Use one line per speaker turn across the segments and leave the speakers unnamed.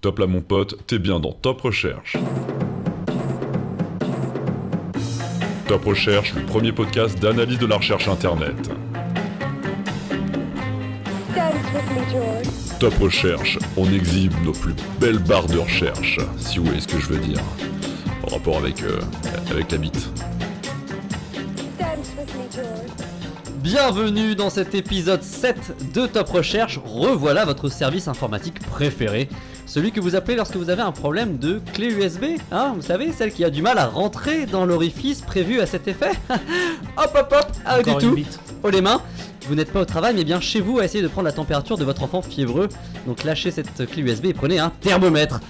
Top là mon pote, t'es bien dans Top Recherche. Top Recherche, le premier podcast d'analyse de la recherche internet.
Dance with me, George.
Top Recherche, on exhibe nos plus belles barres de recherche, si vous voyez ce que je veux dire. En rapport avec, euh, avec la bite.
Dance with me, George.
Bienvenue dans cet épisode 7 de Top Recherche. Revoilà votre service informatique préféré. Celui que vous appelez lorsque vous avez un problème de clé USB. Hein, vous savez, celle qui a du mal à rentrer dans l'orifice prévu à cet effet. hop hop hop, arrêtez
Encore une
tout.
bite.
Oh les mains Vous n'êtes pas au travail mais bien chez vous à essayer de prendre la température de votre enfant fiévreux. Donc lâchez cette clé USB et prenez un thermomètre.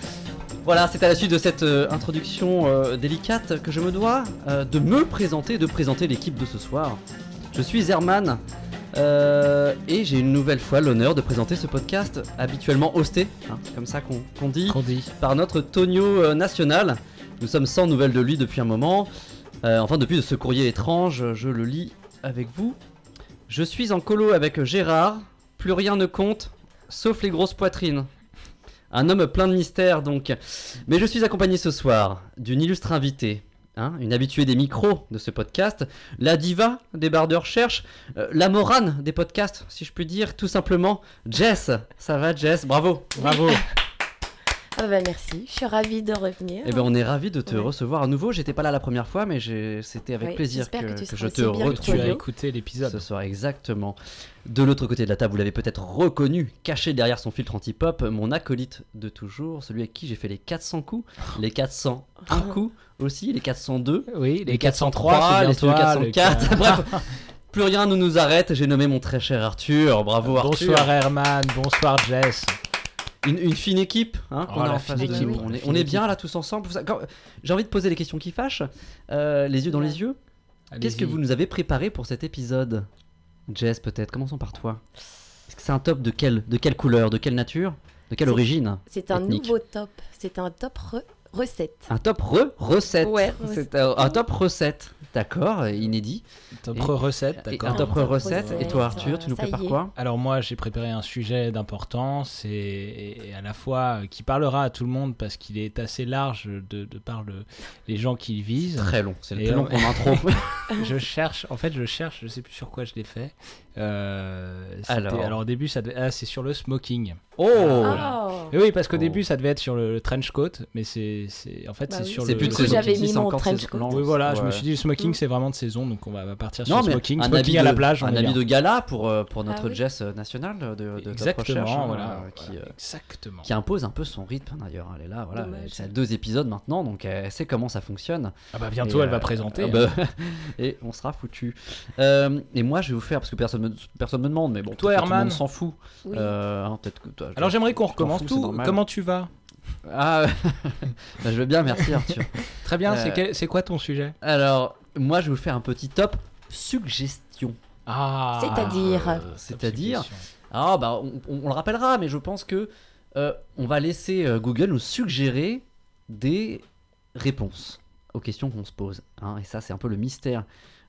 Voilà, c'est à la suite de cette euh, introduction euh, délicate que je me dois euh, de me présenter, de présenter l'équipe de ce soir. Je suis Herman euh, et j'ai une nouvelle fois l'honneur de présenter ce podcast habituellement hosté, hein, c'est comme ça qu'on qu'on dit,
Qu'on dit.
par notre Tonio euh, national. Nous sommes sans nouvelles de lui depuis un moment. Euh, enfin, depuis ce courrier étrange, je le lis avec vous. Je suis en colo avec Gérard. Plus rien ne compte, sauf les grosses poitrines. Un homme plein de mystères, donc. Mais je suis accompagné ce soir d'une illustre invitée, hein, une habituée des micros de ce podcast, la diva des barres de recherche, euh, la morane des podcasts, si je puis dire, tout simplement. Jess, ça va, Jess Bravo.
Bravo.
Ah bah merci, je suis ravie de revenir.
Eh ben, on est ravi de te
Ouais.
recevoir à nouveau. J'étais pas là la première fois, mais j'ai- c'était avec
Oui,
plaisir que,
j'espère que tu
que je
seras
te
aussi bien que
tu as
retrouve
Tonio.
écouté
ce
l'épisode.
soir. Exactement. De l'autre côté de la table, vous l'avez peut-être reconnu, caché derrière son filtre anti-pop, mon acolyte de toujours, celui à qui j'ai fait les 400 coups, les 401
Ah.
coups aussi, les 402,
Oui,
les 403, les 404. Bref, plus rien ne nous arrête. J'ai nommé mon très cher Arthur. Bravo Arthur.
Bonsoir Herman, bonsoir Jess.
Une, une fine équipe, hein,
Oh,
qu'on a
la
en face
fine
de
équipe.
nous. On
La
est,
fine
on est
équipe.
bien là tous ensemble. Vous savez, quand- J'ai envie de poser les questions qui fâchent. Euh, les yeux dans les yeux. Qu'est-ce que
Allez-y.
vous nous avez préparé pour cet épisode Jess, peut-être. Commençons par toi. Est-ce que c'est un top de quelle, de quelle couleur, de quelle nature, de quelle
C'est-
origine
C'est un
Ethnique.
nouveau top, c'est un top re- recette.
Un top re recette.
Ouais,
c'est un, un top recette. D'accord, inédit.
Top
Et-
recette,
Et un
d'accord.
top
Un
re
top
recette. Et toi,
recette,
Arthur, tu nous
ça y
prépares
est.
quoi
Alors moi, j'ai préparé un sujet d'importance et, et à la fois euh, qui parlera à tout le monde parce qu'il est assez large de, de par le- les gens qui le visent.
Très long, c'est le
Et
plus long
on-
qu'on intro.
je cherche, en fait, je cherche, je sais plus sur quoi je l'ai fait. Euh, c'était-
Alors.
alors. au début, ça devait- ah, c'est sur le smoking.
oh
Ah.
Oh.
Et oui, parce qu'au
Oh.
début, ça devait être sur le, le trench coat, mais c'est, c'est- en fait,
Bah
c'est
oui.
sur
C'est
le.
plus de
Du coup,
saison.
j'avais
si,
mis
c'est
mon
encore de
trench
saison.
coat.
Non,
Oui, voilà, je me
ouais.
suis dit, le smoking,
Mm.
c'est vraiment de saison, donc on va va partir sur
Non,
le
mais
smoking.
un
smoking
habit,
à
de,
la plage, on
un
est
habit
bien.
de gala pour, euh, pour notre
Ah oui.
jazz nationale de, de Top
Exactement,
Recherche, hein,
voilà.
euh, qui, euh,
Exactement.
qui impose un peu son rythme hein, d'ailleurs. Elle est là, voilà.
Dommage.
Elle a deux épisodes maintenant, donc elle sait comment ça fonctionne.
Ah bah, bientôt,
Et,
elle
euh,
va présenter. hein.
ah bah, et on sera foutu. Euh, et moi, je vais vous faire parce que personne me, personne me demande, mais bon,
Toi,
peut-être que tout le
Herman.
monde s'en fout.
Oui.
Euh, hein, peut-être que toi, je-
Alors, j'aimerais qu'on
tu t'en
recommence
fous, c'est
tout.
normal.
Comment tu vas
Ah, bah, je veux bien, merci Arthur.
Très bien,
Euh,
c'est, quel- c'est quoi ton sujet
Alors, moi, je vais vous faire un petit top suggestion.
Euh,
Ah
C'est-à-dire
C'est-à-dire, Ah bah on, on- on le rappellera, mais je pense que euh, on va laisser euh, Google nous suggérer des réponses aux questions qu'on se pose. hein. et ça c'est un peu le mystère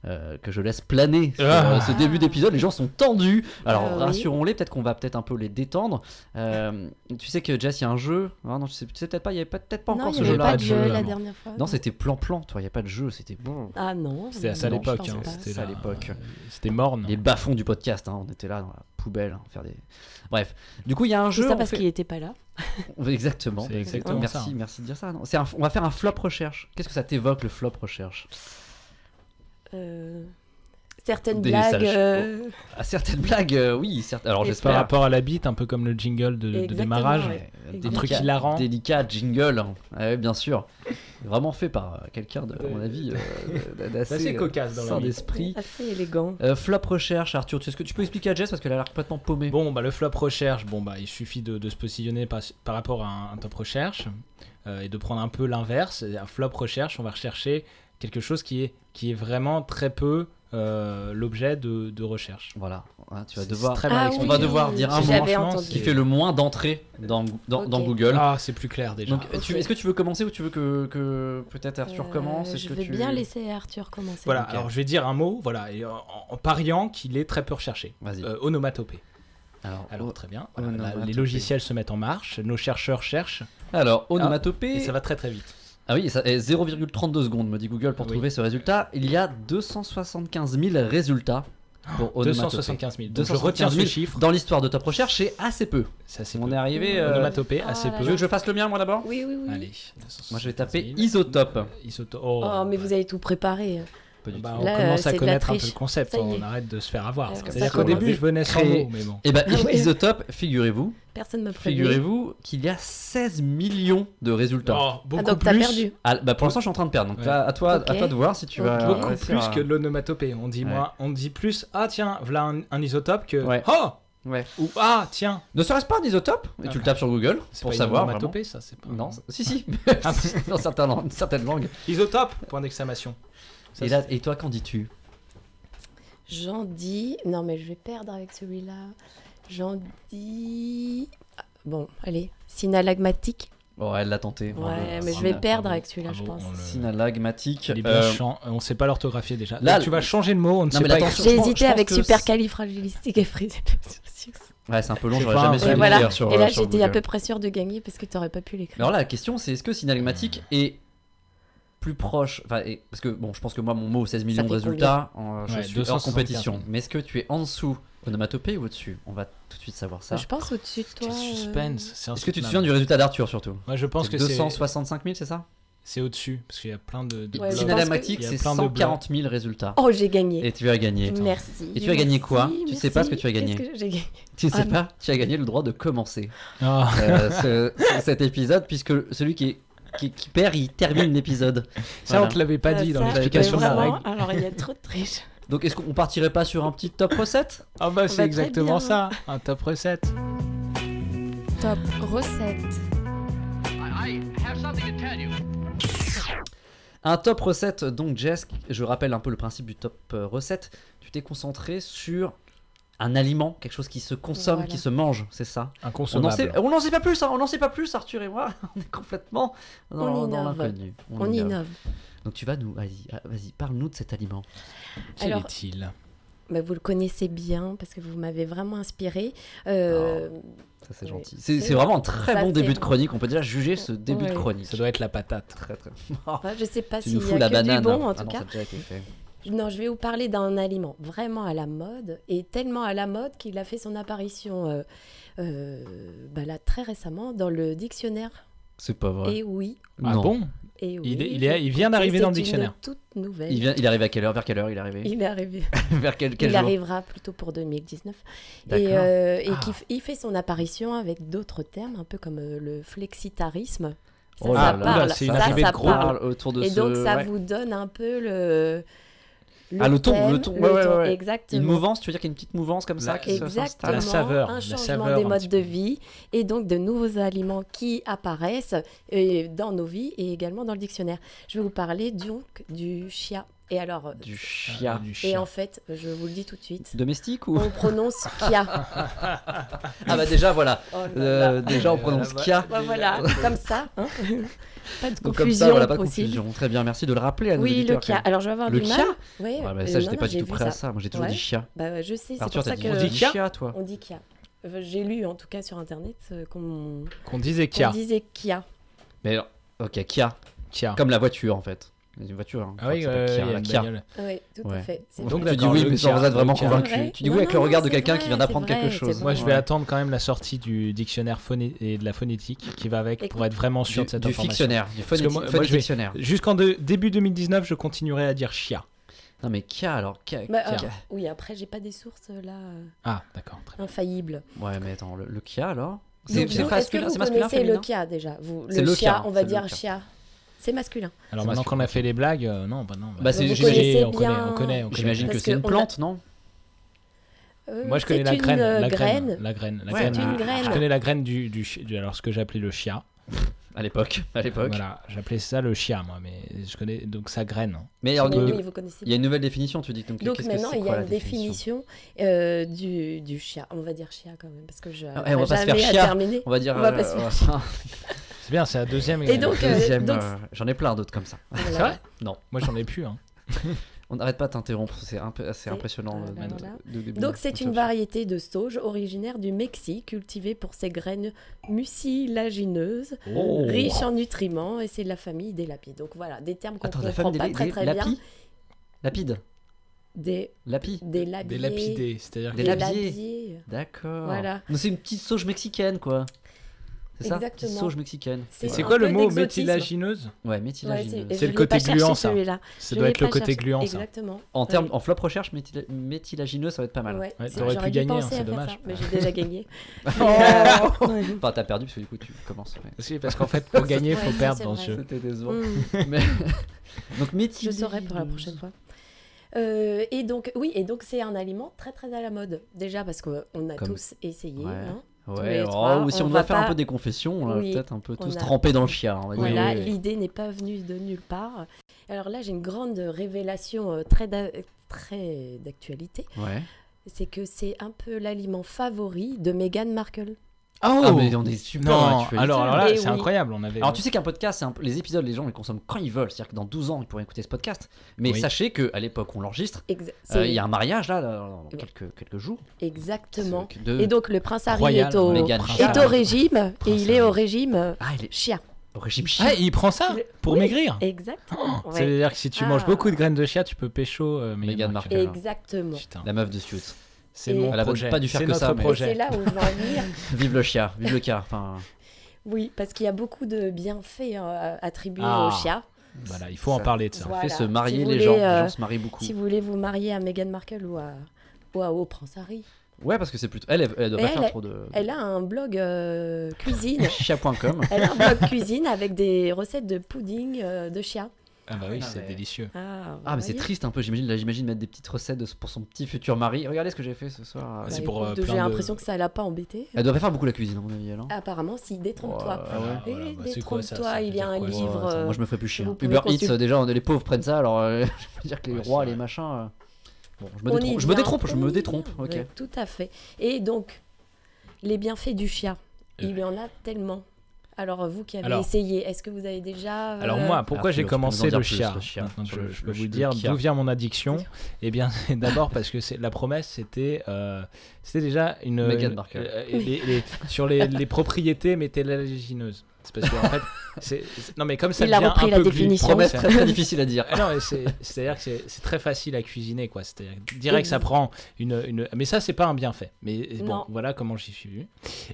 euh, que je laisse planer sur,
Ah.
euh, ce début d'épisode. Les gens sont tendus. Alors
Ah oui.
rassurons-les, peut-être qu'on va peut-être un peu les détendre. Euh, tu sais que Jess, il y a un jeu. Ah non, tu sais, tu sais peut-être pas, il y avait pas- peut-être pas
non,
encore
il
ce
y avait
jeu-là.
pas de
de
jeu
jeu,
la
non.
dernière fois.
Non, c'était plan-plan, toi, il n'y a pas de jeu, c'était bon.
Ah non.
C'était à
non,
ça à
non,
l'époque.
je pense
hein,
pas.
C'était
Ça, à
là,
l'époque.
euh, C'était morne.
Les bas-fonds du podcast, hein, on était là dans la poubelle, hein, faire des. Bref, du coup, il y a un
Je
jeu.
ça
on
parce
fait-
qu'il était pas là.
Exactement.
C'est exactement
merci,
ça. hein.
merci de dire ça. Non, c'est un- on va faire un flop recherche. Qu'est-ce que ça t'évoque le flop recherche
Euh, Certaines
Des
blagues.
sages-
euh,
À certaines blagues, euh, oui, certes. Alors
Et
Par
j'espère.
rapport à la bite, un peu comme le jingle de- de,
Exactement,
démarrage.
ouais.
délicat-
Un truc hilarant.
Délicat jingle, hein. Ah ouais, bien sûr. Vraiment fait par euh, quelqu'un de, à mon avis, euh, d'assez
Assez
euh,
cocasse dans la
sain
vie.
d'esprit.
Assez élégant.
Euh, flop recherche, Arthur, tu- est-ce que tu peux expliquer à Jess parce qu'elle a l'air complètement paumée.
Bon, bah, le flop recherche, bon, bah, il suffit de, de se positionner par, par rapport à un, un top recherche euh, et de prendre un peu l'inverse. Et Un flop recherche, on va rechercher quelque chose qui est, qui est vraiment très peu euh, l'objet de, de recherche.
Voilà, hein, tu vas
C'est-
devoir.
c'est très mal
Ah
expliqué.
On va devoir dire un mot.
J'avais
Franchement,
entendu.
Qui fait le moins d'entrées dans, dans, dans
Ok.
Google.
Ah, c'est plus clair déjà.
Donc, tu-
Ok.
est-ce que tu veux commencer ou tu veux que, que peut-être Arthur
Euh,
commence Est-ce
Je
que
veux
tu...
bien laisser Arthur commencer. euh.
voilà,
ok.
alors je vais dire un mot voilà, et en, en pariant qu'il est très peu recherché.
Vas-y.
Euh, onomatopée.
Euh, Alors,
Alors
oh,
très bien, Voilà, là, les
onomatopée.
logiciels se mettent en marche, nos chercheurs cherchent,
alors
et
onomatopée.
ça va très très vite.
Ah oui, ça est 0,32 secondes, me dit Google, pour
Oui.
trouver ce résultat. Il y a 275 000 résultats pour onomatopée.
275 000. Donc je retiens
275
ce
000
chiffre.
Dans l'histoire de Top Recherche, c'est assez peu.
Ça c'est
On
peu.
est arrivé. euh,
Onomatopée,
Oh
assez
là
Tu
peu.
veux que je fasse le mien, moi d'abord
Oui, oui, oui.
Allez.
Moi, je vais taper
275 000.
isotope.
Isotope. Oh,
Oh, mais vous avez tout préparé.
Pas du
Bah,
tout.
on
Là,
commence
euh,
à
c'est de la
connaître un peu
triche.
le concept, hein,
Ça y
on
est. Euh,
arrête de se faire avoir.
Alors,
C'est-à-dire
ça
qu'au
commence.
début, je venais sans
Créer.
mots, mais bon.
Eh ben,
Ah ouais.
isotope, figurez-vous,
Personne ne m'a prévenu.
figurez-vous qu'il y a 16 millions de résultats.
Oh,
Ah,
beaucoup
donc t'as
plus.
perdu.
Ah, bah, pour l'instant, je suis en train de perdre. Donc
Ouais.
là, à toi, à
Ok.
toi de voir si tu
Ok.
vas.
Beaucoup
réussir
plus
à-
que de l'onomatopée. On dit
Ouais.
moins, on dit plus. Ah tiens, voilà un, un isotope que.
Ouais.
Oh
Ouais.
Ou ah tiens.
Ne serait-ce pas un isotope Et tu le tapes sur Google
Ah. C'est
pour
pas
savoir.
Une
vraiment.
onomatopée, ça, c'est pas.
Non,
un-
si, si,
Ah,
dans certaines langues. certaines langues.
Isotope. Point d'exclamation. Ça,
Et, là, et toi, qu'en dis-tu
J'en dis. Non, mais je vais perdre avec celui-là. J'en dis. Ah, Bon, allez. Synalagmatique.
Oh,
Bon, elle l'a tenté.
Ouais,
bravo.
Eh, mais
bravo,
je vais
bravo,
perdre
bravo,
avec celui-là, je
bravo,
pense.
on le-
Synalagmatique.
Il est bien
euh,
chiant. On sait pas l'orthographier déjà.
là,
Donc,
le-
tu vas changer de mot. On ne
Non,
sait
mais
pas.
l'attention-
écrire.
J'ai
je pense-
hésité
je pense
avec
que
supercalifragilistique et frédéric.
ouais, c'est un peu long,
C'est
j'aurais
pas un
jamais
vrai
su le
mot.
lire sur
Et là,
sur
j'étais à
Google.
peu près sûre de gagner parce que t'aurais pas pu l'écrire.
Alors là, la question, c'est est-ce que synalagmatique est plus proche enfin, et- Parce que, bon, je pense que moi, mon mot, 16 millions de
fait
résultats, en- je
Ouais,
suis hors
275.
compétition. Mais est-ce que tu es en dessous onomatopée ou au-dessus On va tout de suite savoir ça.
Je pense au-dessus de
Quel
toi. euh,
suspense. c'est
Est-ce que tu te
insoutenable.
souviens du résultat d'Arthur, surtout
Moi, je pense
C'est
que c'est
265 000, c'est ça
c'est au-dessus parce qu'il y a plein de. de
Ouais,
blogs.
je pense
Synalagmatique,
Il y a
c'est
plein de blogs.
140 000 résultats.
Oh, j'ai gagné.
Et tu as gagné.
Merci.
Et tu as gagné quoi
merci,
Tu sais pas ce que
merci.
tu as gagné.
Qu'est-ce que j'ai gagné
Tu sais
Ah, non.
pas, tu as gagné le droit de commencer
Ah.
euh, ce- ce- cet épisode, puisque celui qui, est- qui, qui perd, il termine l'épisode.
Ça,
Voilà.
on te l'avait pas dit dans
Ça,
l'explication de
mais
la
vraiment, Ah, bah,
règle.
Alors, il y a trop de triche.
Donc, est-ce qu'on partirait pas sur un petit top recette
Ah bah c'est
va très
exactement
bien.
ça, un top recette.
Top recette.
Un top recette, donc Jess, je rappelle un peu le principe du top euh, recette. Tu t'es concentré sur un aliment, quelque chose qui se consomme,
Voilà.
qui se mange, c'est ça
Un
On n'en
consommable.
sait, on n'en sait pas plus, hein, on n'en sait pas plus, Arthur et moi. On est complètement dans, dans
On innove.
l'inconnu.
On
innove.
innove.
Donc, tu vas nous. Vas-y, ah, vas-y parle-nous de cet aliment.
Quel
Alors-
est-il
Bah, vous le connaissez bien parce que vous m'avez vraiment inspiré. Euh,
Ça, c'est
Oui.
gentil. C'est
C'est-
c'est vraiment un très
ça,
bon
c'est
début de
bon.
chronique. On peut déjà juger ce début de
Ouais.
chronique.
Ça doit être la patate.
Très, très...
enfin, je sais pas
tu
s'il
nous
y a
fous la
que
banane.
du bon en
Ah
tout
non,
cas.
ça a déjà été fait.
Non, je vais vous parler d'un aliment vraiment à la mode et tellement à la mode qu'il a fait son apparition euh, euh, bah là, très récemment dans le dictionnaire.
C'est pas vrai.
Et oui,
Ah
Non.
bon
et oui.
il, est- il est- il vient d'arriver
C'est
dans le
une
dictionnaire.
toute nouvelle.
Il, vient, il arrive à quelle heure Vers quelle heure il est arrivé
Il est arrivé.
Vers quel, quel
il
jour
arrivera plutôt pour 2019.
D'accord.
Et, euh, et
Ah.
qui f- il fait son apparition avec d'autres termes, un peu comme euh, le flexitarisme. Ça,
Oh là
ça
là,
parle.
c'est une
ça,
arrivée
ça
de gros
parle.
autour de
Et
ce.
donc, ça
ouais.
vous donne un peu le.
Ah, le ton,
thème,
le ton, ouais, ouais, ouais, ouais.
Exactement.
Une mouvance, tu veux dire qu'il y a une petite mouvance comme ça
La-
qui se-
Exactement.
s'installe
La saveur,
un
la
changement
saveur
des
un
modes
petit
de
peu.
vie et donc de nouveaux aliments qui apparaissent euh, dans nos vies et également dans le dictionnaire. Je vais vous parler donc du chia. Et alors,
Du
Ah,
chien.
du
et
chien.
en fait, je vous le dis tout de suite,
Domestique ou
on prononce chia.
Ah bah déjà voilà,
Oh là là.
Euh, déjà on prononce
Là-bas.
Kia.
Bah voilà, comme ça. hein. pas de confusion
Donc comme ça voilà pas de
possible.
confusion. Très bien, merci de le rappeler à nos
Oui, le
auditeurs,
kia.
quand même.
Alors je vais avoir
Le
du
kia
mal. Ouais,
Ah bah
euh,
ça
non,
j'étais
non,
pas du
j'ai
tout
vu
prêt à ça, moi j'ai toujours
Ouais.
dit chien.
Bah, je sais, c'est
Arthur
pour
t'as
ça
dit
que
on dit chia toi.
Oh.
on dit kia. Euh, J'ai lu en tout cas sur internet euh, qu'on
Qu'on disait
qu'on
Kia.
disait kia.
Mais alors, ok, Kia,
Kia.
comme la voiture en fait. Une voiture. hein.
Ah oui,
Enfin,
euh,
c'est pas
il y a une
Kia, la Kia.
bagnole.
Oui, tout
Ouais.
à fait. c'est
Donc,
vrai.
tu dis
D'accord,
oui,
le
mais sans
Kia,
être vraiment
le Kia.
convaincu.
Ouais.
Tu dis
Non,
oui avec
non,
le
non,
regard de
c'est
quelqu'un qui
vrai,
vient d'apprendre
c'est
quelque
vrai,
chose.
c'est
Moi, je vais
Ouais.
attendre quand même la sortie du dictionnaire phoné- et de la phonétique qui va avec pour
Écoute.
être vraiment sûr
Du,
de cette
du
information.
fictionnaire, du
Parce que moi-
phonéti-
moi,
phonétique
je vais-
dictionnaire.
Jusqu'en de- début 2019, je continuerai à dire Chia.
Non mais Kia alors, Kia.
Bah, euh,
Kia.
oui, après j'ai pas des sources euh, là euh,
Ah, d'accord. très bien.
infaillibles.
Ouais mais attends, le, le Kia alors
Donc, vous- Est-ce que
masculin,
vous
c'est masculin,
connaissez le
féminin
kia déjà vous,
C'est
Le,
le
chia,
kia,
on va
c'est le
dire
kia.
chia. C'est masculin.
Alors
C'est
maintenant
masculin.
qu'on a fait les blagues, euh, non, bah non. bah,
Bah,
non.
c'est-
on
Vous connaissez
connaît, on connaît,
bien-
on connaît, on connaît.
J'imagine que
Parce
c'est une
que on a-
plante, non
Euh,
Moi, je connais
c'est
la
une,
graine,
euh,
la graine, la graine, la
Ouais,
graine.
C'est
du-
une graine.
Je connais la graine du, du, chi- du- alors ce que j'appelais le chia.
À l'époque, à l'époque.
Voilà, j'appelais ça le chia moi, mais je connais donc sa graine. hein.
Mais alors,
Mais
il-
oui, vous connaissez
il y a une nouvelle définition, tu dis. Donc,
Donc
qu'est-ce que
maintenant,
c'est,
il y
quoi,
a
la
une définition euh, du, du chien. On va dire chien quand même, parce que je
eh, on va
j'arriverai
pas se faire
jamais à
chia.
terminer.
On va dire.
On va pas se
faire
C'est bien, c'est la deuxième.
Et donc, euh,
Deuxième,
donc-
euh, j'en ai plein d'autres comme ça.
Voilà.
C'est vrai
Non.
moi j'en ai plus. Hein.
On n'arrête pas de t'interrompre, c'est un peu- c'est
C'est-
impressionnant.
voilà,
euh, de-
voilà.
de- de début.
Mm,
Donc c'est une variété de sauge originaire du Mexique, cultivée pour ses graines mucilagineuses,
Oh.
riches en nutriments, et c'est de la famille des lapides. Donc voilà, des termes qu'on ne
Attends,
comprend
la femme des,
pas
des
très très bien.
lapis Lapide
Des,
Lapis
des labiers.
Des lapidés, c'est-à-dire
Des
Des,
que-
labiers.
labiers.
D'accord.
Voilà.
Donc c'est une petite sauge mexicaine, quoi. C'est ça Petite
Exactement.
sauge mexicaine.
Et C'est
un
quoi
peu
le mot
d'exotisme.
métilagineuse
Ouais,
Ouais,
méthylagineux.
et
C'est
je
le
l'ai
côté
pas cherché,
gluant, ça.
celui-là.
Ça
Je
doit
l'ai
être le
pas
côté
cherché.
gluant, ça.
Exactement.
En,
Ouais.
termes, en flop recherche, méthyla- méthylagineux, ça va être pas mal.
Ouais,
Ouais,
c'est-
t'aurais pu
j'aurais dû
gagner,
penser
hein,
à
c'est
faire
dommage.
ça, mais j'ai déjà gagné. Oh.
Enfin, t'as perdu parce que du coup, tu commences. mais-
Parce que- Parce qu'en fait, pour gagner, il faut
Ouais, ça,
perdre
c'est
dans
vrai.
ce jeu.
C'était décevant.
Hmm.
Mais- Donc
Je
méthylagineux.
saurai pour la prochaine fois. Euh, et donc, oui, et donc c'est un aliment très très à la mode. Déjà parce qu'on a
Comme-
tous essayé.
Ouais.
hein. Tous
Ouais,
les
oh,
trois,
ou si
on
on, doit
va
faire un
pas-
peu des confessions, là,
Oui,
peut-être un peu
on
tous
a-
trempés dans le chien, on va dire.
Voilà,
oui, oui.
l'idée n'est pas venue de nulle part. Alors là, j'ai une grande révélation euh, très d'a- très d'actualité.
Ouais.
C'est que c'est un peu l'aliment favori de Meghan Markle.
Ah, mais on est super dans
Non,
l'actualité.
alors, alors là,
Eh
c'est
oui.
incroyable. On avait... euh,
Alors tu sais qu'un podcast, c'est un peu- les épisodes, les gens les consomment quand ils veulent. C'est-à-dire que dans 12 ans, ils pourraient écouter ce podcast. Mais
Oui.
sachez qu'à l'époque où on l'enregistre,
Exa-
euh, il
c'est
y a un mariage là, dans
Oui.
quelques, quelques jours.
Exactement.
C'est- de-
Et donc le prince Harry
Royal,
est, au...
euh, Meghan
Prince
est
Charles.
au régime et il est au régime euh,
Ah, il est
chien.
au régime chien.
Ah, il prend ça
Il-
pour
Oui.
maigrir
Oh,
Exactement.
Ça
ouais.
veut dire que si tu
Ah.
manges beaucoup de graines de chia, tu peux pécho euh,
Meghan
Meghan
Markle.
Markle.
Exactement.
Putain,
La meuf de Suits.
c'est
Et-
mon
Elle a
projet.
pas dû faire
C'est
que ça,
notre
mais-
Et C'est
projet.
là où je veux en venir.
Vive le chien, vive le car. Enfin,
Oui, parce qu'il y a beaucoup de bienfaits hein, attribués
Ah.
au chia.
Voilà, il faut en
Ça-
parler de ça.
Voilà.
fait se
Si
marier
vous
les
voulez,
gens.
euh,
les gens se marient beaucoup.
Si vous voulez vous marier à Meghan Markle ou à, ou à au prince Harry,
Ouais, parce que c'est plutôt. Elle, elle, elle doit
Mais
pas faire
elle-
trop de.
elle a un blog euh, cuisine.
Chia.com.
Elle a un blog cuisine avec des recettes de pudding euh, de chia.
Ah bah oui,
Ah,
c'est
mais-
délicieux.
Ah, vous
Ah, mais c'est
voyez
triste un peu. J'imagine, là, j'imagine mettre des petites recettes de- pour son petit futur mari. Regardez ce que j'ai fait ce soir.
Ah, c'est
Bah,
pour,
écoute,
euh, plein
J'ai
de-
l'impression que ça l'a pas embêté.
Elle doit pas faire beaucoup la cuisine, à mon avis, elle. hein.
Apparemment, si, détrompe-toi.
Ah ouais.
Voilà, voilà,
Eh,
bah, c'est quoi ça, ça
détrompe-toi,
veut
il y
dire
a un
quoi, ça
livre.
Attends,
euh,
moi je me ferais plus chier.
vous
hein.
pouvez
Uber
consul-
Eats, euh, déjà, on est les pauvres prennent ça, alors euh, je veux dire que les
Ouais,
rois,
c'est
les
vrai.
machins. euh, Bon, je me
on y
détrompe, je me
vient,
détrompe, je
on
me
y
détrompe,
vient,
ok.
ouais, tout à fait. Et donc, les bienfaits du chia,
Euh.
il y en a tellement. Alors, vous qui avez
Alors-
essayé, est-ce que vous avez déjà.
Alors
euh,
moi, pourquoi
tu
j'ai
peux- tu peux nous en
commencé
dire
le
plus,
chia
le chia,
Maintenant,
sur
je,
le-
je peux
le-
vous
le
dire
chia.
d'où vient mon addiction. Eh bien, c'est d'abord parce que c'est la promesse, c'était, euh, c'était déjà une.
Meghan
une-
Markle.
euh, les- les- sur les, les propriétés méthylagineuses. C'est parce que en fait, c'est, c'est- non mais comme ça
Il a
devient
repris
un
la
peu glu-
définition.
promesse,
Promesse très très difficile à dire.
Ah non, mais c'est, c'est-à-dire que c'est, c'est très facile à cuisiner, quoi. C'est-à-dire que direct, ça prend une, une- Mais ça, c'est pas un bienfait. Mais bon,
Non.
voilà comment j'y suis vu.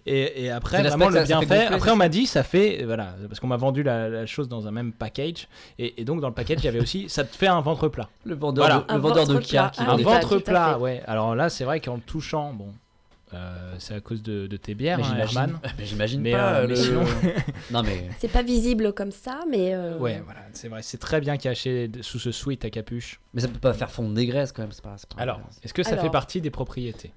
Et, et après,
C'est
vraiment,
l'aspect
le
que ça- ça fait
bienfait.
gonfler,
Après, on m'a dit, ça fait. Voilà, parce qu'on m'a vendu la, la chose dans un même package. Et, et donc, dans le package, il y avait aussi. Ça te fait un ventre plat.
Le vendeur,
Voilà.
de,
Un
le vendeur de
ventre
Kia
plat.
qui
Ah,
vend
un
des
oui, voilà,
ventre
tout à
plat,
fait.
ouais. Alors là, c'est vrai qu'en le touchant, bon. euh, c'est à cause de, de tes bières,
Mais
hein,
j'imagine,
Herman.
mais j'imagine
Mais,
pas.
euh, mais
le-
sinon-
non mais
C'est pas visible comme ça, mais. euh,
Ouais, voilà, c'est vrai. C'est très bien caché de- sous ce sweat à capuche.
mais ça peut pas faire fondre des graisses quand même, c'est pas. c'est pas-
Alors, est-ce que ça
Alors.
fait partie des propriétés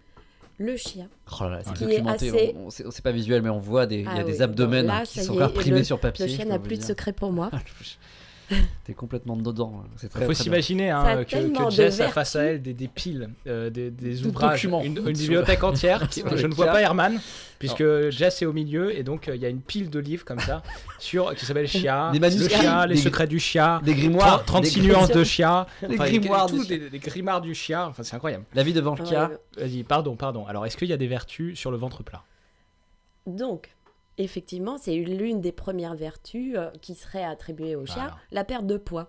Le chia.
oh là là,
Ce
c'est
qui est
documenté.
assez-
on- on sait- on- c'est pas visuel, mais on voit des, il y
Ah
a des
oui,
abdomens
là,
hein, qui
ça y
sont
est,
imprimés
le-
sur papier.
Le
je
chien
peux
n'a
vous
plus de
dire.
secret pour moi.
T'es complètement dedans. hein. C'est très.
Il faut
très bien.
s'imaginer hein,
Ça a
que- que,
tellement de
Jess a
vertus.
face à elle des, des piles, euh, des, des
De
ouvrages,
documents.
une, une bibliothèque entière. qui-
Sur
je
le
ne vois
chat.
pas Herman, puisque Jess est au milieu, et donc euh, il y a une pile de livres comme ça, sur, qui s'appelle Chia,
Des
le
manuscrits.
Chia, les
Des-
secrets du Chia,
Des grimoires,
30, 36
des-
nuances de Chia,
Les
enfin,
grimoires
tout,
du Chia.
des, des grimoires du Chia, enfin, c'est incroyable.
La vie devant le Kia.
Ouais,
Vas-y, pardon, pardon. Alors, est-ce qu'il y a des vertus sur le ventre plat
Donc, effectivement, c'est l'une des premières vertus euh, qui serait attribuée au chia,
Voilà.
la perte de poids.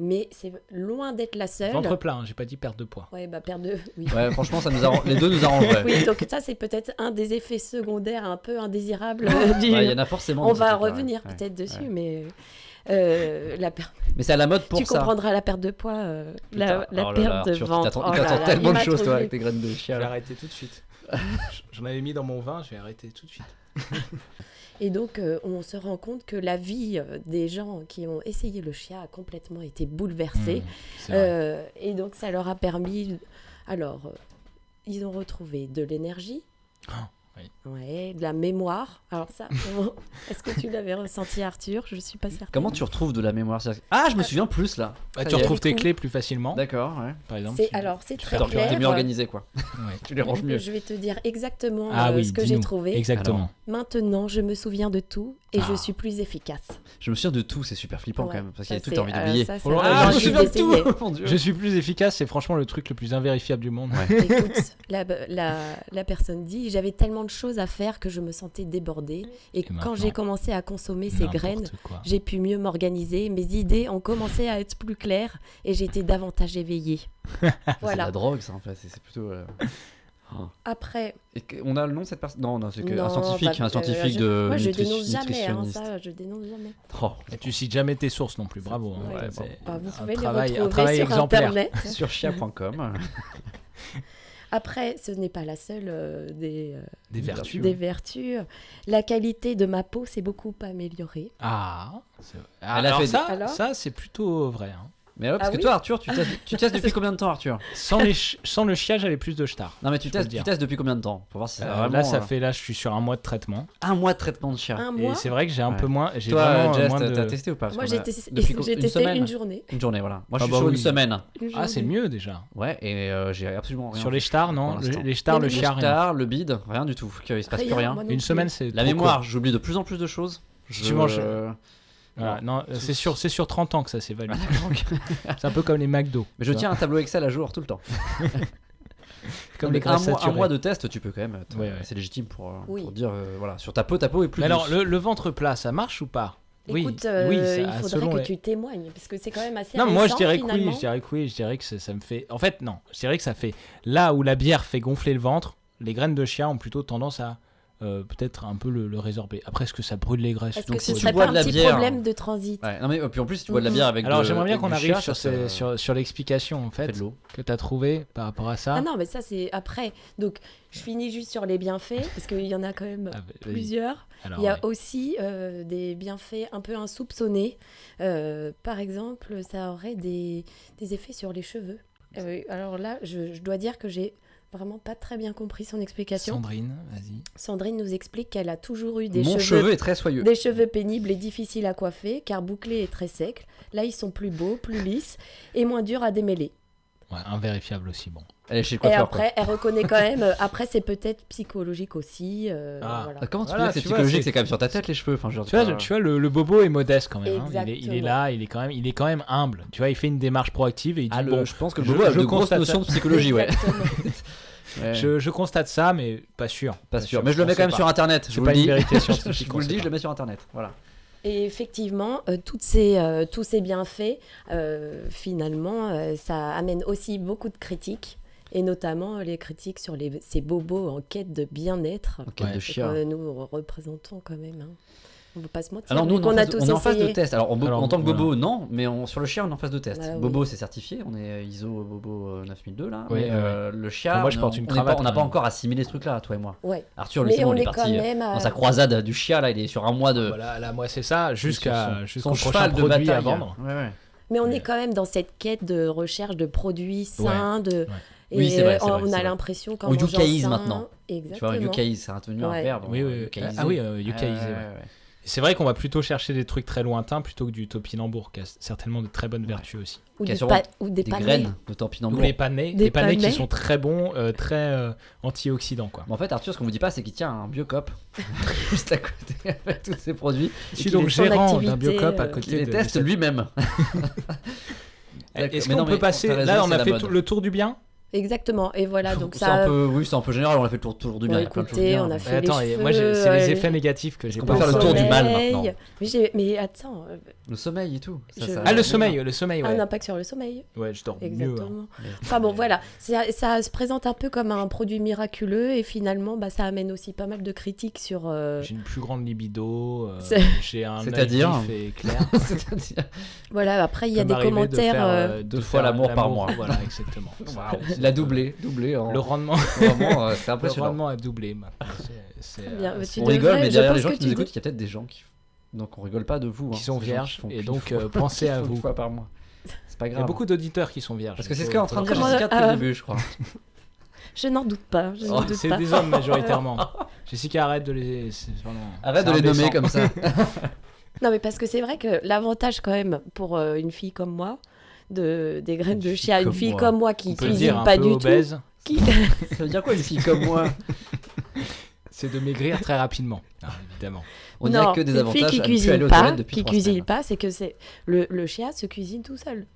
Mais c'est loin d'être la seule.
Ventre plat, hein, j'ai pas dit perte de poids.
Ouais, bah perte de. Oui.
Ouais, franchement, ça nous arrange- les deux nous arrangeraient.
Oui, donc ça, c'est peut-être un des effets secondaires un peu indésirables du.
Ouais, Il y en a forcément.
On
des
va
trucs, ouais,
revenir
ouais.
peut-être dessus, mais euh, la perte.
Mais c'est à la mode pour
tu
ça.
comprendras la perte de poids, euh,
Putain,
la, la
oh là
perte
là,
de
Arthur, tu
ventre.
t'attends-
Oh
Tu
là
t'attends
là,
tellement
il
de
m'a
choses, toi,
trouvé.
avec tes graines de
Je
chia.
vais
là.
arrêter tout de suite. J'en avais mis dans mon vin, je vais arrêter tout de suite.
Et donc, euh, on se rend compte que la vie euh, des gens qui ont essayé le chia a complètement été
Mmh,
bouleversée. Euh, et donc, ça leur a permis. Alors, euh, ils ont retrouvé de l'énergie.
Ah, oui.
Ouais, de la mémoire. Alors ça, est-ce que tu l'avais ressenti, Arthur Je suis pas certaine.
Comment tu retrouves de la mémoire C'est-à-dire- Ah, je me souviens plus là.
Bah,
Ça
tu
y est.
retrouves tes
Cool.
clés plus facilement,
D'accord, ouais.
par exemple.
C'est-
tu-
Alors, c'est très
T'es
D'accord,
clair.
t'es mieux organisé quoi.
Ouais.
Tu les ranges mieux.
Je vais te dire exactement
Ah
euh,
oui,
ce que
dis-nous.
j'ai trouvé.
Exactement.
Maintenant, je me souviens de tout et
Ah.
je suis plus efficace.
Je me souviens de tout, c'est super flippant
Ouais,
quand même, parce qu'il
Ça,
y a tout
c'est-
envie
alors
d'oublier. Ah,
ça, c'est Ah,
Oh là
vraiment-
là, je
je
me
suis
souviens de
désolée.
oh Mon Dieu.
Je suis plus efficace, c'est franchement le truc le plus invérifiable du monde.
Écoute, la, la- la personne dit J'avais tellement de choses à faire que je me sentais débordée. Et,
maintenant,
quand j'ai commencé à consommer ces
N'importe
graines,
quoi.
j'ai pu mieux m'organiser. Mes idées ont commencé à être plus claires et j'étais davantage éveillée.
C'est
voilà.
la drogue, ça, en fait. C'est c'est plutôt. euh,
Après,
et que- on a le nom de cette personne Non, non, c'est que- un
non,
scientifique,
bah,
un scientifique
je-
de
Moi, je
nutri-
dénonce jamais, hein,
nutritionniste.
ça, je dénonce jamais.
Oh,
Et tu cites jamais tes sources non plus, bravo. hein.
Ouais,
Ça,
bravo.
c'est
Bah, vous
un
pouvez
travail,
les
un
retrouver
travail
sur
exemplaire.
Internet.
sur chia.com.
Après, ce n'est pas la seule euh, des, euh,
Des vertus.
des vertus. La qualité de ma peau s'est beaucoup améliorée.
Ah, c'est-
Elle a
alors
fait-
ça,
Alors
ça c'est plutôt vrai. hein.
Mais ouais, parce
Ah
que
oui
toi, Arthur, tu testes, tu testes depuis combien de temps, Arthur
Sans, les chi- sans le chia, j'avais plus de star.
Non, mais tu
Je peux
testes,
le
tu
dire.
testes depuis combien de temps Pour voir si ça a vraiment,
là, ça
euh,
fait là, je suis sur un mois de traitement.
un mois de traitement de chia.
Un
Ah, Et
mois,
c'est vrai que j'ai un
Ouais.
peu moins. J'ai
Toi, euh,
vraiment
Jess,
moins
t'as
de-
t'as testé ou pas Parce
moi
qu'on
j'ai
a-
testé,
depuis co-
j'ai
une
testé
semaine
une journée.
Une journée, voilà. Moi,
Ah
je suis
bah
sur
oui.
une semaine.
Une
Ah, c'est
journée.
mieux déjà.
Ouais, et euh, j'ai absolument rien.
Sur les
fait
stars, non
pour
Le-
l'instant.
Les stars, le
Mais
chia,
Les
rien.
stars, le bide, rien du tout. Il se passe plus rien.
moi non
Une
plus.
semaine, c'est
La
trop
mémoire,
court.
j'oublie de plus en plus de choses. Je...
Tu manges-
euh,
Voilà, Non, euh, c'est
Tous.
sur, c'est sur 30 ans que ça s'évalue.
ah, d'accord, ok.
C'est un peu comme les McDo.
Mais je tiens un tableau Excel à jour tout le temps.
Comme les
un,
grasses
mois, un
saturées.
mois de test, tu peux quand même. être-
Ouais, ouais.
C'est légitime pour, euh,
Oui.
pour dire euh, voilà sur ta peau, ta peau est plus.
Mais alors,
douce.
le, le ventre plat, ça marche ou pas
Écoute,
oui,
euh,
oui,
il
ça-
faudrait
selon
que
les-
tu témoignes, parce que c'est quand même assez
Non, moi je
récent,
dirais que oui,
finalement.
je dirais que oui, je dirais que ça, ça me fait. En fait, non, je dirais que ça fait. Là où la bière fait gonfler le ventre, les graines de chia ont plutôt tendance à euh, peut-être un peu le, le résorber. Après, est-ce que ça brûle les graisses
Est-ce
Donc,
que ce
euh,
tu
serait
bois
pas un
de la
petit
bière,
problème de transit
Ouais, non mais euh, puis en plus tu bois de la
Mhm.
bière avec.
Alors,
de-
j'aimerais bien
avec
qu'on
du
arrive
chia,
sur,
ça,
ces-
ça
sur, sur l'explication en
fait
fait
de l'eau.
que tu as trouvé par rapport à ça.
Ah non, mais ça c'est après. Donc je finis juste sur les bienfaits, parce qu'il y en a quand même
Ah, bah, vas-y.
plusieurs.
Alors,
Il y
Ah
a
ouais.
aussi euh, des bienfaits un peu insoupçonnés. Euh, par exemple, ça aurait des, des effets sur les cheveux. Euh, alors là, je, je dois dire que j'ai vraiment pas très bien compris son explication.
Sandrine, vas-y.
Sandrine nous explique qu'elle a toujours eu des
Mon
cheveux
cheveu est très soyeux.
Des cheveux pénibles et difficiles à coiffer, car bouclés et très secs. Là, ils sont plus beaux, plus lisses et moins durs à démêler.
Ouais, invérifiable aussi, bon.
Elle est chez le
Et
coiffeur.
après, elle reconnaît quand même. euh, Après, c'est peut-être psychologique aussi. euh,
Ah.
voilà.
quoi. Comment tu peux
Voilà,
dire que c'est
tu vois,
psychologique
c'est-
C'est quand même sur ta tête les cheveux. Enfin, je veux
Tu
dire,
vois,
c'est pas-
tu vois le, le bobo est modeste quand même. hein. Il, est, il est
Exactement.
là, il est, quand même, il est quand même humble. Tu vois, il fait une démarche proactive et il dit
Ah, le-
bon,
je pense que le
je-
bobo a
je
de grosses
constate-
notions de psychologie, ouais.
Exactement.
Ouais.
je, je constate ça, mais pas sûr.
Pas sûr. Mais je le
on
mets
sait
quand même
pas.
sur internet.
C'est
Je vous
pas
le
une
dis.
vérité
Je
scientifique,
vous
on
le
sait
dis, je
pas.
le mets sur internet. Voilà.
Et effectivement, euh, toutes ces, euh, tous ces bienfaits, euh, finalement, euh, ça amène aussi beaucoup de critiques, et notamment euh, les critiques sur les, ces bobos en quête de bien-être.
Ok,
Ouais.
de
que
chien.
nous représentons quand même. hein. On ne peut pas se mentir.
Alors nous,
vu
on,
qu'on
est en
a
phase-
tous
on est en phase de
essayé.
test. Alors en, bo-
Alors,
en tant que
voilà.
bobo, non, mais on- sur le chien, on est en phase de test.
Ah, oui.
bobo, c'est certifié, on est ISO bobo euh, 9002 là.
Ouais,
mais
ouais,
euh, le chien,
Enfin, moi, je
on-
porte une
on est pas-
cravate,
On n'a
quand
pas
même.
encore assimilé ce truc là, toi et moi.
Ouais.
Arthur, lui,
Mais
c'est bon,
on
il est
est quand
parti euh,
même.
dans
à-
sa croisade du chien là. Il est sur un mois de
Voilà, là, moi, c'est ça, jusqu'à
son
jusqu'au prochain
cheval de
produit
bataille
à vendre.
Ouais, ouais.
Mais on
Mais-
est quand même dans cette quête de recherche de produits sains, de. Et
Oui, c'est vrai,
euh,
c'est vrai,
on
c'est vrai.
a l'impression qu'en
On
mangeant
yucaïse
sain-
maintenant. Tu vois,
Exactement.
yukaïse, ça a devenu un
Ouais.
verbe.
Oui, oui, oui.
yucaïser.
Ah oui, euh, yucaïser,
Ouais,
ouais.
ouais, ouais.
C'est vrai qu'on va plutôt chercher des trucs très lointains plutôt que du topinambour, qui a certainement de très bonnes vertus aussi.
ou,
Qui a
du
sûrement
pa- ou des,
Des
panais.
graines de
Ou
tampinambour.
les panais,
Des
des panais qui
panais.
sont très bons, euh, très euh, antioxydants, quoi.
Mais en fait, Arthur, ce qu'on vous dit pas, c'est qu'il tient un biocop juste à côté avec tous ses produits.
Je
qu'il
suis donc
les-
son
gérant d'un
activité,
biocop à
euh,
qu'il
côté
les
de. Eh,
teste lui-même. D'accord.
Est-ce
Mais
qu'on
non,
peut
mais
passer.
t'as raison,
Là, on
c'est
a
la
fait
mode.
tout- le tour du bien
Exactement. Et voilà, donc
C'est
ça. euh,
un peu, oui, c'est un peu général. On a fait le hein. tour, tour du bien.
Bon,
il y a plein de
écoutez,
choses bien.
on a fait-
Mais Attends,
les
et moi, j'ai-
cheveux,
c'est les
euh,
effets négatifs que j'ai
qu'on
pas.
peut faire le tour du
encore.
mal
sommeil.
maintenant.
Mais, j'ai- mais attends, euh,
le sommeil et tout. Ça,
Je-
ça-
Ah, le sommeil, le sommeil, ouais.
un impact sur le sommeil.
Ouais, je dors mieux. hein.
Ah, Exactement.
Mais-
Enfin bon, voilà. Ça, ça se présente un peu comme un produit miraculeux et finalement, bah, ça amène aussi pas mal de critiques sur. euh,
J'ai une plus grande libido, euh,
C'est-
j'ai un
C'est-à-dire
œil vif et clair.
C'est-à-dire,
Voilà, après, il y a
peut
des
m'arriver de
commentaires.
faire,
euh,
euh, de
deux
faire
fois l'amour par mois.
Voilà, exactement.
il a doublé, doublé. En...
Le rendement,
Vraiment, euh, c'est
le
impressionnant.
rendement a doublé. maintenant. C'est- c'est,
Très bien,
euh,
mais
c'est-
tu
On
devrais-
rigole, mais
je
derrière les
pense
gens
que
qui
tu
nous
dis-
écoutent, il y a peut-être des gens qui. Donc on rigole pas de vous.
Qui
hein.
sont
Ces gens
vierges,
font
et
qu'une
donc,
fois-
euh, pensez
qui
à
font une
vous.
fois par mois. C'est pas
Il y a
grave.
beaucoup d'auditeurs qui sont vierges. euh,
Parce que c'est
Il
ce
faut-
qu'est en train de dire
Comment-
Jessica depuis le
ah.
début, je crois.
Je n'en doute pas. Je n'en
Oh,
doute
C'est
pas.
des hommes majoritairement. Jessica, arrête de les. c'est vraiment-
Arrête
c'est
de les nommer
indécent.
comme ça.
Non, mais parce que c'est vrai que l'avantage, quand même, pour euh, une fille comme moi, de, des graines
Une
de
fille
chia, une
comme
fille
moi.
comme moi qui
On peut
cuisine
le dire un
pas
peu
du
obèse.
tout, qui,
Ça veut dire quoi une fille comme moi
c'est de maigrir très rapidement, Ah, évidemment.
On
non,
dirait que des
les
avantages
filles qui
à ne plus aller
cuisinent
aux
pas,
toilettes depuis
qui
trois
cuisinent
semaines.
pas, c'est que c'est le, le chien se cuisine tout seul.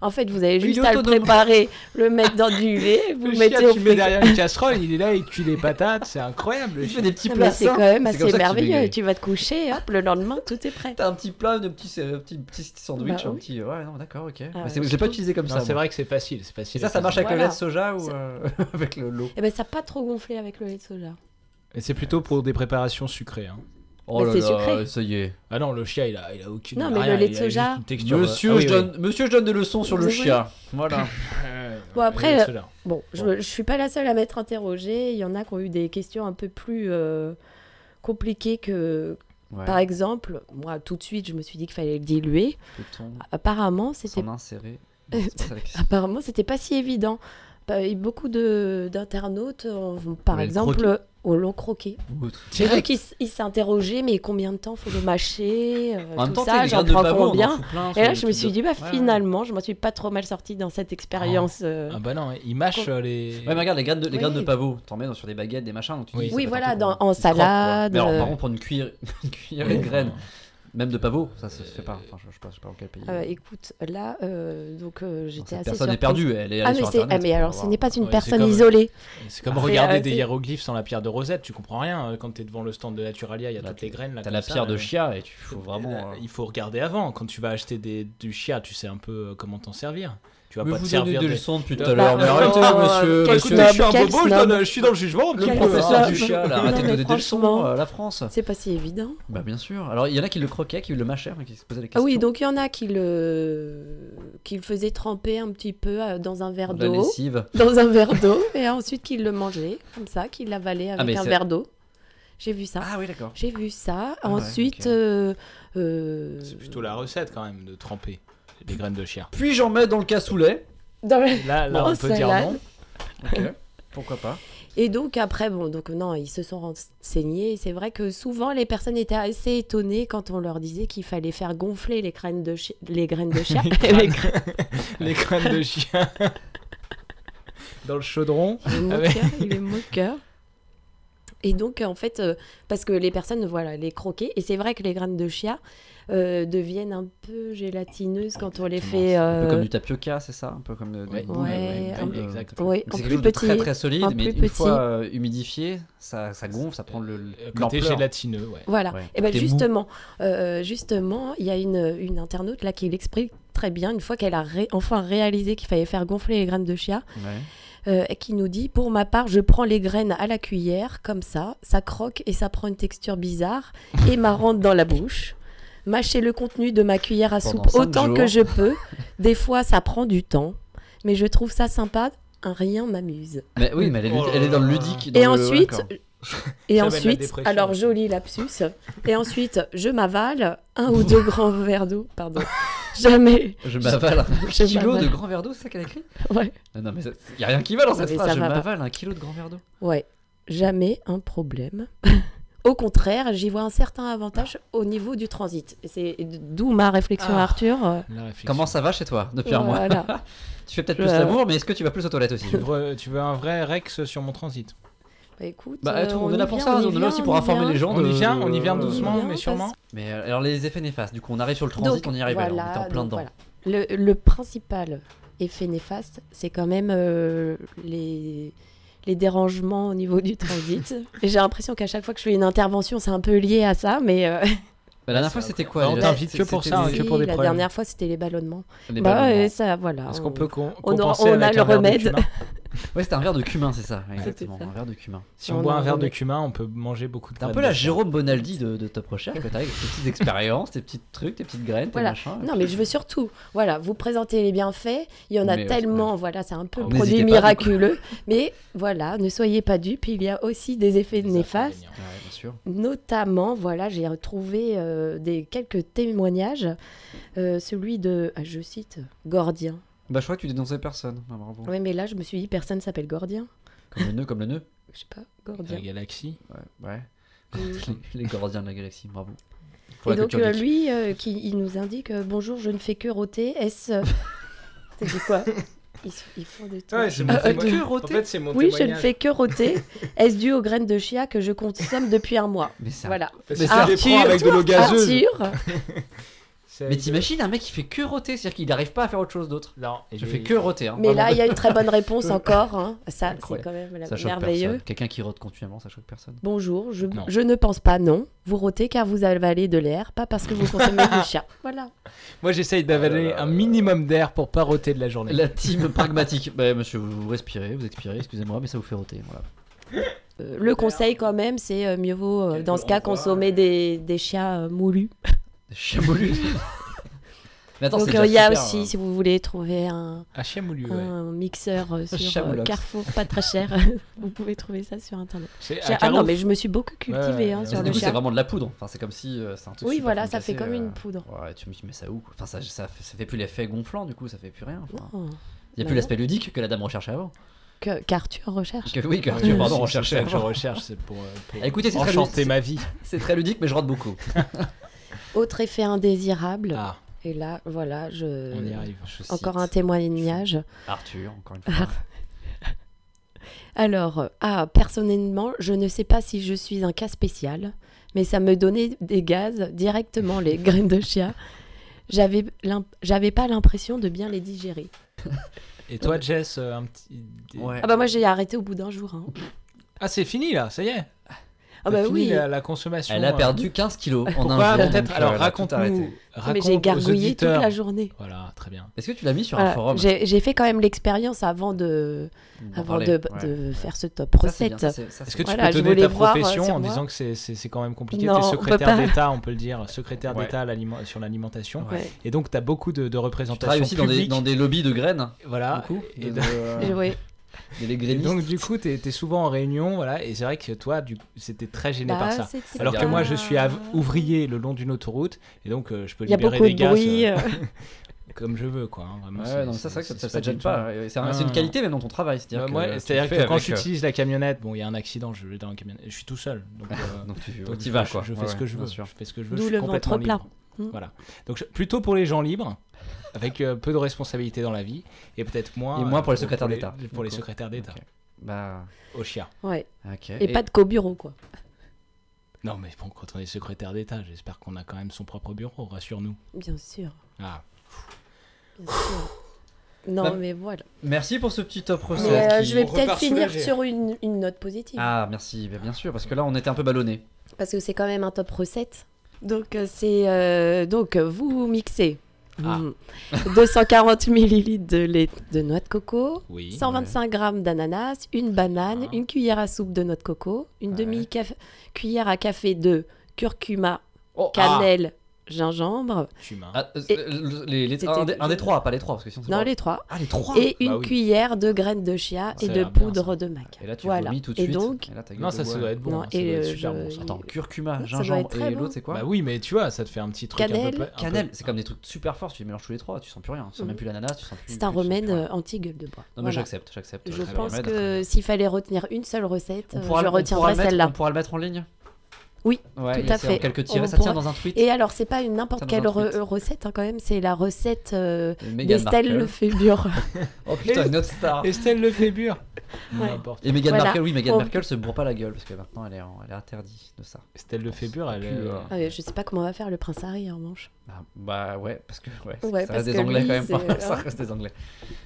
En fait, vous avez
Il est
juste à le
autonome.
préparer, le mettre dans du lait, vous
le
mettez
chien,
au
tu
frigo. Eh
mets derrière une casserole, il est là, il cuit les patates, c'est incroyable. le
Il
chien.
fait des petits
Non,
plats
mais ben, c'est
sains.
quand même
C'est comme
assez
ça que tu
merveilleux.
maigris.
Tu vas te coucher, hop, le lendemain, tout est prêt.
T'as un petit plat, une petite, un petit, petit sandwich,
Bah
un
oui.
petit. Ouais, non, d'accord, ok.
Ah
Bah, c'est-
ouais.
je l'ai pas utilisé comme
Non,
ça.
c'est
moi.
vrai que c'est facile, c'est facile.
Et ça, ça marche avec le
Voilà.
lait de soja ou
Ça-
euh, avec le- l'eau
Et ben ça n'a pas trop gonflé avec le lait de soja.
Et c'est plutôt pour des préparations sucrées. hein.
Oh
Mais c'est sucré.
ça y est.
Ah non, le chien, il a, il a aucune. il a
Non, mais le
rien,
lait de
il a juste
soja.
une texture, euh,
Monsieur,
ah oui,
je
oui.
donne, monsieur, je donne des leçons sur le
Désolé.
chien. Voilà.
Euh,
Bon,
le
après,
lait de
euh,
soja.
Bon, je ne suis pas la seule à m'être interrogée. Il y en a qui ont eu des questions un peu plus euh, compliquées que,
Ouais.
par exemple, moi tout de suite, je me suis dit qu'il fallait le diluer.
Peut-on
Apparemment, c'était
s'en insérer
Euh,
C'est pas ça la question.
Apparemment, c'était pas si évident. Bah, et Beaucoup de- d'internautes, ont- ont, par
Mais le
exemple, au long croqué.
Outre.
Donc, ils s- ils s'interrogeaient, mais combien de temps faut le mâcher euh,
En même
Tout
temps,
ça,
t'es
j'en
graine de
prends
pavot, on en
combien
fout plein sur
Et là,
les
je me
trucs
suis
de-
dit, bah,
Ouais, ouais.
finalement, je m'en suis pas trop mal sortie dans cette expérience. euh.
Ah bah non, il mâche euh, les.
Ouais, mais regarde, les graines de, les
Oui.
graines de pavot, t'en mets dans- sur des baguettes, des machins. Donc tu
Oui.
dis, ça
Oui,
peut
voilà,
partir
dans-
pour-
en
pour croque, quoi.
salade,
Mais alors, par
euh.
contre, prendre une cuillère, une cuillère
Ouais,
de graines,
enfin,
même de pavot, ça se fait pas. Enfin, je, je sais pas, je sais pas dans quel pays.
Euh, écoute, là, euh, donc euh, j'étais
Cette
assez
personne est
surprise.
perdue, elle est
Ah
allée
mais,
sur
c'est- ah,
Internet.
mais alors, ce n'est pas une
Ouais, c'est
personne
comme-
isolée.
C'est
Ah,
comme
C'est,
regarder
euh,
des
c'est-
hiéroglyphes sans la pierre de Rosette, tu comprends rien. euh, Quand t'es devant le stand de Naturalia, il y a
Là,
toutes les graines. là,
T'as
comme
la
ça,
pierre
là,
de
mais-
chia et tu faut
Euh,
vraiment. euh,
Il faut regarder avant. Quand tu vas acheter des, du chia, tu sais un peu euh, comment t'en servir. Tu vas
Mais
pas te
vous donnez
servir
des
des-
leçons depuis tout
Bah,
à l'heure. Mais
non,
arrêtez,
euh,
monsieur.
quel
monsieur,
snob,
je suis un
quel
bobo, je
snob.
donne-
je suis dans le jugement.
Le
Quel
professeur
snob.
du chien, là, arrêtez de
mais
donner des leçons
franchement.
euh, à la France.
C'est pas si évident.
Bah bien sûr. Alors il y en a qui le croquaient, qui le mâchèrent, mais qui se posaient la
Ah
question.
oui, donc il y en a qui le, qui le faisaient tremper un petit peu euh, dans un verre
de la
d'eau.
lessive.
dans un verre d'eau et ensuite qu'il le mangeait comme ça, qu'il l'avalait
Ah, mais
avec un
c'est-
verre d'eau. J'ai vu ça.
Ah oui, d'accord.
J'ai vu ça.
Ah ouais,
ensuite,
ok.
euh, euh,
C'est plutôt la recette quand même de tremper des graines de chia.
Puis j'en mets dans le cassoulet.
dans le-
Là, là
Bon,
on peut
ça,
dire
là,
non.
Pourquoi pas
Et donc après, bon, donc non, ils se sont renseignés. et C'est vrai que souvent les personnes étaient assez étonnées quand on leur disait qu'il fallait faire gonfler les graines de chi- les graines de chia.
Les graines, les graines de chia dans le chaudron.
Il est
Ah
moqueur, il est moqueur. Et donc, en fait, euh, parce que les personnes, voilà, les croquer. Et c'est vrai que les graines de chia euh, deviennent un peu gélatineuses quand on les fait.
Un peu comme
euh,
du tapioca, c'est ça Un peu comme de- des
Ouais,
boules,
ouais,
des
un-
boules de-
exact.
oui, en
C'est quelque
plus
chose de
petit.
très très solide,
en
mais
plus
une
petit.
fois euh, humidifié, ça, ça gonfle, ça prend le
Euh, Côté
l'ampleur.
gélatineux, ouais.
Voilà.
Ouais,
et ben
t'es mou.
justement, euh, justement, il y a une, une internaute là qui l'explique très bien une fois qu'elle a ré- enfin réalisé qu'il fallait faire gonfler les graines de chia,
Ouais.
euh, et qui nous dit pour ma part, je prends les graines à la cuillère comme ça, ça croque et ça prend une texture bizarre et marrante dans la bouche. Mâcher le contenu de ma cuillère à
Pendant
soupe
cinq
autant
jours.
que je peux. Des fois, ça prend du temps, mais je trouve ça sympa. Un rien m'amuse.
Mais oui, mais elle est, ludi-
Oh là
elle est dans le
là.
ludique. dans
Et
le-
ensuite,
d'accord.
et
Ça va de la
ensuite,
dépression.
alors joli lapsus. Et ensuite, je m'avale un ou deux grands verres d'eau, pardon. Jamais.
je m'avale un
je
kilo de
m'avale.
grand verre d'eau, c'est ça qu'elle a écrit
Ouais.
Non, non, mais il y a rien qui va dans
Non,
cette
mais
phrase.
ça
Je
va pas.
m'avale un kilo de grand verre d'eau.
Ouais. Jamais un problème. Au contraire, j'y vois un certain avantage au niveau du transit. C'est d'où ma réflexion,
Ah.
Arthur.
La réflexion.
Comment ça va chez toi depuis un mois
Voilà.
Tu fais peut-être
Je-
plus l'amour, mais est-ce que tu vas plus aux toilettes aussi
tu veux, tu veux un vrai Rex sur mon transit
Bah écoute,
Bah, tout le
euh,
monde
on
est là
y
pour
vient,
ça,
y
on est là
vient,
aussi pour
y
informer
vient.
les gens.
On y
de- Euh,
vient, on y vient
on y
doucement,
vient,
mais sûrement.
Mais euh, alors les effets néfastes, du coup on arrive sur le transit,
Donc,
on y arrive, alors,
voilà,
on est en plein
donc
dedans.
voilà. Le, le principal effet néfaste, c'est quand même euh, les, les dérangements au niveau du transit. Et j'ai l'impression qu'à chaque fois que je fais une intervention, c'est un peu lié à ça, mais euh,
Bah, la dernière fois c'était quoi
On
déjà
t'invite que pour
C'était
ça, hein,
les-
que pour des
la
problèmes.
dernière fois, c'était les ballonnements.
les
bah
ballons.
ouais, ça, voilà.
Est-ce
on-
qu'on peut com-
on aura-
compenser
on a
avec
le
un verre de
remède.
cumin
Ouais, c'était un verre de cumin, c'est ça, exactement,
ça.
un verre de cumin.
Si on,
On
boit
en
un verre de
remet.
cumin, on peut manger beaucoup de
T'es un
graines
peu la
de chia.
Jérôme Bonaldi de, de Top Recherche, que t'as avec tes petites expériences, tes petits trucs, tes petites graines, tes
Voilà.
machins.
Non, mais je veux surtout, voilà, vous présenter les bienfaits. Il y en a
Mais, euh,
tellement, voilà, c'est un peu le
N'hésitez
produit
pas,
miraculeux. mais voilà, ne soyez pas dupes, il y a aussi des effets
Des
néfastes.
inconvénients.
Ouais, bien sûr.
Notamment, voilà, j'ai retrouvé euh, des, quelques témoignages. Euh, celui de, ah, je cite, Gordien.
Bah je crois que tu dénonçais personne, Ah, bravo.
Oui, mais là, je me suis dit, personne s'appelle Gordien.
Comme le nœud, comme le nœud.
Je sais pas,
La
Gordien.
galaxie.
Ouais, ouais.
Mm.
Les Gordiens de la galaxie, bravo.
Et donc,
culture
euh,
geek.
lui, euh, qui, il nous indique euh, Bonjour, je ne fais que rôter. Est-ce. euh, T'as dit quoi Ils, ils font des trucs.
Ouais, c'est
Euh,
mon
euh,
témoignage.
que roter.
En fait, c'est mon
Ah, oui, je ne
témoignage.
fais que roter. Est-ce dû aux graines de chia que je consomme depuis un mois
Mais ça.
Voilà.
Parce
Mais
que je les
Arthur,
prends avec de l'eau gazeuse.
Ah,
Arthur,
C'est
Mais
avec de-
t'imagines un mec qui fait que roter, c'est-à-dire qu'il n'arrive pas à faire autre chose d'autre.
Non, et
Je
j'ai-
fais que roter. Hein,
mais
vraiment.
là, il y a une très bonne réponse encore. hein. Ça, c'est
Incroyable.
quand même la-
ça choque
merveilleux.
personne. Quelqu'un qui rote continuellement, ça choque personne.
Bonjour, je,
Non.
je ne pense pas non. Vous rotez car vous avalez de l'air, pas parce que vous consommez du chia. Voilà.
Moi, j'essaye
Ah
d'avaler un minimum d'air pour pas roter de la journée.
La team pragmatique. Bah, monsieur, vous, vous respirez, vous expirez, excusez-moi, mais ça vous fait roter. Voilà.
Euh, le conseil quand même, c'est euh, mieux vaut, euh,
Quelques
dans ce cas,
renvois.
consommer des, des chias euh, moulus.
Chamolu. mais attends,
Donc
c'est
euh,
déjà
il y a
super,
aussi,
hein.
si vous voulez trouver un,
À Chamoulu, ouais.
un mixeur euh, sur euh,
Chamolox.
Carrefour, pas très cher, vous pouvez trouver ça sur Internet.
C'est
Chia-
à
Ah non,
Carrefour.
mais je me suis beaucoup cultivée
Ouais,
hein,
ouais,
Mais
ouais.
sur le
Du coup, c'est
chat.
vraiment de la poudre. Enfin, c'est comme si euh, c'est un truc.
Oui,
super
voilà, ça fait
concassé,
comme
euh,
une poudre.
Ouais, tu me dis, mais ça où Enfin, ça, ça, fait- ça fait plus l'effet gonflant, du coup, ça fait plus rien. Enfin, Il
Non,
n'y a
Bah
plus
non.
l'aspect ludique que la dame recherchait avant.
que- Qu'Arthur recherche.
Parce que, Ah, oui, que Arthur, pardon,
C'est
recherchait
ça que Je
avant.
recherche, c'est pour, euh, pour
Ah, écoutez, c'est très
enchanter
juste.
ma vie.
C'est très ludique, mais je rote beaucoup.
Autre effet indésirable.
Ah,
Et là, voilà, je...
on y arrive.
Je cite
Encore un témoignage.
Arthur, encore une fois.
Alors, euh, ah, personnellement, je ne sais pas si je suis un cas spécial, mais ça me donnait des gaz directement, les graines de chia. J'avais l'im- j'avais pas l'impression de bien les digérer.
Et toi, Jess, euh, un petit.
Ouais.
Ah bah moi j'ai arrêté au bout d'un jour. hein.
Ah, c'est fini là, ça y est.
Ah
T'as
bah
fini
oui,
La, la consommation.
Elle a
euh,
perdu 15 kilos en
Pourquoi
un jour.
peut-être
donc,
Alors
euh, elle a tout
raconte-nous.
arrêté.
mais
Raconte
j'ai
aux
gargouillé toute
auditeurs.
la journée.
Voilà, très bien.
Est-ce que tu l'as mis sur
Voilà,
un forum
Euh, j'ai j'ai fait quand même l'expérience avant de,
d'en
avant
parler
de,
Ouais.
de faire ce top
Ça, c'est
recette.
bien, ça, c'est- ça,
Est-ce
c'est-
que tu
Voilà,
peux
je
donner
voulais
ta
voir, euh,
profession
sur
en
moi.
disant que c'est- c'est c'est quand même compliqué
Non,
T'es
on peut
secrétaire
pas.
d'État, on peut le dire, secrétaire
Ouais.
d'État à l'aliment- sur l'alimentation.
Ouais.
Ouais.
Et donc, tu as beaucoup de, de
tu travailles
représentations
aussi dans des,
publiques.
dans des lobbies de graines
Voilà.
beaucoup,
Et
de- euh,
donc-
Et ouais.
de les
et
grénistes.
donc, du coup, tu es, souvent en réunion, voilà. Et c'est vrai que toi, du- c'était très gêné
Bah,
par ça.
c'était
Alors que
pas-
moi, je suis av- ouvrier le long d'une autoroute, et donc euh, je peux
Il y a
libérer
beaucoup
les
de
gaz
bruit.
euh,
euh.
comme je veux, quoi. hein, vraiment,
Ouais, non,
c'est-
mais ça, c'est vrai que ça, ça,
pas
te gêne
du tout.
pas. ouais, C'est un-
Ah,
c'est une
non.
qualité même dans ton travail. C'est-à-dire
Bah,
que,
moi,
tu le
C'est-à-dire
fais
que, quand
avec, euh,
j'utilise la camionnette, bon, il y a un accident, je vais dans la camionnette, je suis tout seul, donc. euh,
Donc tu
donc
tu y
je-
vas,
je-
quoi.
Je fais
Ouais,
ce que je
bien
veux. Je
sûr.
fais ce que je veux.
D'où
je suis
le
complètement
ventre plat.
libre.
Mm.
Voilà. Donc je- plutôt pour les gens libres, avec euh, peu de responsabilités dans la vie, et peut-être moins.
Et moins
euh,
pour les secrétaires d'État.
Pour les
D'accord.
secrétaires d'État.
Ok. Bah,
Au chien.
Ouais.
ok.
Et,
Et-
pas de co-bureau quoi.
Non, mais bon, quand on est secrétaire d'État, j'espère qu'on a quand même son propre bureau. Rassure-nous.
Bien sûr.
Ah.
Bien sûr. Non
Bah,
mais voilà.
Merci pour ce petit top recette.
Mais euh,
qui-
je vais
on
peut-être
repart
finir
soulagé.
sur une, une note positive.
Ah, merci, bah, bien sûr, parce que là, on était un peu ballonné.
Parce que c'est quand même un top recette. Donc, euh, c'est, euh, donc euh, vous mixez
Ah.
mm, 240 ml de lait de noix de coco,
Oui.
125 g d'ananas, une banane,
Ah.
une cuillère à soupe de noix de coco, une
Ouais.
demi-cuillère à café de curcuma,
Oh, ah
cannelle, gingembre.
Tu m'as.
Ah, euh,
Et-
euh, les- les-
C'était-
un, des, un des trois, pas les trois, parce que sinon c'est
Non,
pas-
les trois.
Ah, les trois
Et
bah
une
oui.
cuillère de graines de chia
Ça
et
a
de
l'air bien,
poudre
ça.
de maca.
Et là, tu
voilà.
vomis tout de
et
suite.
donc,
et là, ta gueule
Non,
de
ça, ça
bois.
doit être bon.
Non,
hein, ça
et,
doit être
euh,
super
je-
bon. ça.
Attends, curcuma,
doit
gingembre
être très
et
bon.
l'autre, c'est quoi
Bah oui, mais tu vois, ça te fait un petit truc un
Cannelle.
peu. pla- un
Cannelle,
peu-
c'est comme des trucs super forts, tu les mélanges tous les trois, tu sens plus rien, tu sens
Mhm.
même plus l'ananas, tu sens plus.
c'est un
tu sens plus
remède
rien.
euh, anti-gueule de bois.
Non, mais
Voilà.
j'accepte, j'accepte.
Je
Très
pense
bien,
que s'il fallait retenir une seule recette,
on
euh,
pourra-
je
on pourra
retiendrai
le mettre-
celle-là.
On pourra le mettre en ligne
Oui,
Ouais,
tout
il y a-
à
c'est en
fait.
Quelques
On
tirets, ça tient
pourra-
dans un tweet.
Et alors, c'est pas une
Ça
n'importe
dans
quelle
un tweet.
re- recette hein, quand même, c'est la recette euh,
Meghan
d'Estelle
Markle.
Lefebvre.
Oh putain, une autre star.
Estelle Lefébure.
Ouais.
N'importe.
Et Meghan
Voilà.
Markle, oui, Meghan
On-
Markle se bourre pas la gueule parce que maintenant elle est, en- elle est interdite de ça.
Estelle Lefébure, elle
Plus,
est.
euh,
Ah, mais je sais pas comment on va faire le prince Harry en manche.
Ah, bah ouais, parce que ouais,
Ouais,
ça
parce
reste des
que
Anglais
lui,
quand même.
c'est-
Pas, ça reste des Anglais.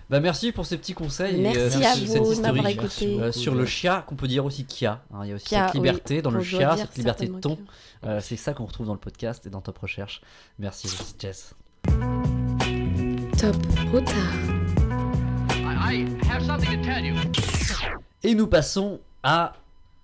Bah merci pour ces petits conseils. et, euh,
Merci à
merci pour cette
vous de
historique.
m'avoir
Merci
écouté.
beaucoup.
Euh, sur le chia, qu'on peut dire aussi kia. hein, il y a aussi
Kia,
cette
oui,
liberté dans le
qu'on doit
chia,
dire
cette liberté de ton.
certainement
Euh, c'est ça qu'on retrouve dans le podcast et dans Top Recherche. Merci Jess.
que- Top, retard.
Et nous passons à,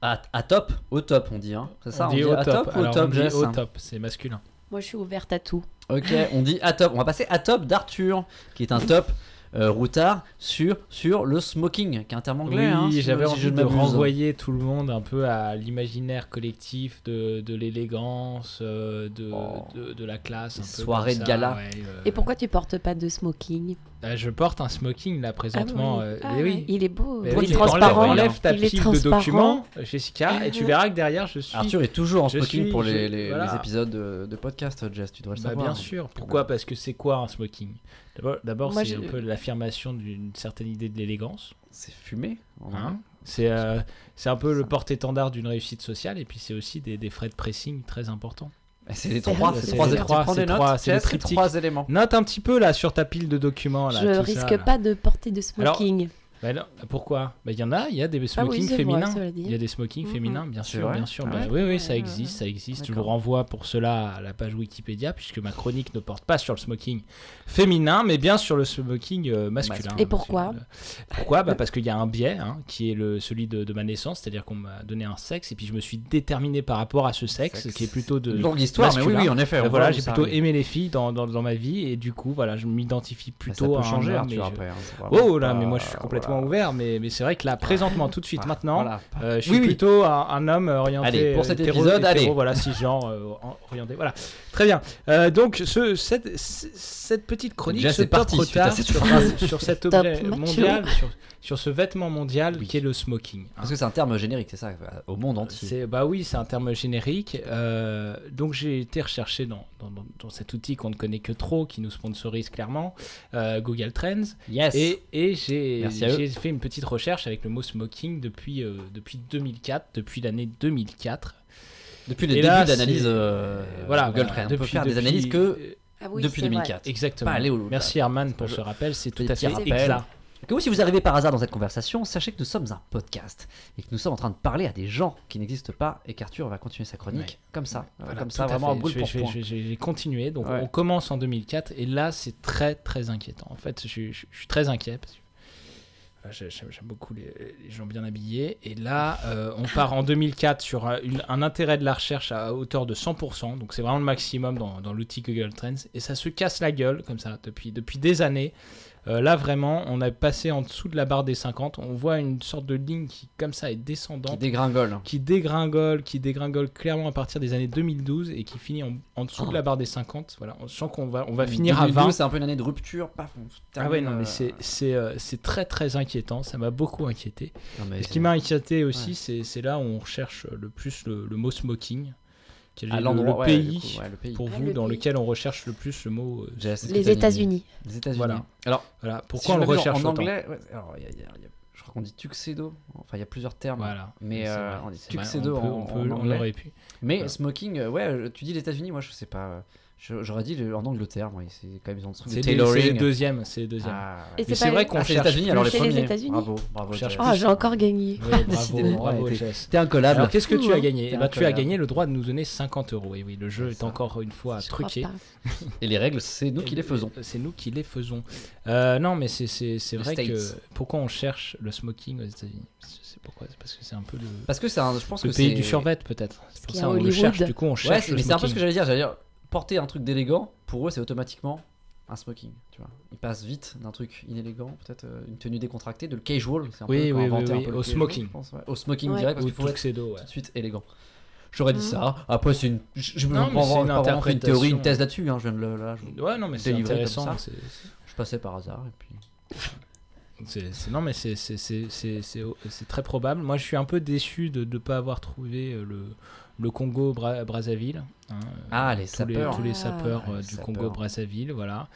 à, à top, au top on dit. Hein. C'est ça, on, dit,
au
à top, au
Alors, on
top
dit
Jess.
au top, c'est masculin.
Moi, je suis ouverte à tout.
Ok, on dit à top. On va passer à top d'Arthur, qui est un top euh, routard sur, sur le smoking, qui est un terme anglais. hein,
oui,
si-
j'avais
si je
envie
ne
de
m'abuse.
renvoyer tout le monde un peu à l'imaginaire collectif de, de l'élégance, euh, de,
Oh.
de, de la classe. Un peu
Soirée
comme
de
ça,
gala.
ouais, euh,
Et pourquoi tu portes pas de smoking
Ah, Je porte un smoking là présentement. euh,
Ah
et
ouais,
oui.
Il est beau.
Mais
il
oui,
est
mais
transparent.
Enlève, enlève ta
il est
pile de
transparent. Ah
documents, euh, Jessica, et tu verras que derrière je suis.
Arthur est toujours en
Je
smoking
suis-
pour
je-
les, les-
voilà.
les épisodes de, de podcast, Jess, tu dois le
Bah,
savoir.
bien sûr. Pourquoi Parce que c'est quoi un smoking D'abord- D'abord,
Moi,
c'est
je-
un peu la l'affirmation d'une certaine idée de l'élégance.
C'est fumé. en
hein. C'est euh, c'est un peu le porte-étendard d'une réussite sociale, et puis c'est aussi des, des frais de pressing très importants.
vrai. Bah, C'est les
C'est
trois,
vrai,
c'est
c'est
trois,
les
tu
trois,
prends
c'est
des
trois,
notes,
c'est le
c'est ces
triptyque.
trois éléments.
Note un petit peu là sur ta pile de documents. Là,
je
tout
risque
ça, là.
pas de porter de
Alors,
smoking.
Bah non, pourquoi Bah, Il y en a, il y a des
Ah oui,
smokings
c'est vrai,
féminins.
cela dit.
Il y a des smokings
Mhm.
féminins, bien
C'est
sûr,
vrai
bien sûr.
Ah
Bah
ouais.
oui, oui, ça
Ouais,
existe, ça existe. Je vous
D'accord.
renvoie pour cela à la page Wikipédia, puisque ma chronique ne porte pas sur le smoking féminin, mais bien sur le smoking euh, masculin.
Masculin.
Et pourquoi
Parce que- Pourquoi bah Parce qu'il y a un biais, hein, qui est le, celui de, de ma naissance, c'est-à-dire qu'on m'a donné un sexe, et puis je me suis déterminé par rapport à ce sexe,
Sexe.
qui est plutôt de...
Longue histoire, mais oui,
masculin.
oui, en effet.
Euh,
on
voilà,
voit où
j'ai
ça
plutôt
arrive.
aimé les filles dans, dans, dans ma vie, et du coup, voilà, je m'identifie
Mais
plutôt
Bah, ça
à
peut changer,
un homme,
Arthur,
et je-
après. hein, c'est vraiment
Oh là,
pas- euh,
mais moi je suis complètement
voilà.
ouvert, mais, mais c'est vrai que là, présentement, tout de suite, maintenant,
Voilà.
euh, je
Oui,
suis
oui.
plutôt un, un homme orienté.
Allez, pour
euh,
cet
hétéro-
épisode,
hétéro,
allez.
Voilà, cisgenre, euh, en- orienté. Voilà, très bien. Euh, donc, ce, cette, ce- cette petite chronique,
Déjà,
ce
c'est parti,
top
suite à
retard
cette
sur,
phrase.
sur cet
Top
objet
macho.
mondial, sur, sur ce vêtement mondial
Oui.
qui est le smoking. hein.
Parce que c'est un terme générique, c'est ça, au monde entier.
C'est- bah oui, c'est un terme générique. Euh, donc j'ai été recherché dans, dans- dans- dans cet outil qu'on ne connaît que trop, qui nous sponsorise clairement, euh, Google Trends.
Yes.
Et, et j'ai
Merci à eux.
j'ai fait une petite recherche avec le mot smoking depuis, euh, depuis 2004, depuis l'année 2004.
depuis
et
les
là,
débuts d'analyse
c'est-
euh,
voilà,
Google
voilà,
Trends, on peut
depuis-
faire des
depuis-
analyses que
euh,
Ah oui,
depuis
c'est vrai.
2004.
Exactement.
Pas aller au-
Merci Herman pour ce rappel, c'est tout
Des
à fait
petits rappels.
exact.
Que vous, si vous arrivez par hasard dans cette conversation, sachez que nous sommes un podcast et que nous sommes en train de parler à des gens qui n'existent pas et qu'Arthur va continuer sa chronique
Ouais.
comme ça, euh,
Voilà,
comme
tout
ça,
à
vraiment
fait.
en boule
Je vais-
pour
je vais-
point.
je vais- je vais- je vais continuer. Donc
Ouais.
on commence en 2004 et là c'est très très inquiétant. En fait, je, je- je suis très inquiet parce que voilà, j'ai- j'aime j'aime beaucoup les, les gens bien habillés. Et là, euh, on part en 2004 sur un, une- un intérêt de la recherche à hauteur de 100%. Donc c'est vraiment le maximum dans, dans l'outil Google Trends et ça se casse la gueule comme ça depuis depuis des années. Euh, là vraiment, on a passé en dessous de la barre des 50. On voit une sorte de ligne qui comme ça est
Qui
descendante
dégringole. hein.
qui dégringole, qui dégringole clairement à partir des années 2012 et qui finit en, en dessous
Ah.
de la barre des 50. Voilà, on sent qu'on va, on va finir à
2012,
20.
C'est un peu une année de rupture. paf, on se
Ah ouais,
termine,
non,
euh,
mais c'est- c'est euh, c'est très très inquiétant, ça m'a beaucoup inquiété.
non, mais
Et ce qui m'a inquiété aussi, c'est- c'est là où on recherche le plus le, le mot smoking, qui est
à
le-
l'endroit,
le
ouais,
pays,
du coup, ouais, le pays.
pour
Ah,
vous,
le
dans
pays.
lequel on recherche le plus le mot. euh,
Jess,
smoking.
est-ce que
Les
t'as mis-
États-Unis.
Les États-Unis.
Voilà.
Alors,
Voilà,
si
pourquoi on
je
le
l'avais vu
recherche
en
autant
anglais ouais, Alors, il y a- il y a- il y a- je crois qu'on dit tuxedo. Enfin, il y a plusieurs termes.
Voilà.
Mais,
C'est
euh,
vrai,
on dit
c'est vrai,
tuxedo
on peut-
en-
on peut-
en
on
anglais.
aurait pu.
Mais
Voilà.
smoking, euh, ouais, je- tu dis les États-Unis, moi je sais pas. euh, je- J'aurais dit le- en Angleterre, moi, c'est quand même ils ont le truc de
C'est les- c'est
tailoring.
les deuxièmes, c'est les deuxièmes.
Ah,
Et
ouais.
Mais
c'est
c'est
pas-
vrai
Ah,
qu'on
c'est les
cherche
États-Unis, alors les
c'est les
premiers.
États-Unis.
Bravo, bravo.
On cherche
Jeff.
plus.
Oh, j'ai encore gagné.
Oui, bravo,
Décidément,
bravo,
ouais,
Jess.
T'es un collab.
Alors qu'est-ce que
fou,
tu
hein. Ah,
as gagné
C'est
Eh ben, Tu as
incroyable.
gagné le droit de nous donner 50 euros. Et oui, le jeu
C'est
est
ça.
encore une fois
Je crois
truqué.
pas.
Et les règles, c'est nous qui les faisons.
Euh, C'est nous qui les faisons. Euh, non, mais c'est- c'est c'est
The
vrai que
States.
pourquoi on cherche le smoking aux États-Unis C'est pourquoi C'est parce que c'est un peu le,
Parce que c'est un, je pense
le
que
pays
c'est-
du survêt peut-être. C'est pour
qu'il y
ça
a
qu'on le
Hollywood.
cherche. Du coup, on
Ouais,
cherche.
c'est-
le
mais c'est un peu ce que
smoking.
j'allais dire. J'allais dire porter un truc d'élégant. Pour eux, c'est automatiquement un smoking. Tu vois, ils passent vite d'un truc inélégant, peut-être euh, une tenue décontractée, de le casual. c'est un
Oui,
peu
oui,
inventer
oui,
un
oui,
peu le
au
casual,
smoking.
je pense, ouais. Au smoking
Ouais.
direct, parce
Ou
qu'il faut être
tuxedo, ouais.
tout de suite élégant. J'aurais dit
Mhm.
ça. Après, c'est une. Je, je, je
Non, mais
prends
c'est
vraiment-
une
pas vraiment fait une théorie,
interprétation.
une thèse là-dessus. hein, je viens de le. Là, je,
Ouais, non, mais c'est
délivrer comme
intéressant.
ça.
c'est- c'est-
je passais par hasard. Et puis...
C'est- c'est- non, mais c'est- c'est- c'est c'est- c'est- c'est très probable. Moi, je suis un peu déçu de ne pas avoir trouvé euh, le, le Congo Bra- Brazzaville. hein, euh,
Ah, les
tous les,
sapeurs.
tous les
Ah.
sapeurs
Ouais,
euh,
les
du
sapeurs.
Congo Brazzaville, voilà.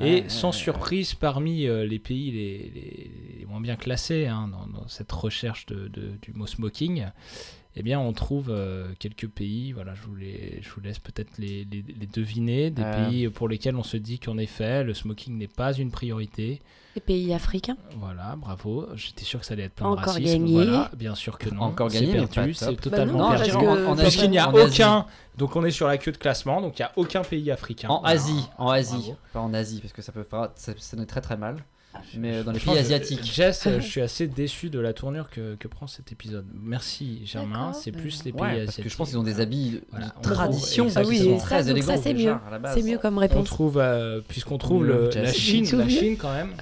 Ouais,
Et
ouais,
sans
ouais,
surprise, parmi euh, les pays les, les- les moins bien classés hein, dans, dans cette recherche de, de- du mot smoking, eh bien, on trouve euh, quelques pays. Voilà, je vous, les- je vous laisse peut-être les, les- les deviner, des
Euh.
pays pour lesquels on se dit qu'en effet, le smoking n'est pas une priorité.
Les pays africains.
Voilà, bravo. J'étais sûr que ça allait être plein de
Encore
racisme.
gagné. Bah
Voilà, bien sûr que non.
Encore
C'est
gagné, mais
perdu,
pas
c'est
top.
totalement
non,
perdu.
parce que-
en- en
parce
Asie,
Puisqu'il n'y a
en Asie.
aucun. Donc on est sur la queue de classement, donc il n'y a aucun pays africain.
En
Voilà.
Asie, en Asie,
Bravo. Ah,
pas en Asie, parce que ça peut faire, ça, ça donne très très mal. Mais euh, dans les
Je pense
pays
que-
asiatiques,
Jess, euh, je suis assez déçu de la tournure que, que prend cet épisode. Merci Germain,
D'accord.
c'est
Euh,
plus les pays
ouais, parce
asiatiques.
que je pense qu'ils ont des habits euh, de
Voilà, on trouve
tradition qui
exactement.
sont
Oui, ça,
très
donc
élégants.
ça, c'est
déjà,
mieux.
à la base.
C'est mieux comme
Bah, On
réponse.
trouve, euh, puisqu'on trouve
Le
le-
jazz.
la
C'est
Chine,
tout
la
mieux.
Chine quand même,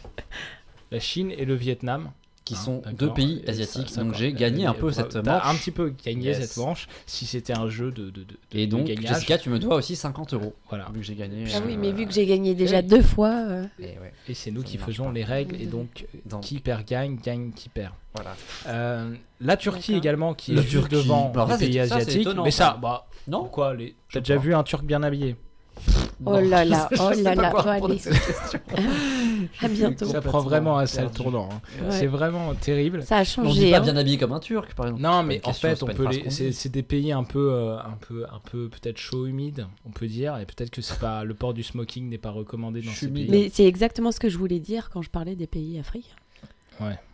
la Chine et le Vietnam.
qui
Hein,
sont
d'accord.
deux pays
Et ça-
asiatiques.
ça,
Donc
quoi.
j'ai gagné
Euh,
un peu
t'as
cette manche.
Un petit peu gagné
Yes.
cette manche. Si c'était un jeu de, de, de- de-
Et
de
donc
gagnage.
Jessica, tu me dois aussi 50 euros
Voilà.
vu que j'ai gagné.
Ah oui,
euh,
mais vu que j'ai gagné déjà
oui.
deux fois. euh,
et ouais,
Et c'est nous
Ça
qui
marche
faisons
pas.
les règles et
Mhm.
donc, euh,
Donc.
qui perd gagne, gagne qui perd.
voilà.
Euh, la Turquie
D'accord.
également qui
La
est juste
Turquie.
devant
Alors
les
ça, c'est-
pays
ça, c'est
asiatiques.
étonnant,
mais ça,
ça.
bah,
Non
pourquoi les...
Je
T'as déjà
crois.
vu un Turc bien habillé
Oh là là,
Je
oh
sais
là
pas
là,
quoi
oh,
répondre à
allez.
cette question.
À bientôt.
Ça
Complètement
prend vraiment un sale
perdu.
tournant. hein.
Ouais.
C'est vraiment terrible.
Ça a
On dit
changé.
pas
hein.
bien habillé comme un turc, par exemple.
Non,
C'est pas une
mais en
question,
fait,
c'est
on
pas une
peut
phrase
les-
qu'on
c'est
dit.
c'est des pays un peu, euh, un peu, un peu peut-être chaud, humide, on peut dire, et peut-être que c'est pas le port du smoking n'est pas recommandé dans ces
Chumide.
pays.
Mais c'est exactement ce que je voulais dire quand je parlais des pays africains.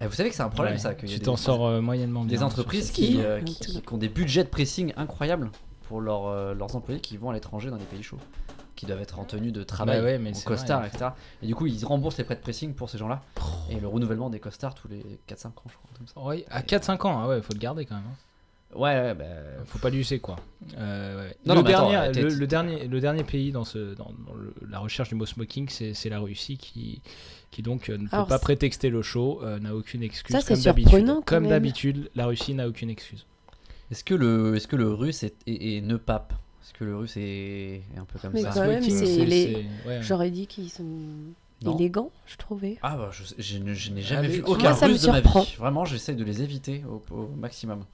Eh, vous savez que c'est un problème,
Ouais.
ça. qu'il y a
Tu
des-
t'en sors euh, moyennement bien.
Des entreprises
sur
qui-
qui,
Ouais,
euh,
un
qui-
petit
qui-
peu.
qui ont des budgets de pressing incroyables pour leurs, euh, leurs employés qui vont à l'étranger dans des pays chauds, qui doivent être en tenue de travail,
Bah ouais, mais
en
c'est
costard,
vrai,
etc. Et du coup, ils remboursent les prêts de pressing pour ces gens-là.
ces-
Et le renouvellement des costards tous les 4-5 ans, je crois. comme ça.
Ouais, à 4-5 ans, ah ouais, faut le garder quand même. hein.
Ouais, ouais, bah.
Faut pas lui laisser quoi. Euh, ouais.
Non,
le,
non, mais attends,
dernier,
euh, t'es-
le, le dernier, le dernier pays dans, ce, dans, dans le- la recherche du mot smoking, c'est c'est la Russie qui, qui donc euh, ne peut
Alors,
pas
c'est-
prétexter le show, euh, n'a aucune excuse.
Ça, c'est
comme d'habitude.
surprenant, quand
Comme
même.
d'habitude, la Russie n'a aucune excuse.
Est-ce que le, est-ce que le russe est, est, est ne pape Est-ce que le russe est, est un peu comme
Bah Mais
ça
quand même,
Smoking,
c'est les-
c'est- ouais.
J'aurais dit qu'ils sont
Non.
élégants, je trouvais.
Ah bah je, je ne- je n'ai jamais
mais
vu
moi,
aucun
ça me
russe de ma
surprend.
vie. Vraiment, j'essaie de les éviter au, au maximum.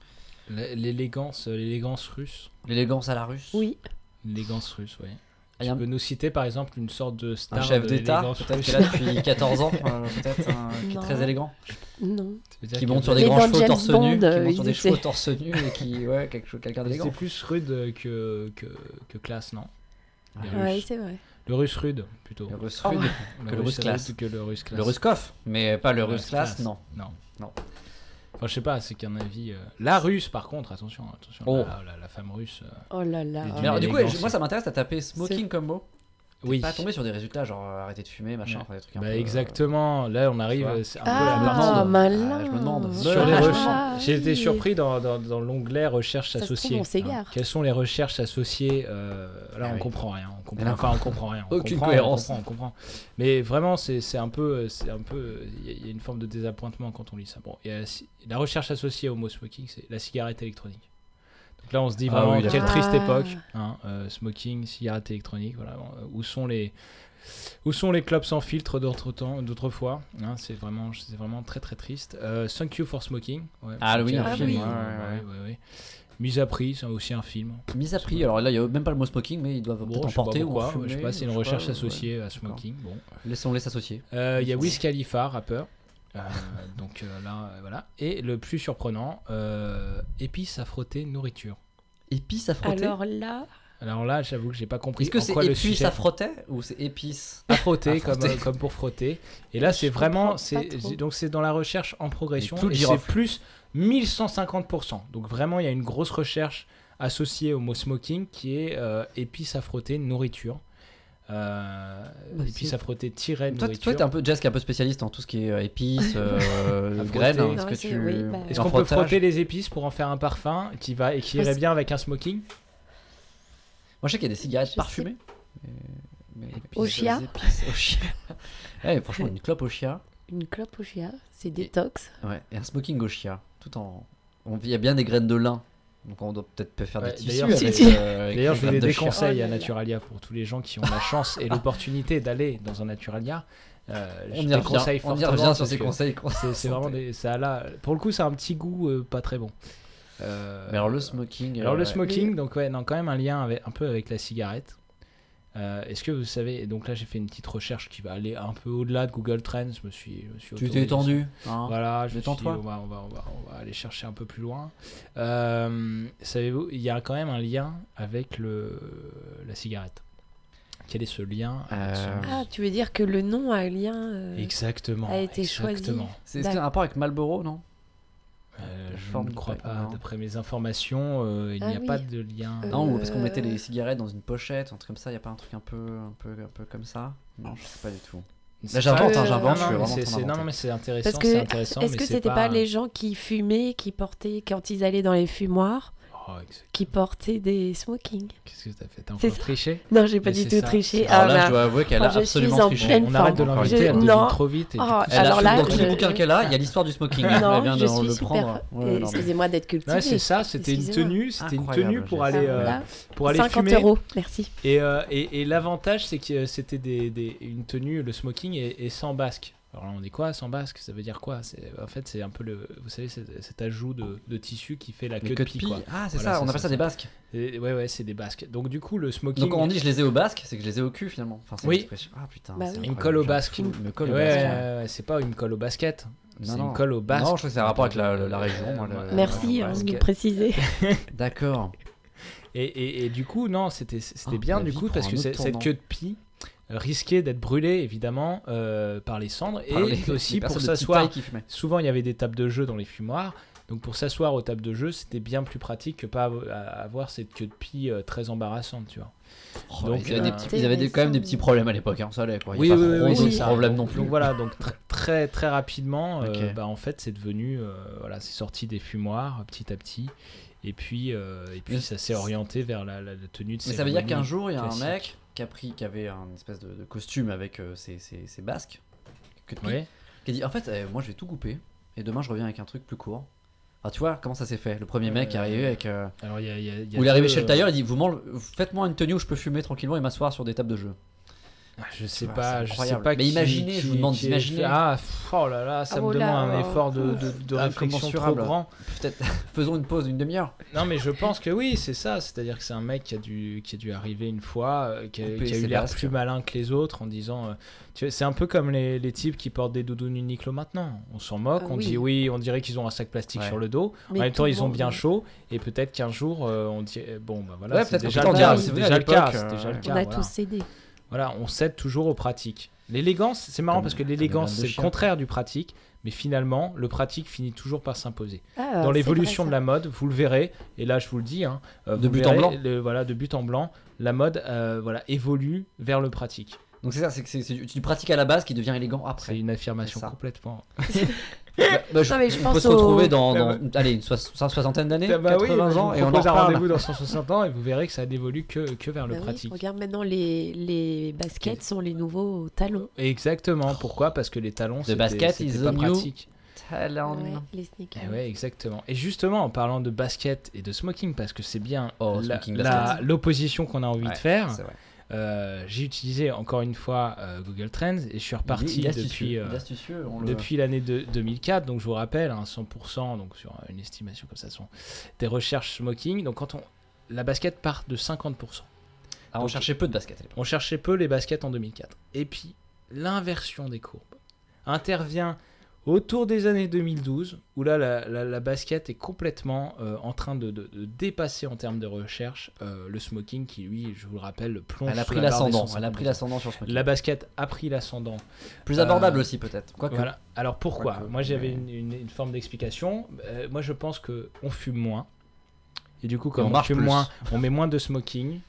L- L'élégance, euh, l'élégance russe.
L'élégance à la russe.
Oui,
L'élégance russe, oui.
Il y a
Tu
un,
peux nous citer par exemple une sorte de
un
star
chef
de
d'État
l'élégance
peut-être
russe
qui est là depuis 14 ans, euh, peut-être un- qui est
Non.
très élégant,
non.
Tu veux dire
qui
qu'il y a
monte sur
de-
des
Mais
grands
dans
chevaux
James
torse
Bond,
nu, qui
euh,
monte sur
ils
des
étaient-
chevaux torse nu et qui ouais quelque chose- quelqu'un
Ah, C'est
d'élégant.
plus rude que, que, que classe, non Les
Le
Ouais,
Russes.
c'est vrai.
Le russe rude, plutôt.
Ah, Le russe
Oh.
rude, que le russe
rude
classe.
Que le russe classe.
le russe coff, mais pas le
Ouais,
russe
c'est
classe,
classe.
non.
Non.
Non.
Enfin, je sais pas, c'est qu'un avis. euh, La russe, par contre, attention, attention.
Oh.
La, la- la femme russe. euh,
Oh là là.
Des
Mais alors, du coup,
élégance.
moi ça m'intéresse, t'as tapé smoking comme mot. T'es
Oui.
Pas tombé sur des résultats genre euh, arrêter de fumer, machin,
Ouais.
enfin, des trucs un peu.
Bah,
euh,
exactement. Là, on
tu
arrive.
vois.
euh, c'est un peu
Ah,
la partie-
demande.
malin.
Ah, je me demande.
Sur les
Ah,
recherches, j'ai été
oui.
surpris dans, dans- dans l'onglet recherches
Ça se trouve,
associées.
on s'égare.
Quelles sont les recherches associées euh, Là,
Ah
on
oui.
comprend rien. On comprend,
Là, on
enfin, on comprend rien. on
Aucune
comprend,
cohérence.
On comprend, on comprend. Mais vraiment, c'est c'est un peu, euh, c'est un peu, il y a- il y, a une forme de désappointement quand on lit ça. Bon, il y a la, ci- la recherche associée au mot smoking, c'est la cigarette électronique. Donc là, on se dit
Ah
vraiment
oui,
quelle
d'accord.
triste
Ah.
époque. hein, euh, smoking, cigarette électronique, voilà. Euh, Où sont les où sont les clubs sans filtre d'autre temps- d'autrefois hein, C'est vraiment, c'est vraiment très très triste. Euh, Thank You for Smoking. ouais,
Ah, oui,
qui est
un
film,
ouais,
ouais, ouais,
ouais, ouais, ouais. Mise à prix, c'est aussi un film.
Mise à prix, alors là il n'y a même pas le mot smoking, mais ils doivent
Bon,
peut-être
je
en
sais pas
porter ou en
pourquoi,
fumer,
Je sais pas, c'est
je
une
sais
recherche
pas, ouais.
associée à Smoking. Bon.
Laissons-les s'associer.
Euh, Il y a Wiz Khalifa, rappeur. Euh, donc euh, là, euh, voilà. Et le plus surprenant, euh, épices à frotter, nourriture.
Épices à frotter.
Alors là,
Alors là, j'avoue que j'ai pas compris
Est-ce que
en
c'est
quoi le
épices
sujet
à frotter ou c'est épices
à frotter,
À frotter.
Comme, euh, comme pour frotter. Et là, c'est vraiment,
comprends
c'est
pas trop.
donc c'est dans la recherche en progression
Les clous de
et c'est
girofle.
plus 1150%. Donc vraiment, il y a une grosse recherche associée au mot smoking qui est euh, épices à frotter, nourriture. Euh,
Bah,
épices
c'est-
à frotter, tiret,
Toi,
nourriture.
toi, t'es un peu Jazz qui est un peu spécialiste en tout ce qui est euh, épices, euh,
À
graines.
frotter.
Est-ce
Non,
que
c'est-
tu
oui, bah-
un
Est-ce qu'on peut
frottage
frotter les épices pour en faire un parfum qui va et qui
Parce-
irait bien avec un smoking
Moi, je sais qu'il y a des cigarettes
Je sais.
parfumées. mais- mais-
Au chia.
des épices au chia. Ouais, franchement, une clope au chia.
une clope au chia, c'est détox.
Ouais, et un smoking au chia. Tout en. on- Il y a bien des graines de lin. Donc, on doit peut-être peut faire
Ouais,
des tissus.
d'ailleurs,
avec,
c'est-
euh, avec
D'ailleurs,
des
je vous
graines
ai
de
des
chia.
conseils à
Oh là là.
Naturalia pour tous les gens qui ont la chance et l'opportunité d'aller dans un Naturalia. Euh, je
On y
les
revient,
conseille
on y
fortement
revient sur
parce
ces
que
conseils.
C'est c'est vraiment des, ça a là, pour le coup, c'est un petit goût euh, pas très bon. Euh,
Mais alors, le smoking.
alors
euh,
le
ouais.
smoking, donc ouais, non, quand même un lien avec, un peu avec la cigarette. Euh, Est-ce que vous savez, donc là j'ai fait une petite recherche qui va aller un peu au-delà de Google Trends. Je me suis, je me
Tu t'es
suis autorisé ça.
étendu. hein.
Voilà, je me suis dit,
Détends-toi.
on va, on, va, on, va, on va aller chercher un peu plus loin. Euh, Savez-vous, il y a quand même un lien avec le, la cigarette. Quel est ce lien
Euh,
avec ce-
Ah, tu veux dire que le nom a un lien euh,
Exactement.
a été choisi.
exactement.
C'est est-ce qu'il y a un rapport avec Marlboro, non
Euh,
La
je
forme
ne
du hein.
crois
paquet,
pas.
non.
D'après mes informations, euh, il n'y
Ah
a
oui.
pas de lien.
Euh,
Non, ou parce qu'on
Euh,
mettait les cigarettes dans une pochette, un truc comme ça, y a pas un truc un peu, un peu, un peu comme ça Non, je sais pas du tout.
C'est
j'invente,
pas-
hein, j'invente,
Non,
je suis
non, mais
vraiment
c'est-
en train
c'est- non,
d'inventer.
non, mais c'est intéressant.
Parce que
c'est intéressant,
est-ce
mais
que
c'est
c'était pas... les gens qui fumaient, qui portaient, quand ils allaient dans les fumoirs,
Oh, ex-
qui portaient des smokings
Qu'est-ce que t'as fait T'as
C'est
encore triché
Non, j'ai pas
Mais
du
c'est
tout
ça, c'est-
triché.
Alors
Ah,
là,
bah,
je dois avouer qu'elle
oh,
a
je suis
absolument
en
triché.
pleine
On arrête de
forme.
l'inviter,
Je-
elle devine
non.
trop vite. Et du
Oh,
coup,
alors
Elle a-
là,
dans tous les
je-
bouquins qu'elle a, il y a l'histoire du smoking.
Non,
elle vient
je
de
suis
le prendre.
super.
Ouais, non, mais-
Excusez-moi d'être cultivée.
Ouais, c'est ça, c'était une
Excusez-moi.
tenue, c'était une
Incroyable,
tenue pour
j'ai-
aller,
Ah,
euh,
voilà.
pour aller
50
fumer.
euros, merci.
Et, euh, et, et l'avantage, c'est que euh, c'était des, des- une tenue, le smoking est, est sans basque. Alors là, on est quoi à 100 basques Ça veut dire quoi C'est- En fait, c'est un peu le. Vous savez, c'est- cet ajout de, de tissu qui fait la
Les
queue de
queues de
pie,
pie.
quoi.
Ah, c'est
Voilà,
ça,
c'est
on appelle ça
ça,
des
ça.
basques.
Et- ouais, ouais, c'est des basques. Donc, du coup, le smoking.
Donc quand on dit je les ai au basque, c'est que je les ai au cul finalement. Enfin, c'est
Oui.
une expression. Ah putain.
Bah
c'est
oui.
Il me
incroyable.
colle au basque.
Il me colle
ouais,
au basque.
ouais, ouais, c'est pas il me colle au basket.
Non,
C'est il
non.
me colle au basque.
Non, je crois que c'est un rapport avec la, la région.
Euh,
moi, le-
Merci
le
hein,
basque.
de nous préciser.
D'accord.
Et, et- et du coup, non, c'était c'était
Ah,
bien
la
du
vie
coup
prend
parce
un
que
autre
c'est- cette
tournant.
queue de pie euh, risquait d'être brûlée évidemment euh, par les cendres
Par
et
les-
aussi
les personnes de
pour
petite
s'asseoir.
taille qui fumaient.
Souvent, il y avait des tables de jeu dans les fumoirs. Donc pour s'asseoir aux tables de jeu, c'était bien plus pratique que pas av- à- avoir cette queue de pie euh, très embarrassante, tu vois.
Oh,
Donc,
ils avaient, des
euh,
petits- ils avaient des- quand même des petits problèmes à l'époque, hein, ça allait quoi. Il y a pas trop
oui,
de
oui.
problèmes non plus.
Donc voilà, donc tr- très très rapidement, euh,
Ok.
bah, en fait, c'est devenu, euh, voilà, c'est sorti des fumoirs euh, petit à petit, et puis euh, et puis
Mais
ça s'est orienté vers la, la- la tenue de.
Mais ça veut dire
cérémonie.
qu'un jour, il y a un
classique.
mec qui a pris, qui avait un espèce de, de costume avec euh, ses, ses- ses basques, que de pied,
Ouais.
qui a dit en fait, euh, moi je vais tout couper et demain je reviens avec un truc plus court. Enfin, tu vois comment ça s'est fait Le premier mec est
Euh,
arrivé avec. euh,
Alors il y a, il y a- il y a
où il est arrivé
deux,
chez le
euh,
tailleur, il dit vous m'enle- faites-moi une tenue où je peux fumer tranquillement et m'asseoir sur des tables de jeu.
Ah, Je sais
vois,
pas,
c'est
je sais
incroyable.
pas.
Mais
qui-
imaginez, je
qui-
vous demande
qui est-
d'imaginer.
Ah, pff, oh là là, ça
Oh
me
là
demande un
là.
effort de, de, de
Ah,
réflexion trop
incommensurable.
grand.
Peut-être faisons une pause d'une demi-heure.
Non, mais je pense que oui, c'est ça. C'est-à-dire que c'est un mec qui a dû, qui a dû arriver une fois, euh, qui a,
Couper
qui a eu
ses
l'air
basques.
plus malin que les autres en disant. euh, tu vois, c'est un peu comme les, les types qui portent des doudounes Uniqlo maintenant. On s'en moque,
Ah
on
oui.
dit oui, on dirait qu'ils ont un sac plastique
Ouais.
sur le dos.
Mais
en même temps,
tout
ils
le
ont
monde-
bien chaud. Et peut-être qu'un jour, euh, on dit. Bon, bah voilà,
Ouais,
c'est
peut-être
déjà
qu'on
le
peut
cas.
dire,
C'est
oui,
déjà
à
le cas.
l'époque,
c'est déjà
euh,
le
On
cas,
a
voilà.
tous cédé.
Voilà, on cède toujours aux pratiques. L'élégance, c'est marrant
Comme-
parce que
comme les
l'élégance,
vannes de
c'est le
chien.
contraire du pratique, mais finalement, le pratique finit toujours par s'imposer.
Ah,
Dans
c'est
l'évolution
vrai,
de la mode, vous le verrez, et là je vous le dis, hein, euh,
De
vous
but
verrez,
en blanc.
le- voilà, de but en blanc, la mode euh, voilà, évolue vers le pratique.
Donc c'est ça, c'est que c'est- c'est du- tu pratiques à la base qui devient élégant
C'est
après.
une affirmation
c'est ça.
complètement.
Bah,
Non, mais je
on
pense
peut se
au-
retrouver dans,
Bah,
dans- allez, une soix- soixantaine d'années,
Ah bah oui,
80
je vous
ans, et on en
propose un
reparle.
rendez-vous dans 160 ans, et vous verrez que ça n'évolue que, que vers
ça.
le
Bah oui,
pratique.
regarde maintenant les, les baskets sont les nouveaux talons,
Exactement, pourquoi Parce que les talons, c'était
basket
c'était
is
pas
the new-
pratique.
Talent.
Ouais, les sneakers.
Eh ouais, exactement. Et justement, en parlant de basket et de smoking, parce que c'est bien
Oh,
la-
smoking,
la-
basket.
l'opposition qu'on a envie de
Ouais,
faire,
C'est vrai.
euh, j'ai utilisé encore une fois euh, Google Trends et je suis reparti
Il est astucieux,
depuis,
il est
euh,
astucieux, on le-
depuis l'année de- 2004. Donc je vous rappelle, hein, 100%, donc sur euh, une estimation comme ça, sont des recherches smoking. Donc quand on. La basket part de 50%.
Ah, on
donc-
cherchait peu de basket à l'époque.
On cherchait peu les baskets en 2004. Et puis, l'inversion des courbes intervient autour des années 2012, où là, la, la- la basket est complètement euh, en train de, de- de dépasser en termes de recherche euh, le smoking qui, lui, je vous le rappelle, plonge.
Elle a
sous
pris
la barre des
l'ascendant,
150.
elle a pris l'ascendant sur ce mec.
La basket a pris l'ascendant.
Plus abordable
euh,
aussi peut-être. Quoique.
Voilà. Alors pourquoi
Quoique,
Moi j'avais
mais-
une, une- une forme d'explication. Euh, moi je pense que on fume moins. Et du coup, comme
on
on,
marche
fume
plus.
moins, on met moins de smoking.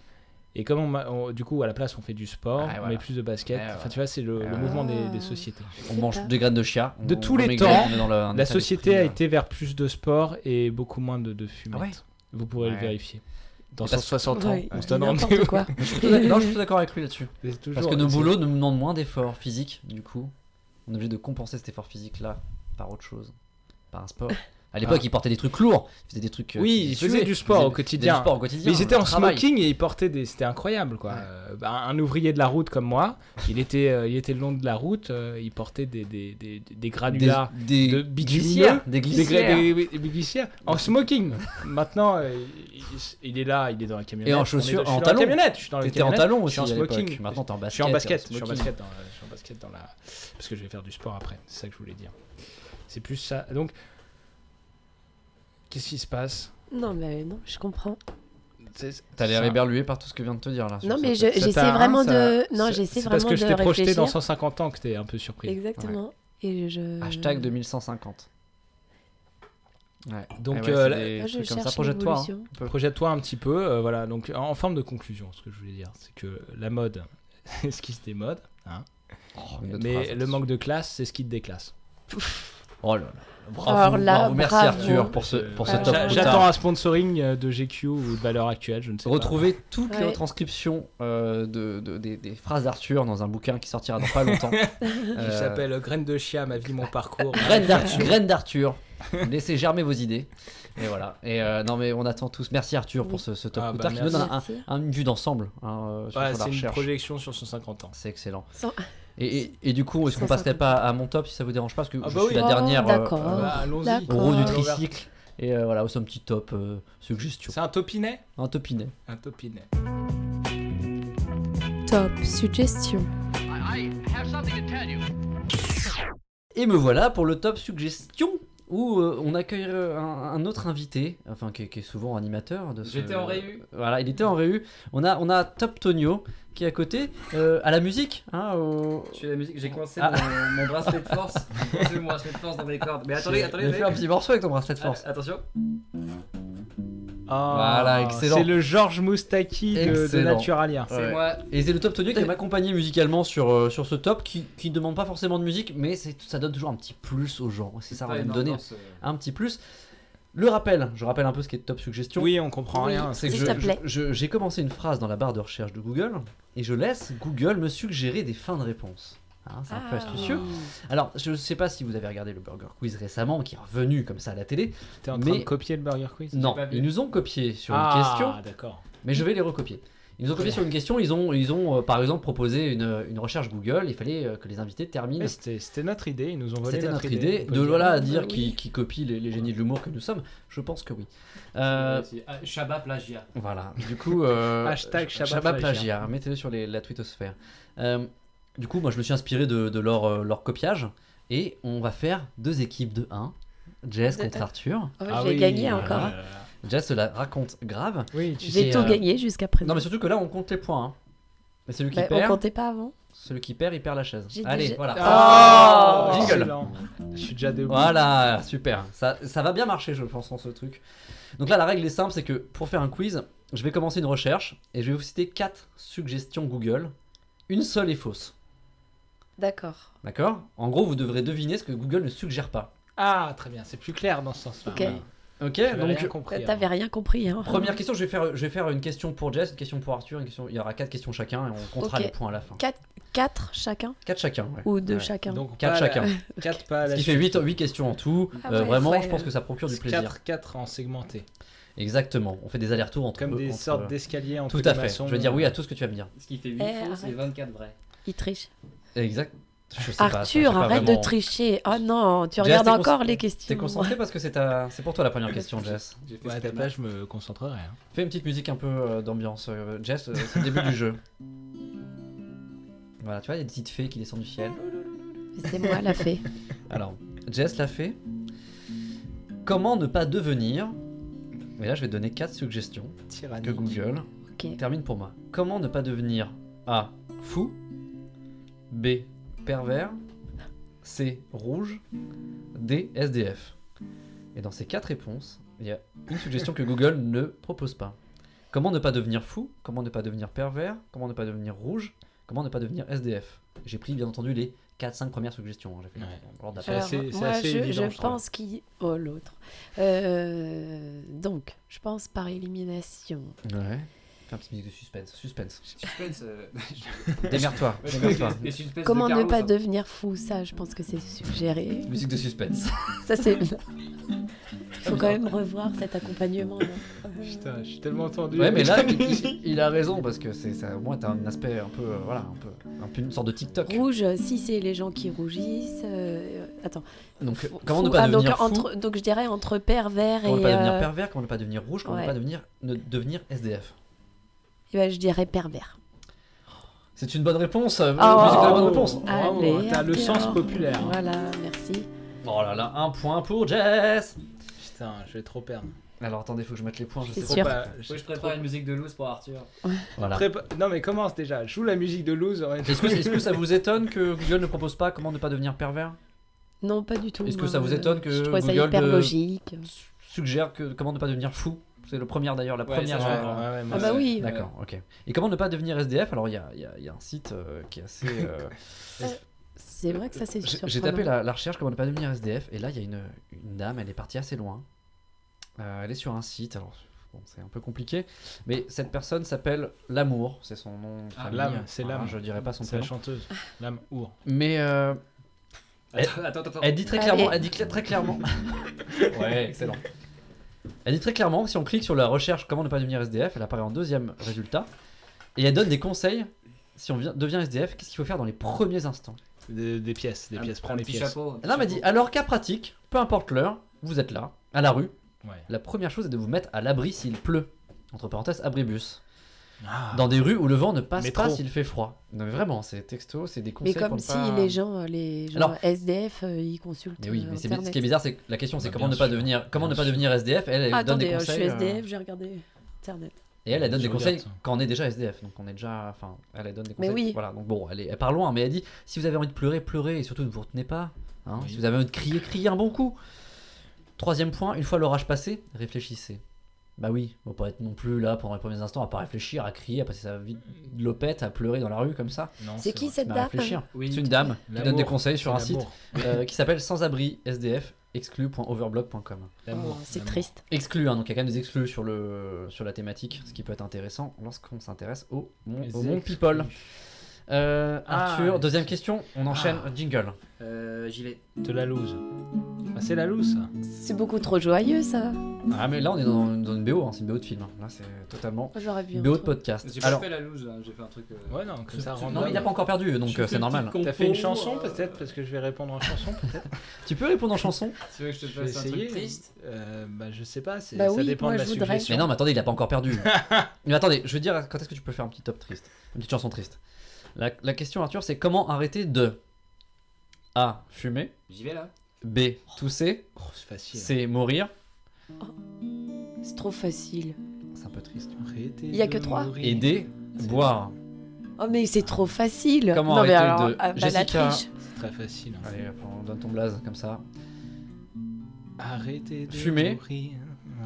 Et comme on, ma- on- du coup à la place on fait du sport,
Ouais,
on
Ah, voilà.
met plus de basket.
Ouais,
Enfin
ouais.
tu vois, c'est le, le
Ouais,
mouvement des,
ouais.
des sociétés.
Ah. On mange des graines de chia.
De
on-
tous
on
les
maigrit,
temps,
on est dans le- un état
La
d'esprit,
société a
euh,
été vers plus de sport et beaucoup moins de, de fumette.
Ah ouais
Vous pourrez le
Ouais.
vérifier. Dans
Et parce-
160 ans,
Ouais,
on
il
se
dit
donne rendez-vous.
n'importe quoi.
Je suis plutôt d'ac- Non, je suis plutôt d'accord avec lui là-dessus.
C'est toujours-
Parce que nos
c'est-
boulots nous demandent moins d'efforts physiques, du coup. On est obligé de compenser cet effort physique-là par autre chose, par un sport. À l'époque,
Ah.
ils portaient des trucs lourds, ils faisaient des trucs. euh,
Oui,
qui
ils
suaient,
faisaient du sport
faisaient-
au quotidien.
faisaient du sport au quotidien.
Mais ils étaient en
le travail.
smoking et ils portaient des. C'était incroyable quoi.
Ouais.
Euh, bah, un ouvrier de la route comme moi, il était, euh, il était le long de la route, euh, il portait des, des, des, des granulats.
Des, des
de bitumineux,
glissières. Des
des
glissières.
gra- des- des glissières, en smoking. Maintenant, euh, il, il est là, il est dans la camionnette.
Et en
on est dans-
chaussures,
je suis
en
dans
talons.
La camionnette, je suis dans la
T'étais en
camionnette.
talons
je
aussi
suis en
à
smoking.
l'époque. Maintenant, t'es en basket.
Je suis en basket, je suis en
smoking.
basket, dans, je suis en basket dans la. Parce que je vais faire du sport après, c'est ça que je voulais dire. C'est plus ça. Donc, qu'est-ce qui se passe
Non, mais non, je comprends.
C'est-
T'as l'air
ça-
éberlué par tout ce que vient de te dire là. sur
Non,
ça.
mais je-
Ça
j'essaie
t'a, hein,
vraiment
ça-
de. Non,
ça-
j'essaie
c'est
vraiment
parce que
de
je t'ai projeté
réfléchir.
dans 150 ans que t'es un peu surpris.
Exactement. Et je.
Hashtag 2150. Ouais.
Donc,
Eh ouais,
euh,
c'est
la-
des
Moi, je
trucs comme ça.
cherche
Projette-toi. hein.
l'évolution.
Projette-toi un petit peu, euh, voilà. Donc, en, en forme de conclusion, ce que je voulais dire, c'est que la mode, c'est ce qui se démode, hein,
Oh, une autre
mais
phrase.
le manque de classe, c'est ce qui te déclasse.
Oh là là. Bravo.
Alors là,
bravo. Merci
bravo.
Arthur pour ce, pour ce
Euh,
Ah,
top.
j'a- J'attends un sponsoring euh, de GQ ou de valeur actuelle, je ne sais
Retrouvez toutes les
Ouais.
retranscriptions euh, de, de- des, des phrases d'Arthur dans un bouquin qui sortira dans pas longtemps.
pas.
Euh,
Qui s'appelle Graines de chia, ma vie, mon parcours.
Graines d'Arthur. Graines d'Arthur. Laissez germer vos idées. Et voilà. Et euh, non, mais on attend tous. Merci Arthur pour ce, ce top
Ah,
plus
bah,
tard qui nous donne un-
Merci.
un- une vue d'ensemble hein, euh, sur
Ouais,
la
c'est une
recherche.
projection sur 150 ans.
C'est excellent.
Sans-
Et, et- et du coup, est-ce qu'on
150.
passerait pas à mon top si ça vous dérange pas Parce que
Ah
je
bah
suis
oui.
la
Oh,
dernière
d'accord.
euh,
Bah, allons-y.
D'accord.
au roue du
Robert.
tricycle. Et euh, voilà, c'est un petit top, euh, suggestion.
C'est un topinet
Un topinet.
Un topinet.
Top suggestion.
Et me voilà pour le top suggestion où euh, on accueille euh, un, un autre invité, enfin qui, est- qui est souvent animateur de ce...
J'étais en réu.
Voilà, il était en réu. On a, on a Top Tonio qui est à côté, euh, à la musique. hein, au-
Je fais la musique, j'ai coincé
Ah.
mon, mon bracelet de force. J'ai coincé mon bracelet de force dans mes cordes. Mais attendez,
J'ai-
attendez,
j'ai fait un
attendez.
petit morceau avec ton bracelet de force.
Ah, Attention.
Voilà, excellent.
Ah, C'est le Georges Moustaki de, de
Excellent.
Naturalia.
C'est
Ouais.
moi.
Et c'est le top Tonio qui m'a accompagné musicalement sur, euh, sur ce top qui, qui ne demande pas forcément de musique, mais c'est- ça donne toujours un petit plus aux gens. C'est ça, on
Ouais,
va me
non,
donner
non, c'est-
un petit plus. Le rappel, je rappelle un peu ce qui est top suggestion.
Oui, on comprend
Oui.
rien.
c'est que
S'il
je-
te plaît.
je- je- j'ai commencé une phrase dans la barre de recherche de Google et je laisse Google me suggérer des fins de réponse. Hein, c'est un peu
Ah.
astucieux. Alors, je ne sais pas si vous avez regardé le Burger Quiz récemment, qui est revenu comme ça à la télé.
T'es en train
Mais-
de copier le Burger Quiz
Non,
pas vu.
ils nous ont copié sur
ah,
une question.
d'accord.
mais je vais les recopier. Ils nous ont copié sur une question, ils ont, ils ont euh, par exemple proposé une, une recherche Google, il fallait euh, que les invités terminent.
Mais C'était c'était notre idée, ils nous ont volé
C'était
notre, Ah,
notre idée.
on peut
De
le
là à
Bah
dire
oui.
qui, qui copie les, les génies de l'humour que nous sommes, je pense que oui. Euh,
c'est- ah, Shabba plagiat.
voilà, du coup, euh,
Hashtag
Ch-
Shabbat
Shabbat
plagiat.
plagiat. mettez-le sur les- la twittosphère. Euh, du coup, moi je me suis inspiré de, de leur, euh, leur copiage, et on va faire deux équipes de 1. Jess
De-
contre Arthur.
Oh,
Ah
j'ai
oui,
gagné
voilà.
encore.
Jess la raconte grave.
Oui, tu
J'ai
sais,
tout
euh,
gagné jusqu'à présent.
Non mais surtout que là on compte les points. hein. Mais celui qui
Bah, on
perd...
comptait pas avant.
Celui qui perd, il perd la chaise.
J'ai
Allez,
déjà- Ah,
voilà.
Ah,
Oh, jingle.
excellent. Je suis déjà debout.
Voilà, super. Ça, ça va bien marcher, je pense, en ce truc. Donc là, la règle est simple, c'est que pour faire un quiz, je vais commencer une recherche et je vais vous citer quatre suggestions Google. Une seule est fausse,
D'accord.
d'accord En gros, vous devrez deviner ce que Google ne suggère pas.
Ah, très bien, c'est plus clair dans ce sens-là.
Ok.
Ok,
J'avais
donc
rien compris. avant.
T'avais rien compris. Hein.
première question, je vais faire, je vais faire une question pour Jess, une question pour Arthur, une question. Il y aura quatre questions chacun et on comptera
Ok.
les points à la fin.
4 chacun
Quatre chacun. ouais.
ou deux
Ouais.
chacun
Donc,
Quatre chacun.
4 pas à
Ce
Ah, la
qui fait 8, questions en tout.
Ah
Euh,
ouais,
vraiment,
ouais.
je pense que ça procure du plaisir.
4, 4 en segmenté.
Exactement. On fait des allers-retours entre
Comme des
entre- euh,
sortes d'escaliers euh, entre
Tout à
les
fait.
maçons.
Je veux dire oui à tout ce que tu vas me dire.
Ce qui fait 8
Eh,
faux, c'est
arrête.
24 vrais.
Il triche.
Exact. Je sais pas, ça, j'ai
Arthur,
pas
arrête
vraiment-
de tricher. Oh non, tu
Jess,
regardes
t'es
encore
concentré-
les
T'es
questions.
concentré parce que c'est ta... c'est pour toi la première question, Jess.
J'ai fait
Ouais,
ce
à ta
thème-là.
place, je me concentrerai. hein.
Fais une petite musique un peu euh, d'ambiance, euh, Jess. euh, c'est le début du jeu. Voilà, tu vois, il y a des petites fées qui descendent du ciel.
C'est moi la fée.
Alors, Jess l'a fait. Comment ne pas devenir Et là, je vais te donner quatre suggestions que
Tyrannique.
Google
Ok.
termine pour moi. Comment ne pas devenir A. Fou B. Pervers C. Rouge D. SDF Et dans ces quatre réponses, il y a une suggestion que Google ne propose pas. Comment ne pas devenir fou Comment ne pas devenir pervers Comment ne pas devenir rouge Comment ne pas devenir SDF J'ai pris bien entendu les 4-5 premières suggestions. hein, J'ai fait
Ouais.
dans l'ordre
C'est
d'appel.
Alors,
assez- c'est
moi,
assez
je,
évident,
je
je trouve.
pense qu'il. Oh, l'autre. Euh, donc, je pense par élimination.
Ouais. Fais un petit musique de suspense. Suspense.
Suspense. euh,
Démerde-toi.
je-
Démerde-toi.
les suspens de
Comment ne
Carlos,
pas
hein.
devenir fou Ça, je pense que c'est suggéré.
Musique de suspense.
Ça, c'est. Il faut quand même revoir cet accompagnement. non
Putain, je suis tellement tendu.
Ouais, mais là, il, il a raison parce que c'est ça. Au moins, t'as un aspect un peu, euh, voilà, un peu, un peu une sorte de TikTok.
Rouge, euh, si c'est les gens qui rougissent. euh, Attends.
Donc,
Fou-
comment ne
fou-
pas
ah, donc,
devenir fou
entre- donc, je dirais entre pervers
Comment
et.
ne pas devenir
euh,
pervers Comment ne pas devenir rouge Comment ne
ouais.
pas devenir ne devenir SDF
eh ben, je dirais pervers.
C'est une bonne réponse. euh,
Oh.
musique de la bonne réponse.
Bravo,
Allez,
t'as le
Arthur.
sens populaire. hein.
Voilà, merci.
Oh là là, un point pour Jess.
Putain, je vais trop perdre.
Alors attendez, faut que je mette les points. Je
C'est
sais
sûr.
pas.
Bah,
Faut que
j'ai
je prépare
trop-
une musique de loose pour Arthur.
Voilà.
Prépa- Non mais commence déjà, joue la musique de Lose.
Est-ce que, est-ce que ça vous étonne que Google ne propose pas comment ne pas devenir pervers
Non, pas du tout.
Est-ce que
moi,
ça vous
euh,
étonne que
Je trouvais ça
Google euh,
hyper
de-
logique.
Suggère que comment ne pas devenir fou. C'est le premier d'ailleurs, la
Ouais,
première.
ça,
euh,
je comprends.
Ah bah oui.
D'accord, ok. Et comment ne pas devenir SDF Alors, il y a, il y a- il y a un site euh, qui est assez. euh,
C'est vrai que ça, c'est
J'ai
surprenant.
j'ai tapé la, la recherche comment ne pas devenir SDF, et là, il y a une, une dame, elle est partie assez loin. Euh, elle est sur un site, alors bon, c'est un peu compliqué, mais cette personne s'appelle L'amour, c'est son nom. de
Ah,
famille.
Lame, c'est
Voilà,
Lame.
Je dirais pas son
C'est la
prénom.
chanteuse, l'âme Our.
Mais euh, Elle-
Attends, attends, attends.
elle dit très
Allez.
clairement. Elle dit cla- très clairement. ouais, excellent. Elle dit très clairement, si on clique sur la recherche comment ne pas devenir SDF, elle apparaît en deuxième résultat, et elle donne des conseils si on vient- devient SDF, qu'est-ce qu'il faut faire dans les premiers instants
Des, des pièces, des
Un-
pièces, prends
un
les
petit
pièces.
chapeau. un petit
Ah Non, mais
chapeau.
dit alors cas pratique, peu importe l'heure, vous êtes là, à la rue.
Ouais.
La première chose est de vous mettre à l'abri s'il pleut. Entre parenthèses, abribus.
Ah,
Dans des rues où le vent ne passe
Métro.
pas s'il fait froid. Non, mais vraiment, c'est texto, c'est des conseils.
Mais comme
pour
si
pas-
les gens, euh, les gens
Alors-
SDF, euh, ils consultent.
Mais oui,
euh,
mais c'est- ce
Internet.
qui est bizarre, c'est que la question, c'est
Bah,
comment
bien
ne pas
sûr,
devenir, comment
bien
ne pas
sûr.
devenir SDF. Elle, elle
Ah,
donne
attendez,
des
euh, je
conseils.
suis
euh,
SDF, j'ai regardé Internet.
Et elle, elle donne
Je
des
regarde
conseils
ça.
quand on est déjà SDF, donc on est déjà, enfin, elle, elle donne des
Mais
conseils.
oui.
Voilà, donc bon, elle, est, elle part loin, mais elle dit si vous avez envie de pleurer, pleurez et surtout ne vous retenez pas. hein.
Oui.
Si vous avez envie de crier, criez un bon coup. Troisième point, une fois l'orage passé, réfléchissez. Bah oui, on va pas être non plus là pendant les premiers instants à pas réfléchir, à crier, à passer sa vie de lopette, à pleurer dans la rue comme ça. hein,
non,
C'est qui
vrai.
cette
Mais à
dame
réfléchir.
Oui.
C'est une dame qui donne des
L'amour.
conseils sur un
C'est
site
l'amour.
Oh,
euh, qui s'appelle sans-abri sdf exclu.overblog.com.
Oh,
L'amour.
C'est
l'amour.
triste.
Exclu, hein, donc il y a quand même des exclus sur, le, sur la thématique, ce qui peut être intéressant lorsqu'on s'intéresse au, mon- au monde people. Euh,
Ah,
Arthur,
les-
deuxième question, on enchaîne jingle.
Euh, gilet.
De la loose. Ah, c'est la loose, ça.
C'est beaucoup trop joyeux, ça.
Ah mais là on est dans, dans une BO, hein, c'est une BO de film, hein. là c'est totalement
Oh, J'aurais vu. un
BO de
truc.
podcast.
J'ai pas
Alors,
fait la loose, là, j'ai fait un truc. euh,
Ouais, non, comme
Je-
ça,
je-
random.
non mais il a pas encore perdu donc
J'ai
euh, c'est
une
normal.
petite
T'as fait une
compo,
chanson,
euh,
peut-être, parce que je vais répondre en chanson, peut-être
Tu peux répondre en chanson
Tu veux que je te
Je vais
fasse un
essayer.
truc triste
Euh, bah, je sais pas, c'est-
Bah
ça
oui,
dépend
moi,
de la
je voudrais.
suggestion.
Mais non mais attendez il a pas encore perdu. mais attendez, je veux dire quand est-ce que tu peux faire un petit top triste, une petite chanson triste. La, la question Arthur c'est comment arrêter de A. Fumer,
J'y vais là.
B. Tousser,
Oh, c'est facile.
C. Mourir.
C'est trop facile.
C'est un peu triste.
Arrêtez
Il y a
de
que trois.
mourir.
Aider,
C'est-
boire.
Oh, mais c'est trop facile.
Comment
non, mais
arrêter
alors,
de-
ah, bah, la
Jessica-
triche.
c'est Très facile. hein.
Allez, hop, on donne ton blaze comme ça.
Arrêtez de
Fumer,
mourir.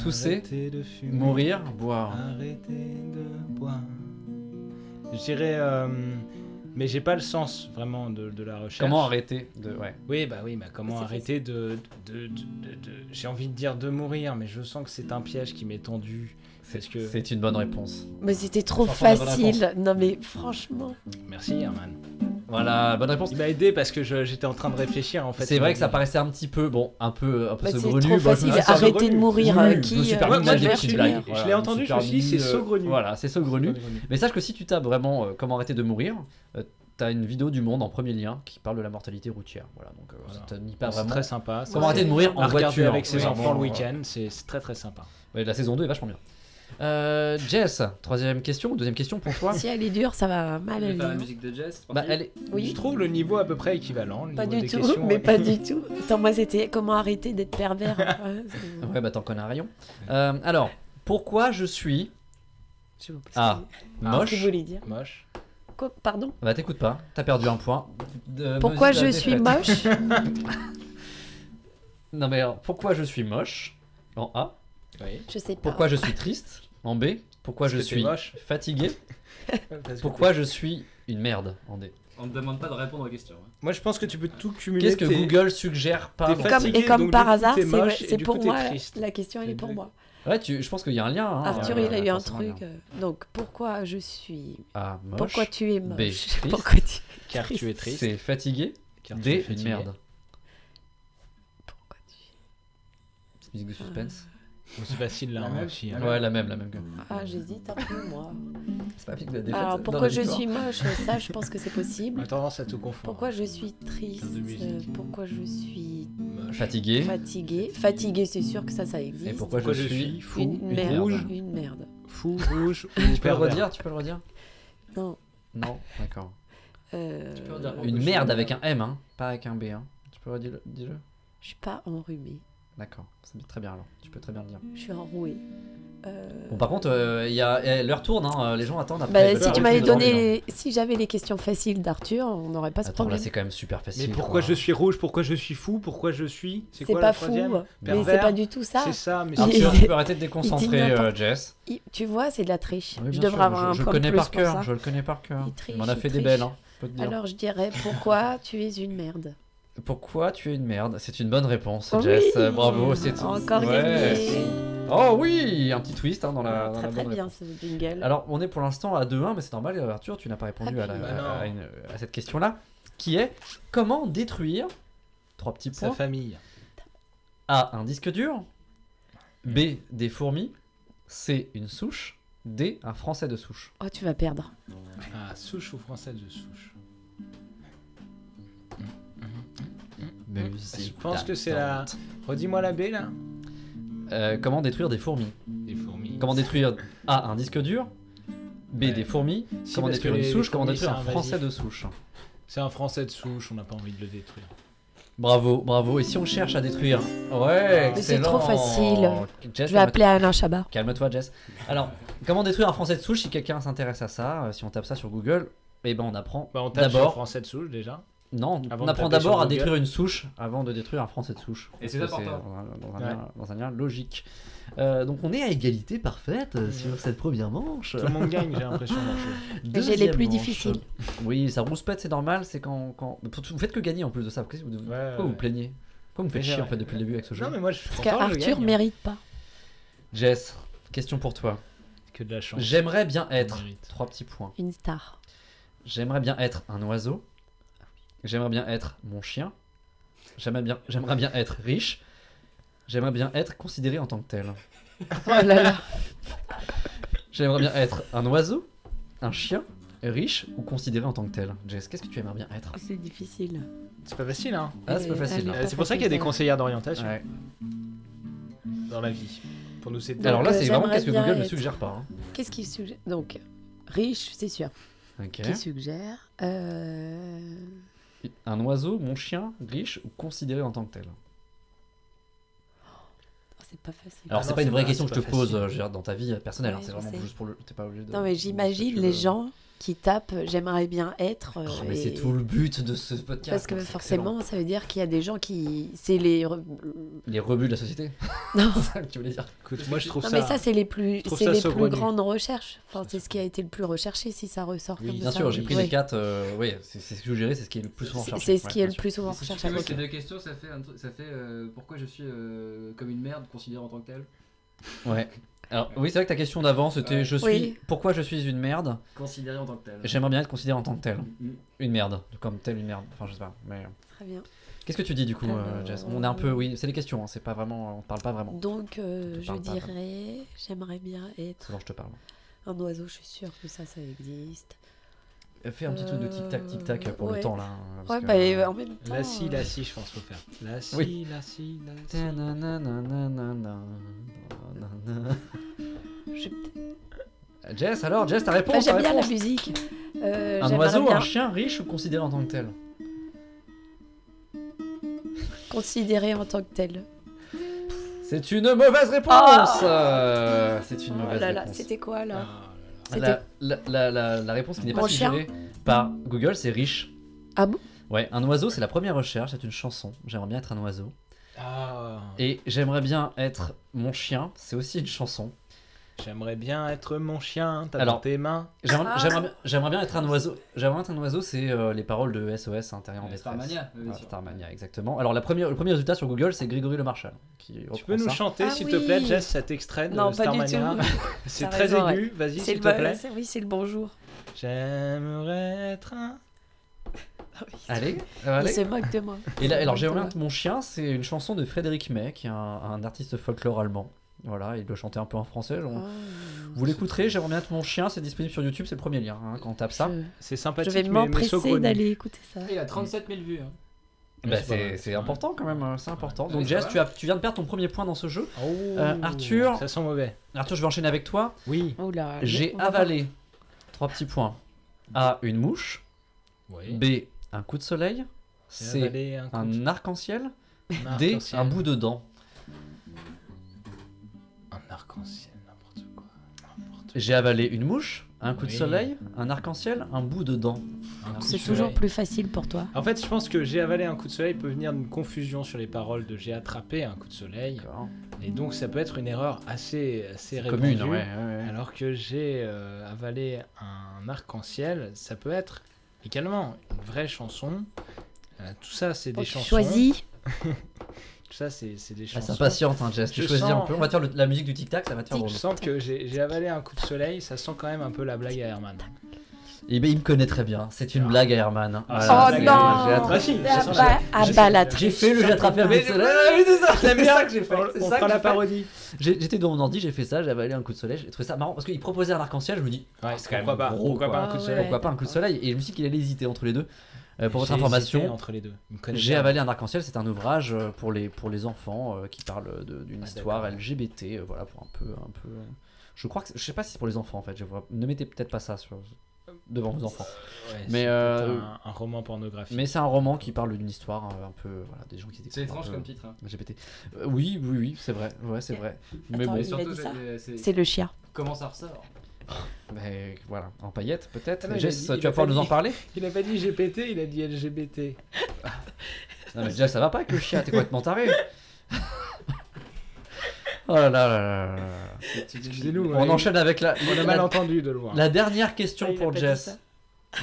tousser,
Arrêtez de fumer.
Mourir,
Ah,
boire.
Arrêtez de boire. Je dirais. euh, mais j'ai pas le sens vraiment de, de la recherche.
Comment arrêter de. Ouais.
Oui, bah oui, bah comment
C'est
arrêter de. de, de- de- de- j'ai envie de dire de mourir, mais je sens que c'est un piège qui m'est tendu.
C'est
Parce que-
c'est une bonne réponse.
Mais c'était trop
Chanson de la bonne
facile. Non, mais franchement.
Merci, Herman.
Voilà, bonne réponse.
Il m'a aidé parce que je- j'étais en train de réfléchir en fait.
C'est vrai que ça paraissait un petit peu. Bon, un peu. Un peu
Bah, c'est
saugrenu.
trop
Bon,
facile.
je-
c'est un
Arrêtez de
revenu.
mourir.
Oui,
euh,
je
qui
me suis
euh,
permis
Moi,
de
moi,
mettre des
je
je vais
l'ai
petites
fumer.
entendu,
blagues.
je
Voilà,
l'ai
me
entendu,
suis
je me suis dit,
permis,
c'est
euh,
saugrenu.
Voilà, c'est saugrenu.
Revenu.
Mais sache que si tu tapes vraiment euh, comment arrêter de mourir, euh, t'as une vidéo du monde en premier lien qui parle de la mortalité routière. Voilà, donc euh,
Voilà.
ça te nie pas
C'est
vraiment.
très sympa.
Comment arrêter de mourir en
à regarder
voiture
avec ses
Oui,
enfants le
bon,
week-end, c'est c'est très très sympa.
Ouais, la saison 2 est vachement bien. Euh, Jess, troisième question, deuxième question pour toi.
Si elle est dure, ça va
Je
mal.
vais
aller. hein.
faire la musique de Jess. c'est
bah,
parti.
elle est-
Oui.
Je trouve le niveau à peu près équivalent. le
Pas
niveau
du
des
tout,
questions,
mais
euh,
pas du tout. Attends, moi c'était comment arrêter d'être pervers. Ouais, c'est-
Ouais, bah t'en connais un rayon. Euh, alors, pourquoi je suis
Je vois pas
Ah,
ce que
moche
vous voulez dire.
Moche.
Quoi, pardon
Bah t'écoutes pas, t'as perdu un point. De-
Pourquoi
mesure de
je
la
suis
défaite.
moche
Non mais alors, pourquoi je suis moche En A.
Oui.
Je sais pas.
Pourquoi je suis triste En B. Pourquoi
Parce
je
que t'es
suis
moche.
fatigué
Parce que
Pourquoi je suis une merde En D.
On ne demande pas de répondre aux questions. hein.
t'es- Moi je pense que tu peux tout cumuler.
Qu'est-ce que
t'es-
Google suggère pas
Et
t'es
avant
comme,
fatigué,
et comme
donc
par
du coup,
hasard,
t'es
c'est ouais,
moche, et
c'est
du
pour
coup, t'es
moi.
triste.
La question, elle est pour
Exact.
moi.
Ouais, tu- je pense qu'il y a un lien. hein,
Arthur,
euh,
il a eu un
forcément
truc.
lien.
euh, Donc, pourquoi je suis.
A. Moche.
Pourquoi tu es
B,
moche
triste.
Pourquoi tu.
Car tu es triste.
C'est fatigué.
Car tu es
D. Une
fatigué.
merde.
Pourquoi tu...
Petite
Ah.
Musique de suspense.
Bon, C'est facile là
La
hein,
même.
aussi. hein.
Ouais, la même, la même. que-
Ah, j'hésite un peu, moi.
C'est pas pique de la défaite.
Alors,
non,
pourquoi
la
je
victoire.
suis moche Ça, je pense que c'est
On
possible.
a tendance à tout confondre.
Pourquoi je suis triste
Carte de musique.
euh, Pourquoi je suis
Moche.
fatigué
fatiguée Fatiguée, c'est sûr que ça, ça existe.
Et pourquoi,
Pourquoi
je, suis
fou,
une,
une
merde.
rouge
Une merde.
fou, rouge ou
Tu peux le
pervers.
redire Tu peux le redire
Non.
Non, d'accord.
euh,
Tu peux redire pourquoi
Une
je suis
merde
une
avec un
merde.
M, hein, pas avec un B. Hein. Tu peux redire le dis-le
Je suis pas enrhumée.
D'accord, c'est très bien alors. Tu peux très bien le dire.
Je suis enrouée. Euh,
Bon, par contre, euh, il y a eh, l'heure tourne, hein, euh, les gens attendent après.
bah,
Bah,
si tu
oui,
m'avais
c'est dans les
donné,
gens.
les- si j'avais les questions faciles d'Arthur, on n'aurait pas ce
Attends, là,
problème.
c'est quand même super
Mais
facile.
pourquoi
quoi.
je suis rouge Pourquoi je suis fou Pourquoi je suis
C'est
quoi
pas
la
fou,
troisième
mais c'est
Pervers.
pas du tout ça.
C'est ça, mais
Ah,
c'est-
Arthur, tu peux arrêter de déconcentrer,
n'importe
euh, Jess.
Il- tu vois, c'est de la triche.
Oui, bien
je
sûr,
devrais avoir un
je, je
point
connais
de plus
par
pour
cœur,
ça.
je le connais par cœur.
Il triche,
On a
il
fait des
triche.
belles, hein, je peux te dire.
Alors je dirais pourquoi tu es une merde.
Pourquoi tu es une merde C'est une bonne réponse,
Oui.
Jess. euh, Bravo, c'est tout.
Encore
Ouais.
gagné.
Oh oui, un petit twist hein, dans la, dans la
Ah, très très
bonne
bien
réponse.
ce jingle.
Alors, on est pour l'instant à 2-1, mais c'est normal, euh, Arthur, tu n'as pas répondu à, la-
Bah non.
à une- à cette question-là, qui est comment détruire, trois petits
sa
points,
famille. Mm.
A, un disque dur, B, des fourmis, C, une souche, D, un Français de souche
Oh, tu vas perdre.
Ah, souche ou française de souche Je pense que c'est la. Redis-moi la B là.
Euh, comment détruire des fourmis
Des fourmis.
Comment détruire A, un disque dur B,
Ouais.
des fourmis
Si,
Comment
parce
détruire
que
une
les-
souche
les
Comment
fourmis,
détruire
c'est
un Français
invasif.
de souche
C'est un français de souche, on n'a pas envie de le détruire.
Bravo, bravo. Et si on cherche à détruire Ouais,
Mais c'est trop
excellent.
facile.
Jess,
Je vais
calme-toi.
appeler Alain Chabat.
Calme-toi, Jess. Alors, comment détruire un Français de souche Si quelqu'un s'intéresse à ça, euh, si on tape ça sur Google, eh ben on apprend
Bah, on tape sur
d'abord.
français de souche déjà.
Non,
avant
on
de
apprend
taper sur
d'abord à
Google.
détruire une souche avant de détruire un Français de souche.
Et c'est
Parce que
important.
dans un- dans un
Ouais.
lien- Dans un lien logique. Euh, donc on est à égalité parfaite euh, sur cette première manche.
Tout le monde gagne, j'ai l'impression. dans le jeu.
J'ai les
Deuxième
plus
manche.
difficiles.
Oui, ça rouspète, c'est normal. C'est quand, quand... Vous faites que gagner en plus de ça. Pourquoi vous, pourquoi
Ouais,
vous
ouais.
vous plaignez Pourquoi vous me faites
Déjà,
chier en fait
ouais.
depuis le début avec ce jeu
Non, mais moi je suis
Parce
content, je
qu'Arthur
gagne.
mérite pas.
Jess, question pour toi.
Que de la chance.
J'aimerais bien
On
être.
mérite.
Trois petits points.
une star.
J'aimerais bien être un oiseau. J'aimerais bien être mon chien. J'aimerais bien, j'aimerais bien être riche. J'aimerais bien être considéré en tant que tel.
Oh là là.
J'aimerais bien être un oiseau, un chien, riche ou considéré en tant que tel. Jess, qu'est-ce que tu aimerais bien être
C'est difficile.
C'est pas facile, hein.
Ah, c'est pas facile.
Allez.
Euh, C'est pour ça qu'il y a des conseillères d'orientation
Ouais.
dans la vie. Pour nous, c'est
Alors là,
euh,
c'est vraiment
j'aimerais
qu'est-ce que
bien
Google ne
être-
suggère pas.
Qu'est-ce qu'il suggère Donc, riche, c'est sûr.
hein. Ok.
Qui suggère Euh,
Un oiseau, mon chien, riche ou considéré en tant que tel.
oh, C'est pas facile.
Alors
Ah
c'est
non,
pas une
c'est
vraie
pas-
question que
c'est
je te
pas
pose
facile.
euh, je veux dire, dans ta vie personnelle. hein,
Ouais,
c'est
je
vraiment
sais.
juste pour le. T'es pas obligé de.
non, mais j'imagine les gens qui tapent j'aimerais bien être. euh,
Oh, mais
et-
c'est tout le but de ce podcast.
Parce que
c'est
forcément, ça veut dire qu'il y a des gens qui. C'est les. re-
excellent. Les rebuts de la société.
Non.
C'est ça que tu voulais dire.
Écoute, moi je trouve
Non,
ça.
mais ça, c'est les plus,
Je trouve
c'est
ça
les plus
saugrenu.
grandes recherches. Enfin, c'est ce qui a été le plus recherché, si ça ressort
Oui,
comme
Bien
ça.
sûr, j'ai pris
Ouais.
les quatre. euh, oui, c'est c'est suggéré, c'est ce qui est le plus souvent
C'est-
recherché.
C'est ce qui
Ouais,
est
bien
le
sûr.
plus souvent
Et si tu
recherché.
cumules
ok.
ces deux questions, ça fait, un truc- ça fait euh, pourquoi je suis euh, comme une merde considérée en tant que telle
Ouais. Alors, oui, c'est vrai que ta question d'avant, c'était
Ouais.
je suis
Oui.
pourquoi je suis une merde
Considérée en tant que telle.
J'aimerais bien être considéré en tant que tel.
Mm, mm.
Une merde, comme telle une merde. Enfin, je sais pas. Mais euh.
Très bien.
qu'est-ce que tu dis du coup, euh,
Alors,
Jess On est un peu, oui, c'est les questions. hein, c'est pas vraiment, on parle pas vraiment.
Donc,
On
euh,
te
je
parle pas, pardon.
dirais, j'aimerais bien être
C'est dont je te parle.
un oiseau. Je suis sûre que ça, ça existe.
Euh, Fais un petit truc de tic tac tic tac pour le
Euh, Ouais.
temps là. hein,
Ouais,
parce que-
bah, et en même temps.
La si,
euh,
la si, je pense qu'il faut faire. La si,
Oui.
la si, la si.
Tanananananananananana.
je-
Jess, alors, Jess, ta
euh, Bah,
réponse, ta
J'aime bien la
réponse.
musique. Euh,
Un
j'aimerais
oiseau, hein.
bien
un chien riche ou considéré en tant que tel
considéré en tant que tel.
C'est une mauvaise réponse Euh, C'est une
Oh
mauvaise
là là,
réponse.
c'était quoi
Ah,
là
là là.
c'était-
La, la- la- la- la réponse qui n'est pas
Mon chien
suggérée par Google, c'est riche.
Ah bon
Ouais, un oiseau, c'est la première recherche, c'est une chanson. J'aimerais bien être un oiseau.
Ah,
Et j'aimerais bien être mon chien, c'est aussi une chanson.
J'aimerais bien être mon chien, t'as
Alors-
dans tes mains.
Ah.
J'aimerais j'aimerais bien- j'aimerais bien être un oiseau. J'aimerais bien être un oiseau, c'est euh, les paroles de SOS Intérieur en
Euh,
détresse.
Starmania, oui, bien
Ah,
sûr.
Starmania, exactement. Alors la première, le premier résultat sur Google, c'est Grégory Le Marchal. Qui
Tu
reprend
peux nous
ça.
chanter,
Ah
s'il te plaît,
oui.
Jess, cet
Ah,
extrait de
Non, pas du
Starmania
tout.
C'est
T'as
très
raison,
aigu, vas-y,
C'est
s'il
le
te plaît.
bon- Oui, c'est le bonjour.
J'aimerais être un.
Ah oui, c'est-
Allez,
Il
allez.
se moque de moi.
euh, Et là, alors
Ouais,
j'aimerais
ouais.
bien que mon chien, c'est une chanson de Frédéric May, qui est un, un artiste folklore allemand. Voilà, il doit chanter un peu en français. genre. Vous l'écouterez, j'aimerais bien être mon chien, c'est disponible sur YouTube, c'est le premier lien hein, quand on tape ça.
Je-
C'est
Je
sympathique,
vais
mais, mais
m'empresser
saugrenu.
d'aller écouter ça.
Il a 37 000 vues. hein.
Bah,
Ouais, c'est pas
c'est
mal.
c'est important quand même, hein, c'est important.
Ouais,
Donc
ça
Jess,
va.
tu, as, tu viens de perdre ton premier point dans ce jeu.
Oh,
Euh, Arthur.
Ça sent mauvais.
Arthur, je vais enchaîner avec toi.
Oui.
Oh là,
J'ai
on va voir.
avalé trois petits points. A, une mouche.
Oui.
B, un coup de soleil. C,
Avaler un coup de-
un arc-en-ciel.
un
D,
arc-en-ciel.
un bout de dent.
Un arc-en-ciel, n'importe quoi. N'importe
J'ai avalé une mouche, un coup de
Oui.
soleil, un arc-en-ciel, un bout de dent.
quoi. Un coup de
C'est
soleil.
toujours plus facile pour toi.
En fait, je pense que j'ai avalé un coup de soleil peut venir d'une confusion sur les paroles de j'ai attrapé un coup de soleil. Et donc, ça peut être une erreur assez, assez répandue.
Commune, ouais, ouais, ouais.
Alors que j'ai euh, avalé un arc-en-ciel, ça peut être également une vraie chanson. Euh, tout ça, c'est
Bon,
des
Oh, tu
chansons.
choisis.
Tout ça, c'est c'est des
Ah,
chansons.
ça patiente, hein, Jess. Tu
Je
choisis un
sens-
peu. On va te faire le- la musique du tic-tac, ça va te faire
Je
drôle.
sens que j'ai j'ai avalé un coup de soleil, ça sent quand même un peu la blague à Herman.
Eh ben, il me connaît très bien. C'est une
Ah.
blague à Herman.
Ah,
Voilà.
c'est
Oh,
une blague.
non.
J'ai
Ah,
attrapé.
bah,
J'ai-
bah,
ah,
j'ai-
bah, la triche.
J'ai fait le j'ai attrapé un
Mais-
coup de soleil. Ah, oui, c'est ça,
C'est
c'est
ça
ça
que j'ai fait.
C'est
On
ça que
fera
j'ai
la
fait.
parodie.
J'ai- J'étais dans mon ordi, j'ai fait ça, j'avais allé un coup de soleil, j'ai trouvé ça marrant parce qu'il proposait un arc-en-ciel, je me dis
Ouais,
Ah, c'est quand même
pourquoi pas,
gros,
pourquoi
quoi.
pas un coup de
Ah
soleil.
ouais.
pourquoi pas un coup de soleil et je me suis dit qu'il allait hésiter entre les deux. Euh, pour votre
J'ai hésité
information,
entre les deux. Il me connaît
j'ai
bien.
avalé un arc-en-ciel, c'est un ouvrage euh, pour les pour les enfants euh, qui parle de- d'une
Ah,
histoire
d'accord.
LGBT, euh, voilà pour un peu un peu. euh, Je crois que c'est- je sais pas si c'est pour les enfants en fait, je vois. Ne mettez peut-être pas ça sur- devant vos enfants.
Ouais,
Mais,
c'est
euh,
peut-être un, un roman pornographique.
Mais c'est un roman qui parle d'une histoire euh, un peu voilà des gens qui découvrent
C'est
un
étrange
peu
comme titre. hein.
LGBT. Euh, oui oui oui c'est vrai ouais c'est vrai. Mais
Attends,
bon
il a dit ça
c'est- c'est-
C'est le chien.
comment ça ressort
mais voilà en paillettes peut-être.
Ah non, il a
Jess,
dit-
tu
il a
vas
pas
pouvoir nous en
dit.
parler.
Il a pas dit GPT, il a dit LGBT.
Non mais déjà ça va pas avec le chien, t'es complètement taré. oh là là là là là là.
Excusez-nous.
On enchaîne avec la,
On a mal
la,
entendu de loin.
la dernière question
Ah, il a
pour
pas dit
Jess.
ça.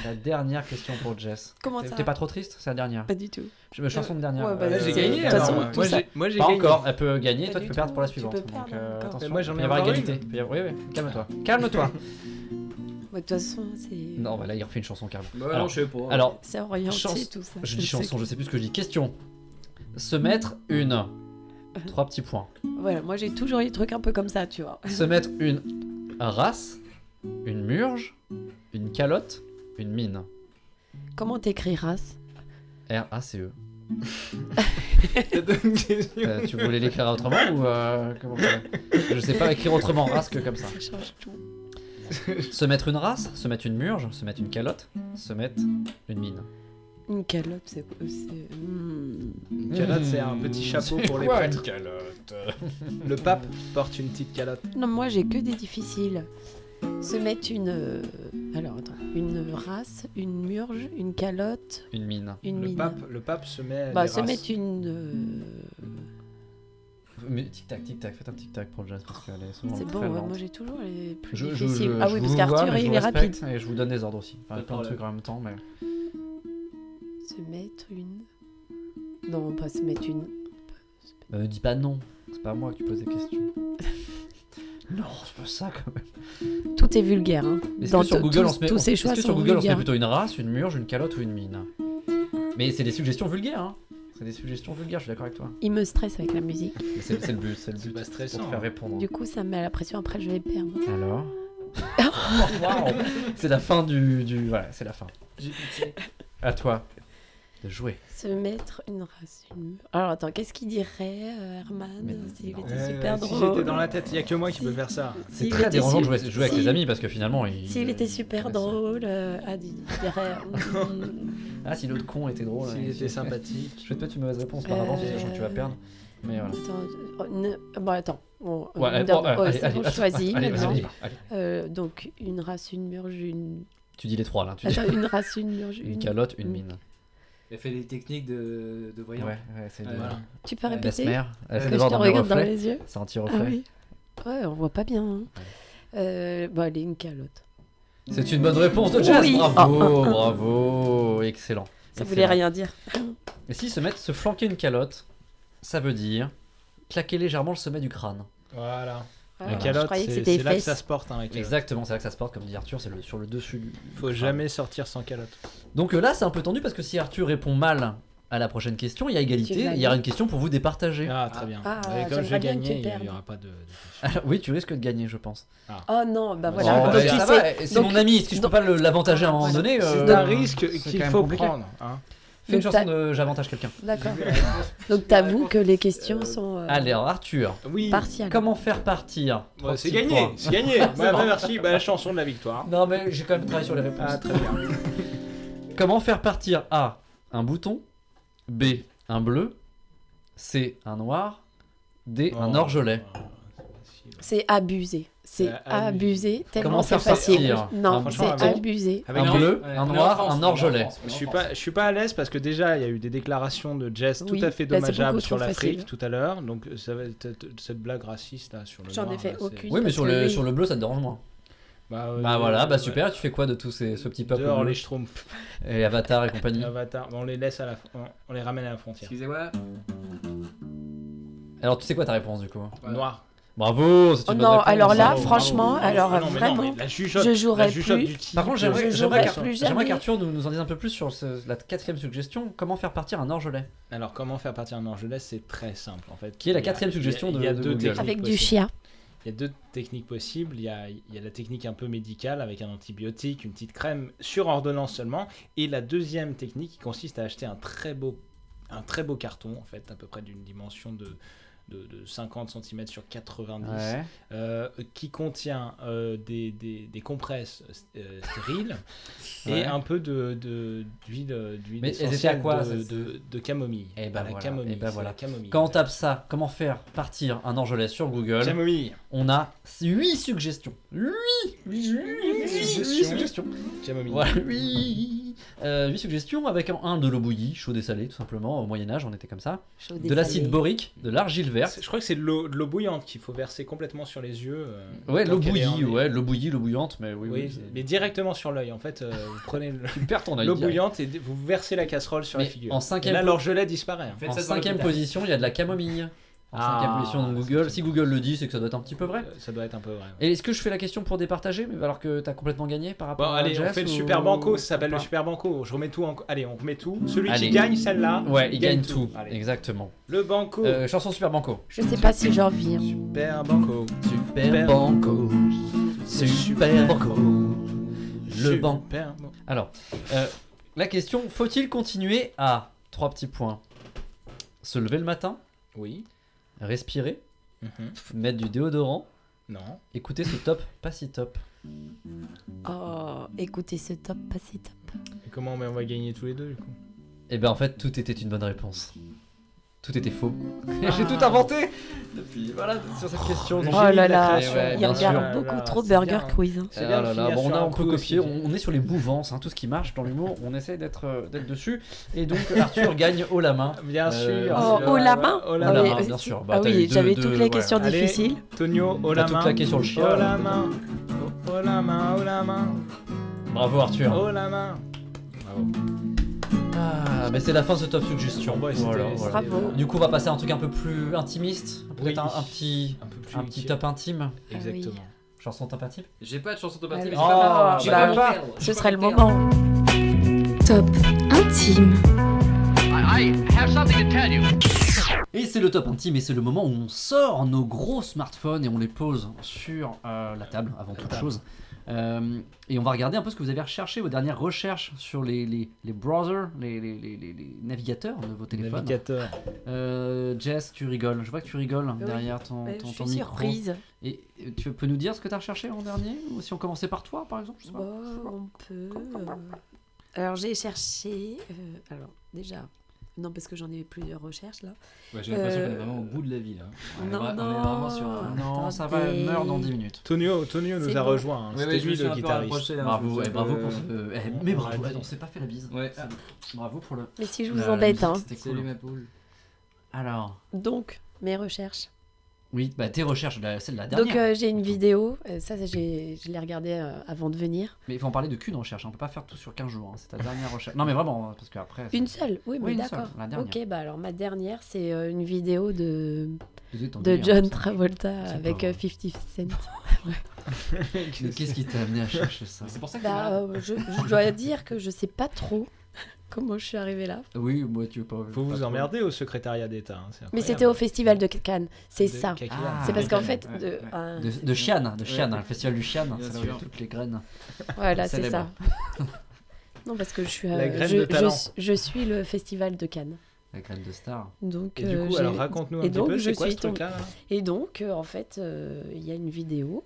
La dernière question pour Jess.
Comment
T'es
ça
t'es pas trop triste C'est la dernière.
Pas du tout.
Je me chanson de dernière.
Bah, Ouais, bah,
Là,
Euh,
j'ai
c'est-
gagné.
de toute
alors,
façon,
moi.
tout
Moi,
ça.
j'ai- moi, j'ai
Pas
gagné.
encore, elle peut gagner,
Pas
toi tu
du
peux perdre pour la
tout, tu
suivante.
peux perdre
Donc, euh,
encore.
attention,
Mais moi, j'en
il peut y
ai
avoir
encore
égalité.
une.
Il peut y avoir- Oui, oui, calme-toi. Calme-toi.
Bah, De toute façon, c'est.
non, bah là il refait une chanson carrément.
Bah,
Alors-
Non, je sais pas.
Alors,
C'est orienté
Chance-
tout ça.
je
le
dis chanson,
sais.
je sais plus ce que je dis. Question. Se mettre une. Trois petits points.
Voilà, moi j'ai toujours les trucs un peu comme ça, tu vois.
se mettre une race, une murge, une calotte, une mine.
Comment t'écris race
R-A-C-E.
T'as donné une question.
Euh, tu voulais l'écrire autrement ou euh, comment ça Je sais pas écrire autrement race que comme ça.
Ça change tout.
Se mettre une race, se mettre une murge, se mettre une calotte, se mettre une mine.
Une calotte, c'est. euh, c'est- hmm.
Une calotte, c'est un petit chapeau pour les prêtres. Le pape porte une petite calotte.
Non, moi j'ai que des difficiles. Se mettre une. euh, Alors attends. Une race, une murge, une calotte,
Une mine.
une
Le
mine.
pape, le pape se met.
bah,
les
se
races.
mettre une. euh,
Mais tic tac tic tac, faites un tic tac pour Jess parce qu'elle est souvent
C'est
très
bon, ouais,
lente.
moi j'ai toujours les plus
Je- je-
difficiles.
je-
ah
je
oui,
vous
parce
vois,
qu'arthur
mais je
il
vous
est
respecte
rapide.
Et je vous donne des ordres aussi. Enfin,
Pas de
plein de
problème.
trucs en même temps, mais
Se mettre une. Non, pas se mettre une.
Bah, ne dis pas non, c'est pas à moi que tu poses des questions. non, c'est pas ça quand même.
Tout est vulgaire. Hein.
Est-ce
Dans
que sur
t-
Google,
tous-
on se met,
tous
on-
ces choix
est-ce que
sont
sur Google on se met
vulgaires.
plutôt une race, une murge, une calotte ou une mine Mais c'est des suggestions vulgaires, hein. C'est des suggestions vulgaires, je suis d'accord avec toi.
Il me stresse avec la musique.
Mais c'est c'est le but, c'est le
C'est
but.
pas stressant,
Pour te faire
hein.
répondre.
Du coup, ça me met à la pression. Après, je vais perdre.
Alors Waouh C'est la fin du. du... Voilà, c'est la fin. À toi de jouer.
Se mettre une race. Une... Alors attends, qu'est-ce qu'il dirait euh, Herman
Mais-
s'il
non.
était
Ouais,
super
si
drôle
j'étais dans la tête, il y a que moi qui peux faire ça.
C'est
S'il
très
était
dérangeant de
su-
jouer, de jouer avec
si-
les amis parce que finalement. il-
S'il était
il-
super
il-
drôle, euh, ah, il dirait. mm,
Ah, si l'autre con était drôle.
S'il
il-
était sympathique.
Je vais te mettre une mauvaise réponse par avance,
Euh,
sachant que tu vas perdre. Mais voilà.
attends, oh, ne- bon attends. Bon,
Ouais,
euh,
allez,
dans-
oh, euh,
ouais,
allez,
c'est
allez,
bon, je
attends,
choisis
allez, vas-y,
maintenant.
on y va, allez.
Euh, donc une race, une murge, une.
Tu dis les trois là. Tu dis
Attends, une race, une murge, une.
une calotte, une
une-
mine.
Elle fait des techniques de, de
Ouais,
voyant.
ouais, c'est
Ouais,
de-
voilà.
Tu peux
Euh,
répéter
Mesmer, euh, c'est
que je
de
te
voir dans mes
regarde dans
reflets.
les yeux.
C'est
Ah
anti-reflet.
oui. Ouais, on voit pas bien. hein. Euh, bon, allez, une calotte.
C'est une bonne réponse de Jazz.
Oui. Ah.
Bravo, bravo, excellent.
Ça
Excellent.
voulait rien dire.
Et s'ils se mettent se flanquer une calotte, ça veut dire claquer légèrement le sommet du crâne.
Voilà.
Ah,
La
je
calotte,
croyais que
c'est
c'était
c'est
les
là que
fesses.
ça se porte. Hein, Ah. la calotte.
Exactement, c'est là que ça se porte, comme dit Arthur, c'est le, sur le dessus du.
Faut jamais sortir sans calotte.
Donc euh, là, c'est un peu tendu parce que si Arthur répond mal à la prochaine question, il y a
Tu
égalité,
vas
il y aura une question pour vous départager.
Ah, très bien.
Ah,
Et comme je vais
j'aimerais bien que tu
gagner, il
perdes.
n'y aura pas de. de question.
Alors, oui, tu risques de gagner, je pense.
Oh non,
Oh,
bah voilà.
bah,
Donc,
ça
il
ça
sait-
va, c'est
donc-
mon ami, est-ce que je peux
donc- Ah,
pas le- l'avantager à un moment donné
C'est
euh,
un risque
c'est
qu'il
quand même
faut
compliqué.
prendre. hein.
Fais une
Donc,
chanson
t'as-
de J'avantage quelqu'un.
D'accord.
J'ai vu la réponse.
Donc t'avoues que les questions
Euh,
sont euh,
Allez, alors, Arthur,
Oui.
partiales.
comment faire partir
Bon,
Trois
c'est
petits
gagné,
points.
c'est gagné. Bah, bah, merci, bah, la chanson de la victoire.
Non, mais j'ai quand même travaillé sur les réponses.
Ah, très bien.
Comment faire partir A, un bouton, B, un bleu, C, un noir, D, un
Oh.
orgelet
C'est abusé. C'est
Euh, abusé.
abusé. Tellement
Comment
c'est
faire
facile.
sortir
Ah,
Non,
franchement,
c'est
avec-
abusé.
Ah,
Avec
Un
les-
bleu,
Ouais,
un
mais en
noir,
France,
un
mais en
orgelet.
France, mais
Je
en
suis
France.
pas, je suis pas à l'aise parce que déjà il y a eu des déclarations de Jess
Oui,
tout à fait
là, c'est
dommageables
beaucoup
sur
trop
l'Afrique
facile.
tout à l'heure. Donc ça va être- t- t- cette blague raciste là sur le.
J'en ai
noir,
fait
là,
aucune.
bah, c'est-
Oui, mais sur
Parce que
le,
oui.
sur le bleu, ça te dérange moins.
Bah, euh,
Bah voilà, bah
ouais.
super, tu fais quoi de tous ces, ce petit peuple
Dehors
bleu
les Ah. Schtroumpfs,
Et Avatar et compagnie.
Avatar, on les laisse à la, on, on les ramène à la frontière.
Excusez-moi.
Alors, tu sais quoi ta réponse du coup
Voilà.
Noir.
Bravo, c'est
Oh
une
non,
bonne réponse.
alors là,
Bravo.
franchement, alors
Ah non, mais non,
vraiment,
mais la jugeote,
je jouerai
la jugeote
plus.
du type,
Par contre, j'aimerais
Je
j'aimerais
jouerai
qu'Arthur-
plus jamais.
j'aimerais qu'Arthur nous, nous en dise un peu plus sur ce- la quatrième suggestion comment faire partir un orgelet
Alors, comment faire partir un orgelet C'est très simple en fait.
Qui est la
Il y a-
quatrième suggestion
il y a-
de-
il y a
de
deux
Google.
techniques
avec du
possibles.
chien.
Il y a deux techniques possibles. Il y a, il y a la technique un peu médicale avec un antibiotique, une petite crème sur ordonnance seulement. Et la deuxième technique qui consiste à acheter un très beau, un très beau carton, en fait, à peu près d'une dimension de, de, de 50 cm sur 90, euh, qui contient euh, des, des, des compresses euh, stériles
Ouais.
et un peu de, de- d'huile, euh, d'huile
Mais elles étaient
essentielle
à quoi,
de,
ça,
de- de camomille.
Eh ben
À la
voilà,
camomille.
eh ben
c'est
voilà.
la camomille.
Quand on tape ça, comment faire partir un orgelet sur Google,
Camomille.
on a 8 suggestions. 8 suggestions.
Camomille.
Voilà, 8, suggestions avec en un de l'eau bouillie, chaude et salée, tout simplement. Au Moyen-Âge, on était comme ça.
Chaud
De l'acide
dessalé.
borique, de l'argile verte.
C'est- Je crois que c'est de l'eau de l'eau bouillante qu'il faut verser complètement sur les yeux. euh,
Ouais,
tant
l'eau
qu'elle est
bouillie,
en-
ouais, l'eau bouillie, l'eau bouillante, mais oui,
Oui,
oui. c'est-
mais directement sur l'œil. En fait, euh, vous prenez le-
Tu perds ton œil.
l'eau
direct.
bouillante et d- vous versez la casserole sur
Mais
la figure.
en
Et
cinquième
là,
po-
l'orgelet disparaît. hein.
Faites
En
ça dans
cinquième
l'hôpital.
position, il y a de la camomille. En cinquième
Ah,
position dans Google.
cinquième.
Si Google le dit, c'est que ça doit être un petit peu vrai.
Euh, Ça doit être un peu vrai. ouais.
Et est-ce que je fais la question pour départager, mais alors que t'as complètement gagné par
Bon,
rapport à
allez, on
Jess
fait le
ou-
super banco. Ça s'appelle
ou
le
pas
super banco. Je remets tout en. Allez, on remet tout. Celui
Allez.
qui gagne celle-là.
Ouais, il gagne tout,
Allez.
exactement.
Le banco.
Euh, chanson super banco.
Je sais pas si j'ai envie. hein.
Super banco.
Super banco, super banco. Le banc.
Super banco.
Alors, euh, la question, faut-il continuer à trois petits points Se lever le matin,
Oui.
respirer,
Mhm.
mettre du déodorant,
Non.
écouter ce top, pas si top.
Oh, écoutez ce top, pas si top.
Et comment on va gagner tous les deux du coup
Et ben en fait, tout était une bonne réponse. Tout était faux. J'ai tout inventé depuis voilà sur cette question.
le
donc-
Oh
génie de la
là là,
création.
ouais,
il
bien
regarde
sûr.
beaucoup
Là,
trop
c'est
Burger
bien.
Quiz. hein.
C'est
Ah
bien de
là là,
finir
bon, on
sur
a
un
un peu
coup
copié,
aussi.
on, on est sur les mouvances, hein, tout ce qui marche dans l'humour, on essaie d'être euh, d'être dessus. Et donc Arthur gagne haut la main.
Bien
Euh,
sûr.
Oh, haut la main
Haut
Haut la
oui,
main,
aussi.
bien sûr. Bah,
Ah
t'as eu
oui,
deux-
j'avais
deux-
toutes les
voilà.
questions
Allez.
difficiles.
Tonio, haut
T'as
la
tout
main.
claqué sur le
Haut
chien.
la main. Haut la main, haut la main.
Bravo Arthur.
Haut la main.
Ah, mais c'est la fin de ce top suggestion.
Ouais, c'était-
Voilà,
c'était-
voilà.
Bravo.
Du coup, on va passer à un truc un peu plus intimiste, peut-être
Oui.
un, un petit
Un peu plus
un petit
utile.
top intime,
Exactement.
Ah chanson top intime.
J'ai pas de chanson de partie,
Oh,
Ah
mais
oui.
j'ai pas
Ah,
j'ai
bah,
pas
bah,
perdre.
Ce
J'ai
serait
pas
le
perdre.
moment.
hein.
Top intime.
Et c'est le top intime, et c'est le moment où on sort nos gros smartphones et on les pose sur euh, la table avant toute
table.
chose. Euh, et on va regarder un peu ce que vous avez recherché, vos dernières recherches sur les, les, les browsers, les, les, les- les- les navigateurs de vos téléphones.
Navigateur.
Ah. Euh, Jess, tu rigoles, je vois que tu rigoles
Oui,
derrière ton,
Euh,
ton,
Je
ton
suis
micro.
surprise.
Et euh, tu peux nous dire ce que tu as recherché en dernier Ou si on commençait par toi, par exemple je sais pas.
Bon, on peut. euh, Alors j'ai cherché. euh, Alors déjà. Non, parce que j'en ai plusieurs recherches là.
Ouais, j'ai l'impression
Euh,
qu'on est vraiment au bout de la vie là. On est
non,
vra- on est
non.
vraiment sur un.
Non, ça va,
Attendez.
meurt dans 10 minutes.
Tonio, Tonio nous
C'est
a
bon.
rejoint. hein.
Ouais,
C'était
ouais, je me
lui
suis
le
un peu
guitariste.
rapproché, là,
Bravo,
je me
eh,
suis un
bravo
peu-
pour ce. eh,
on-
mais
on
bravo,
l'a
eh,
dit.
on s'est pas fait la bise.
Ouais.
Ça- Bravo pour le.
Mais si je
la-
vous
Bah,
la
embête,
musique,
hein.
C'était
Salut
cool.
ma poule.
Alors,
Donc mes recherches.
oui, bah tes recherches, la- celle de la dernière.
Donc euh, j'ai une vidéo. euh, ça, ça, j'ai- je l'ai regardée euh, avant de venir.
Mais il faut en parler de qu'une recherche, hein, on peut pas faire tout sur 15 jours, hein, c'est ta dernière recherche. Non mais vraiment, hein, parce qu'après.
Une seule. Oui, mais
Oui, une
d'accord.
seule, la dernière.
Ok, bah alors ma dernière, c'est euh, une vidéo de de
De
John Travolta
hein, C'est
avec
pas
euh,
vrai.
50 Cent.
Mais qu'est-ce qui t'a amené à chercher ça
Mais C'est pour ça que.
Bah,
là,
euh, je, je dois dire que je sais pas trop comment je suis arrivée là.
Oui, moi tu veux pas.
Faut
pas
vous
trop.
emmerder au secrétariat d'État. hein, c'est
Mais
incroyable.
c'était au festival de Cannes, c'est
De
ça.
Kakyan.
Ah,
C'est parce qu'en
Cannes,
fait,
ouais,
de,
ouais.
un-
De, de Chian, de Chian, hein, le festival du Chian,
Bien
c'est là où
sûr.
il y a toutes les graines.
voilà, c'est
Célèbre.
ça. Non, parce que je suis,
La
euh,
graine
je,
de
je
talent.
suis- je suis le festival de Cannes.
La graine de star.
Donc,
Et du
euh,
coup,
j'ai-
alors raconte-nous un
et
petit
donc,
peu,
je
c'est quoi ce
suis tombée-
truc-là là
et donc, euh, en fait, euh, il y a une vidéo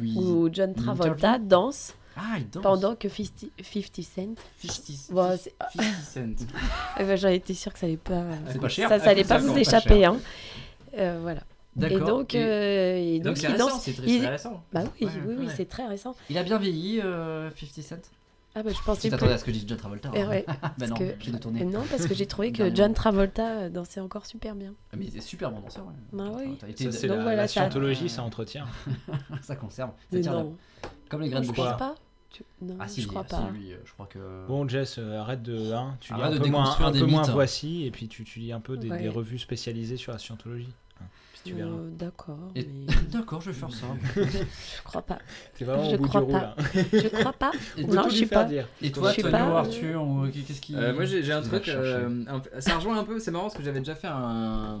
Oui.
où John
Une
Travolta
interview
danse
Ah, il danse.
pendant que 50, 50 Cent.
50
Bon, c'est-
50 cents.
Ah, bah, J'en étais sûre que ça allait pas,
Ah, C'est pas cher.
ça, ça allait pas
D'accord,
vous
pas
échapper. Hein. Euh, voilà. Et
D'accord.
donc,
Et-
euh, et donc,
c'est
il
récent,
danse.
c'est très
il-
très récent.
Bah oui,
Ouais,
oui, oui,
ouais.
c'est très récent.
Il a bien vieilli, euh, 50 Cent.
Ah bah je
Tu
pensais plus.
t'attendais à ce que dise John Travolta.
Eh
hein.
ouais,
bah
parce
non,
que-
j'ai détourné.
Et non, parce que j'ai trouvé que
Dernièrement.
John Travolta euh, dansait encore super bien.
Ah, Mais il était super bon danseur. Ouais.
Bah
John
oui.
Travolta. Il
Ça,
était-
c'est
Donc
la,
voilà,
la
ça-
scientologie, ça entretient.
ça conserve. Ça
Mais
tire la-
non,
Comme les graines
je
de
pense
star.
pas. Tu- Non,
Ah si,
je
lui,
crois
ah, si,
pas.
lui, euh, je crois que.
Bon, Jess, euh, arrête de. hein, tu lis
Arrête
un
de
peu moins,
déconstruire
un
des
peu moins
mythes. hein.
voici, et puis tu, tu lis un peu des, des
Ouais.
revues spécialisées sur la scientologie. Hein, Puis tu verras.
Euh, D'accord.
Et-
mais
D'accord, je vais faire ça.
Je crois pas.
T'es vraiment
je
au bout du hein.
crois
roux
pas.
là.
Je crois pas.
Et
Non,
toi,
je suis
Faire
pas.
dire.
et toi,
je suis
Tonio,
pas, euh,
Arthur, ou qu'est-ce qui.
Euh, moi j'ai j'ai un
Je vais
truc,
chercher.
euh, un- ça rejoint un peu, c'est marrant parce que j'avais déjà fait un,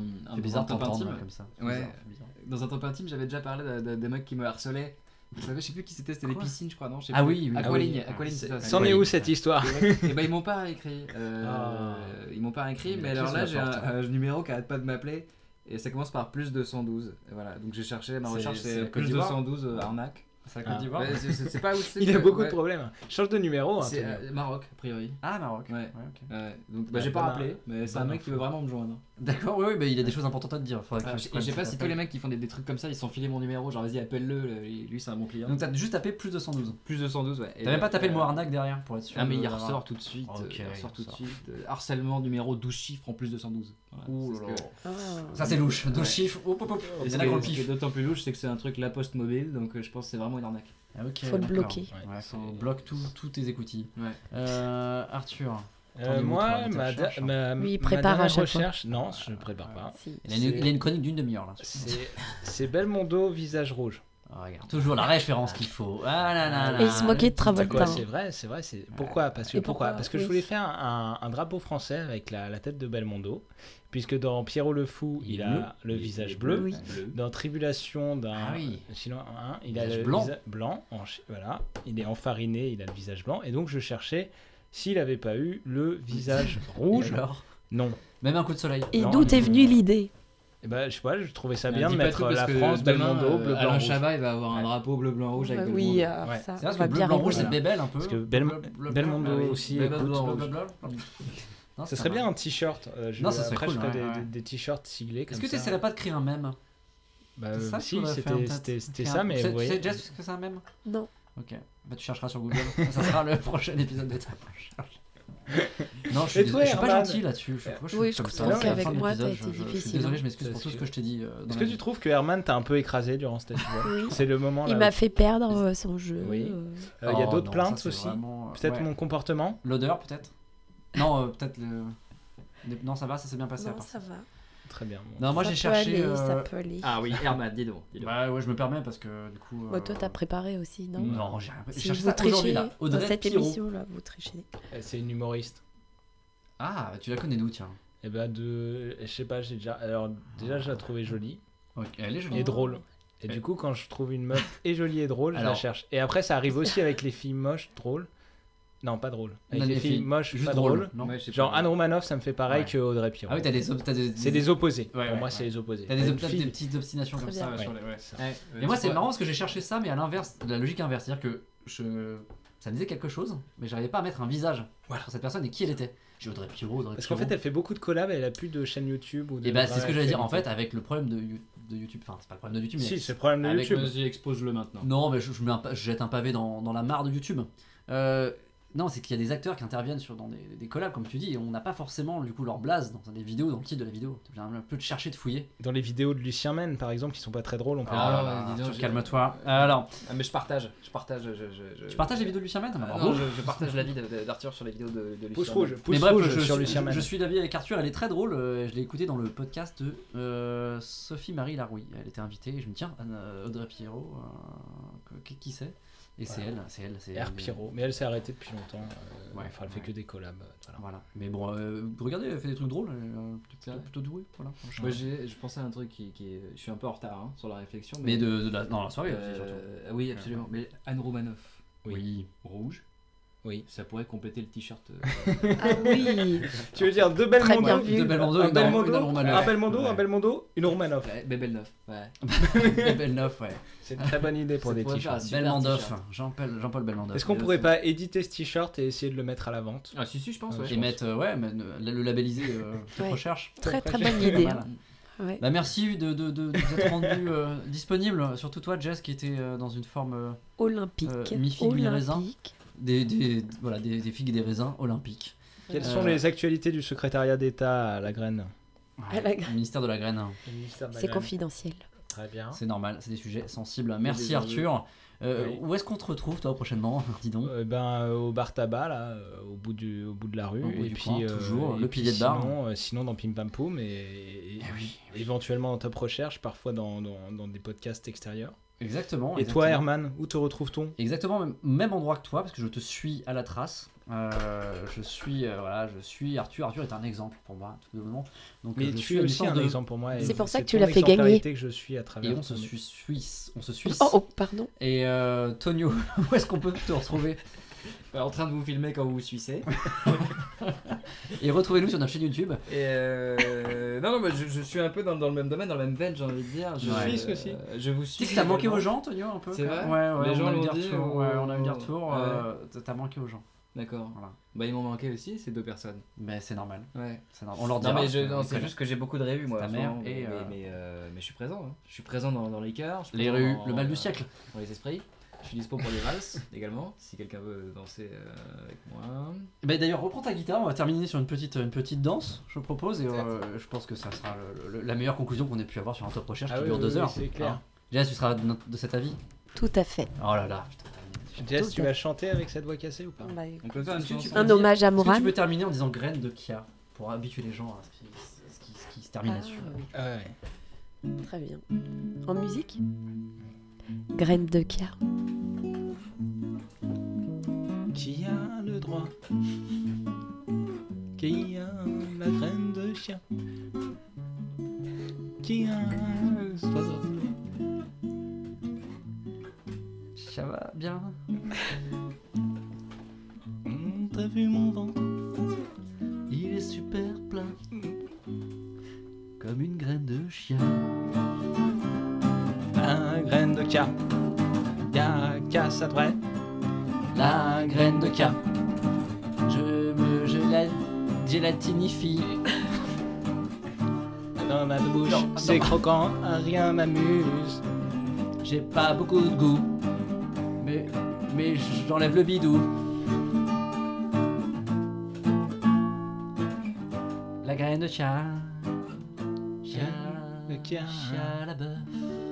un
C'est bizarre
top
d'entendre,
intime.
ouais,
comme ça.
Ouais. Bizarre, Dans un top intime, j'avais déjà parlé de- de- des mecs qui me harcelaient. Vous savez, je sais plus qui c'était, c'était des
Quoi
piscines, je crois, non je sais
Ah
plus.
oui, oui.
Aqualigne,
Ah oui.
Aqualigne, c'est ça.
C'en est où cette histoire
Et ben ils m'ont pas réécrit. Euh,
Ah.
Ils m'ont pas réécrit,
Mais
mais
qui
alors
se
là j'ai un,
l'apporte,
un numéro qui arrête pas de m'appeler et ça commence par plus 212. Et voilà, donc j'ai cherché, ma
C'est-
recherche
c'est
c'est
la Côte
plus
d'Ivoire
212 euh, arnaque.
C'est la
Ah.
Côte d'Ivoire
Ouais, c'est- c'est c'est pas où c'est.
Il a
que-
beaucoup
ouais.
de problèmes. Change de numéro. hein,
C'est
Antonio.
euh, Maroc, a priori.
Ah, Maroc.
Ouais.
ok.
Ouais, donc bah,
Ouais,
j'ai pas
bonne-
rappelé, mais c'est un
bonne
mec qui veut
info.
vraiment me joindre.
D'accord, oui, oui, mais il a des choses importantes à te dire. faudrait que
Ah,
tu
je- et
prennes
je sais pas
cet
si tous
appel.
les mecs qui font des, des trucs comme ça, ils sont filés mon numéro, genre vas-y appelle-le, le- lui c'est un bon client.
Donc t'as juste tapé plus 212.
plus 212, ouais. Et
T'as même pas tapé le mot
euh,
arnaque derrière pour être sûr.
Ah mais
de-
il
d'avoir-
ressort tout de suite, euh,
Ok,
il
il
ressort tout de
ressort.
suite. euh, harcèlement numéro 12 chiffres en plus 212. Voilà,
Ouh
c'est ce
là
que-
là.
Ah.
Ça c'est louche, deux
Ouais.
chiffres. hop, hop, hop. Il
Et
y
ce
en
qui
a
est-
qu'on le
ce qui est
piffe.
d'autant plus louche, c'est que c'est un truc la poste mobile, donc euh, je pense que c'est vraiment une arnaque.
Faut le bloquer.
Ouais, faut bloquer tout, tous tes écoutilles.
Ouais.
Euh, Arthur,
Euh,
Attendez-vous, toi,
moi,
avec ta
ma, da-
recherche, hein.
ma,
Lui, il
ma
prépare à
dernière
chaque fois.
recherche, non, je ne prépare pas.
Si.
il a une,
C'est-
il a une chronique d'une demi-heure là.
C'est- C'est Belmondo, visage rouge.
Ah, regarde, toujours la référence qu'il faut. Ah là là là.
Et il se moquait de
C'est quoi,
Travolta.
C'est vrai, c'est vrai. C'est pourquoi Parce que
Et
pourquoi
pourquoi
Parce que je
Oui.
voulais faire un, un drapeau français avec la, la tête de Belmondo, puisque dans Pierrot le fou, il,
Il est bleu.
a le visage bleu.
Oui.
Dans Tribulation d'un
Ah oui.
chinois, hein, il a
Visage
le
blanc.
visage blanc. en chi- voilà, il est enfariné, il a le visage blanc. Et donc je cherchais s'il avait pas eu le visage
Rouge.
rouge. Non.
Même un coup de soleil.
Et
Non,
d'où
elle
t'es
est-
venue l'idée
Et ben je sais pas, je trouvais
Ah,
ça
Mais
bien
dis
de
pas
mettre
tout, parce
la
que
France,
demain,
Belmondo,
euh,
bleu, blanc,
Alain
rouge.
Chabat, il va avoir un
Ouais.
drapeau bleu, blanc, rouge avec
Bah
Belmondo.
Oui, alors
Ouais.
ça,
C'est vrai
on va
parce que bleu,
bien
blanc, rouge, c'est
rigoler.
bébelle un peu.
Parce que Belm-
Bleu, bleu,
Belmondo
bleu, bleu,
aussi
bleu,
écoute,
bleu,
rouge.
bleu, Ah. bleu, bleu. Non,
Ce
c'est
serait
pas
bien
mal.
un t-shirt. euh, je-
Non, ça serait
après, je
cool,
ferais
ouais,
des,
ouais.
des- des t-shirts siglés.
Est-ce
comme
que tu
ça.
essaierais pas de créer un mème
Bah,
C'est ça
euh,
qu'il
si,
faudrait faire,
c'était-
peut-être.
c'était c'était
Créer un-
ça, mais
Tu sais-
vous
tu
voyez.
sais déjà ce que c'est un mème
Non.
Ok, bah tu chercheras sur Google. ça sera le prochain épisode de ta recherche. Non, je suis,
Et
désolé,
toi,
je suis pas
Herman Euh,
gentil là-dessus. Je, sais pas, je suis
Oui, je
comme
comprends
ça,
qu'avec
c'est la fin de
moi,
l'épisode,
t'as été
je- je- Je suis
difficile,
désolé,
hein.
je m'excuse pour tout ce que je t'ai dit. euh, dans
Est-ce
la
que
vie.
tu trouves que Herman t'a un peu écrasé durant cet épisode
Oui.
C'est le moment là.
Il
où-
m'a fait perdre euh, son jeu.
Oui.
euh.
Euh, Il y a
Oh,
d'autres
non,
plaintes
ça, c'est
aussi.
vraiment, euh,
Peut-être
ouais.
mon comportement.
L'odeur, peut-être Non, euh, peut-être le. le- Non, ça va, ça s'est bien passé. à
Non,
part
ça va.
Très bien. bon.
Non, moi
Ça
j'ai
peut
cherché.
aller, Ça
euh,
peut aller.
Ah oui, Herman, dis donc. dis donc.
Bah ouais, je me permets parce que du coup.
Bon, toi,
euh,
t'as préparé aussi, non
Non, j'ai rien. J'ai
Si
cherché
vous
ça aujourd'hui
trichez
là.
dans
Audrey
cette
Pirot.
émission là, vous trichez.
Euh, C'est une humoriste.
Ah, tu la connais d'où, tiens
Et ben de, je sais pas, j'ai déjà. Alors déjà, je la trouvais jolie
Ok, Elle est jolie.
et drôle. Et du coup, quand je trouve une meuf et jolie et drôle, je la
Alors-
cherche. Et après, ça arrive aussi avec les filles moches, drôles. Non, pas drôles. Avec
Non,
les,
les
filles,
filles
moches,
Juste
pas drôles.
drôle. Non.
Ouais, je sais
Genre
pas.
Anne Romanoff, ça me fait pareil
Ouais.
que Audrey Pirot.
Ah oui, t'as des. ob- t'as des-
C'est des opposés.
Ouais,
Pour
ouais,
moi,
ouais.
c'est les opposés.
T'as des,
Une
t'as
fille-
des petites obstinations
Très
comme
bien.
ça. ouais,
Ouais.
sur les- ouais.
Ouais, ouais,
Et moi,
tu
c'est
vois.
marrant parce que j'ai cherché ça, mais à l'inverse, de la logique inverse. C'est-à-dire que je... ça me disait quelque chose, mais j'arrivais pas à mettre un visage sur cette personne et qui elle était. J'ai Audrey Pirot, Audrey
Parce qu'en fait, elle fait beaucoup de collabs et elle a plus de chaîne YouTube. Ou de
Et bah, c'est ce que j'allais dire. En
actualité.
fait, avec le problème de, You- de YouTube, enfin, c'est pas le problème de YouTube, mais.
Si, c'est le problème de
Avec
YouTube.
Vas-y, expose-le maintenant.
Non, mais je, je mets un pa- je jette un pavé dans, dans la mare de YouTube. Euh, non, c'est qu'il y a des acteurs qui interviennent sur, dans des, des collabs, comme tu dis, et on n'a pas forcément du coup leur blase dans des vidéos, dans le titre de la vidéo. J'ai un peu de chercher, de fouiller.
Dans les vidéos de Lucien Mène, par exemple, qui sont pas très drôles, on peut.
Ah,
Ah,
ouais, dis donc,
Arthur,
j'ai-
calme-toi. Euh, Alors,
Ah, mais je partage, je partage. Je, je, je...
tu partages les vidéos de Lucien Mède Ah,
Ah,
bravo.
non, je, je partage l'avis de- de- d'Arthur sur les vidéos de, de
Pouce
Lucien.
rouge,
Mais
pouce
bref,
rouge
je,
sur
suis-
Lucien Mène.
je suis d'avis avec Arthur, elle est très drôle. euh, Je l'ai écoutée dans le podcast de euh, Sophie-Marie Larouille. Elle était invitée et je me dis, tiens, euh, Audrey Pierrot, euh, que- qui, qui c'est Et c'est elle, c'est elle, c'est
R.
elle.
Pirot. Mais elle s'est arrêtée depuis longtemps. euh,
Ouais,
enfin, elle fait
ouais.
que des collabs. euh, voilà.
Voilà. Mais bon, euh, regardez, elle fait des trucs drôles, elle est, euh, plutôt, plutôt, plutôt douée. Voilà.
Moi, j'ai- je pensais à un truc qui, qui est. Je suis un peu en retard hein, sur la réflexion.
Mais de, de la, dans la
Euh,
soirée aussi, surtout.
oui, absolument. Mais Anne Romanoff,
oui.
rouge.
Oui.
Ça pourrait compléter le t-shirt. euh,
Ah oui
Tu veux dire deux
Très
Belmondo
bien
De
vu.
Belmondo,
Un
une Normande, une
Belmondo, un
Normande.
Belmondo,
Ouais.
un Belmondo, une Romanoff.
ouais, Bébel Neuf. Ouais.
De Belneuf, ouais.
C'est une très bonne idée pour
Ça
des
pourrait
t-shirts.
faire un super
Belmandoff,
t-shirt.
Jean-Paul Jean-Paul Belmandoff.
Est-ce qu'on
Bien
pourrait
sûr.
pas éditer ce t-shirt et essayer de le mettre à la vente
Ah, si, si, je pense.
Euh,
ouais.
Et mettre, euh, ouais, mais, euh, le labelliser euh,
Ouais.
recherche.
Très très
Pas
bonne idée.
Voilà.
hein. Ouais.
Bah, merci de, de, de, de vous être rendu euh, disponible, surtout toi Jess qui était euh, dans une forme euh,
Olympique.
Euh, mi-figue, mi-raisin. Ah,
Olympique.
des, des, voilà, des, des figues et des raisins olympiques.
Quelles
Euh,
sont les actualités du secrétariat d'État à la graine
Ouais,
À la
le ministère de la graine, hein.
C'est confidentiel.
Très
Ah.
bien.
c'est normal, c'est des sujets sensibles.
des
Merci Arthur. Euh,
Oui.
Où est-ce qu'on te retrouve toi prochainement Dis donc.
Euh, ben, euh, au bar tabac, là, euh, au bout, du, au bout de la rue.
Au bout
et
du
puis, euh,
coin, toujours, le
et puis
pilier de bar. Eh
Sinon, euh, sinon dans Pim Pam Poum et, et et éventuellement en top recherche, parfois dans, dans- dans des podcasts extérieurs.
Exactement.
et
exactement.
toi, Herman, où te retrouve-t-on
Exactement, même, même endroit que toi, parce que je te suis à la trace. Euh, je suis, euh, voilà, je suis Arthur. Arthur est un exemple pour moi, tout simplement. Donc,
Mais
euh, je
tu
suis
es
une
aussi
sorte
un
de-
exemple pour moi. et
C'est pour ça que tu
ton
l'as fait gagner.
exemplarité que je suis à travers.
Et on se
ton-
suisse, suisse- on se suisse.
Oh, oh, pardon.
Et euh, Tonio, où est-ce qu'on peut te retrouver
Bah, en train de vous filmer quand vous vous suissez.
Et retrouvez-nous sur notre chaîne YouTube.
Et euh, non, non, mais je, je suis un peu dans, dans le même domaine, dans la même veine, j'ai envie de dire. Je euh,
Ouais.
Suisse aussi.
Je vous
Tu
suis.
sais que t'as manqué aux gens, Tonio, un peu
C'est
quand même.
vrai
Ouais, ouais,
Les
on
gens
a eu
l'ont
des
dit
retours.
ou-
ouais, on a eu des retours.
Ouais.
euh, t'as- t'as manqué aux gens.
D'accord.
Voilà.
Bah, ils m'ont manqué aussi, ces deux personnes.
Mais c'est normal.
Ouais.
c'est normal. On leur dira.
Non, mais
parce
je-
qu'on
non,
les
c'est
connaît.
juste que j'ai beaucoup de revues, moi.
Ta
en ce
mère
moment,
et,
mais,
euh,
mais, euh, mais je suis présent. hein. Je suis présent dans, dans les cars. je suis
Les
présent
rues,
dans-
le mal du
euh,
siècle.
Dans les esprits. Je suis dispo pour les valses également, si quelqu'un veut danser euh, avec moi.
Bah, D'ailleurs, reprends ta guitare, on va terminer sur une petite, une petite danse, je propose, et euh, je pense que ça sera le- le- la meilleure conclusion qu'on ait pu avoir sur un top recherche
Ah
qui
oui,
dure
oui,
deux
oui,
heures.
c'est clair.
Hein Jess, tu seras de, notre- de cet avis
Tout à fait.
Oh là là, putain.
Jess, tu vas chanter avec cette voix cassée ou pas
On peut faire une
Est-ce que tu
chanson
peux
Un
dire-
hommage à Euh,
Est-ce que
Moran.
tu peux terminer en disant graine de Kia pour habituer les gens à ce qui, ce qui- ce qui se termine
Ah,
là-dessus
Ah ouais.
Très bien. En musique Graine de Kia.
Qui a le droit Qui a la graine de chien Qui a le oiseau
Ça va bien
Hum, T'as vu mon ventre
Il est super plat, comme une graine de chien.
La graine de Kia. Y'a qu'à sa droite.
La graine de Kia, je me gela- gélatinifie.
Dans ma bouche,
Non,
c'est
non.
croquant, hein. Ah, rien m'amuse.
J'ai pas beaucoup de goût, mais, mais j'enlève le bidou. La graine de chien, chien,
Le chien.
chien à la bœuf,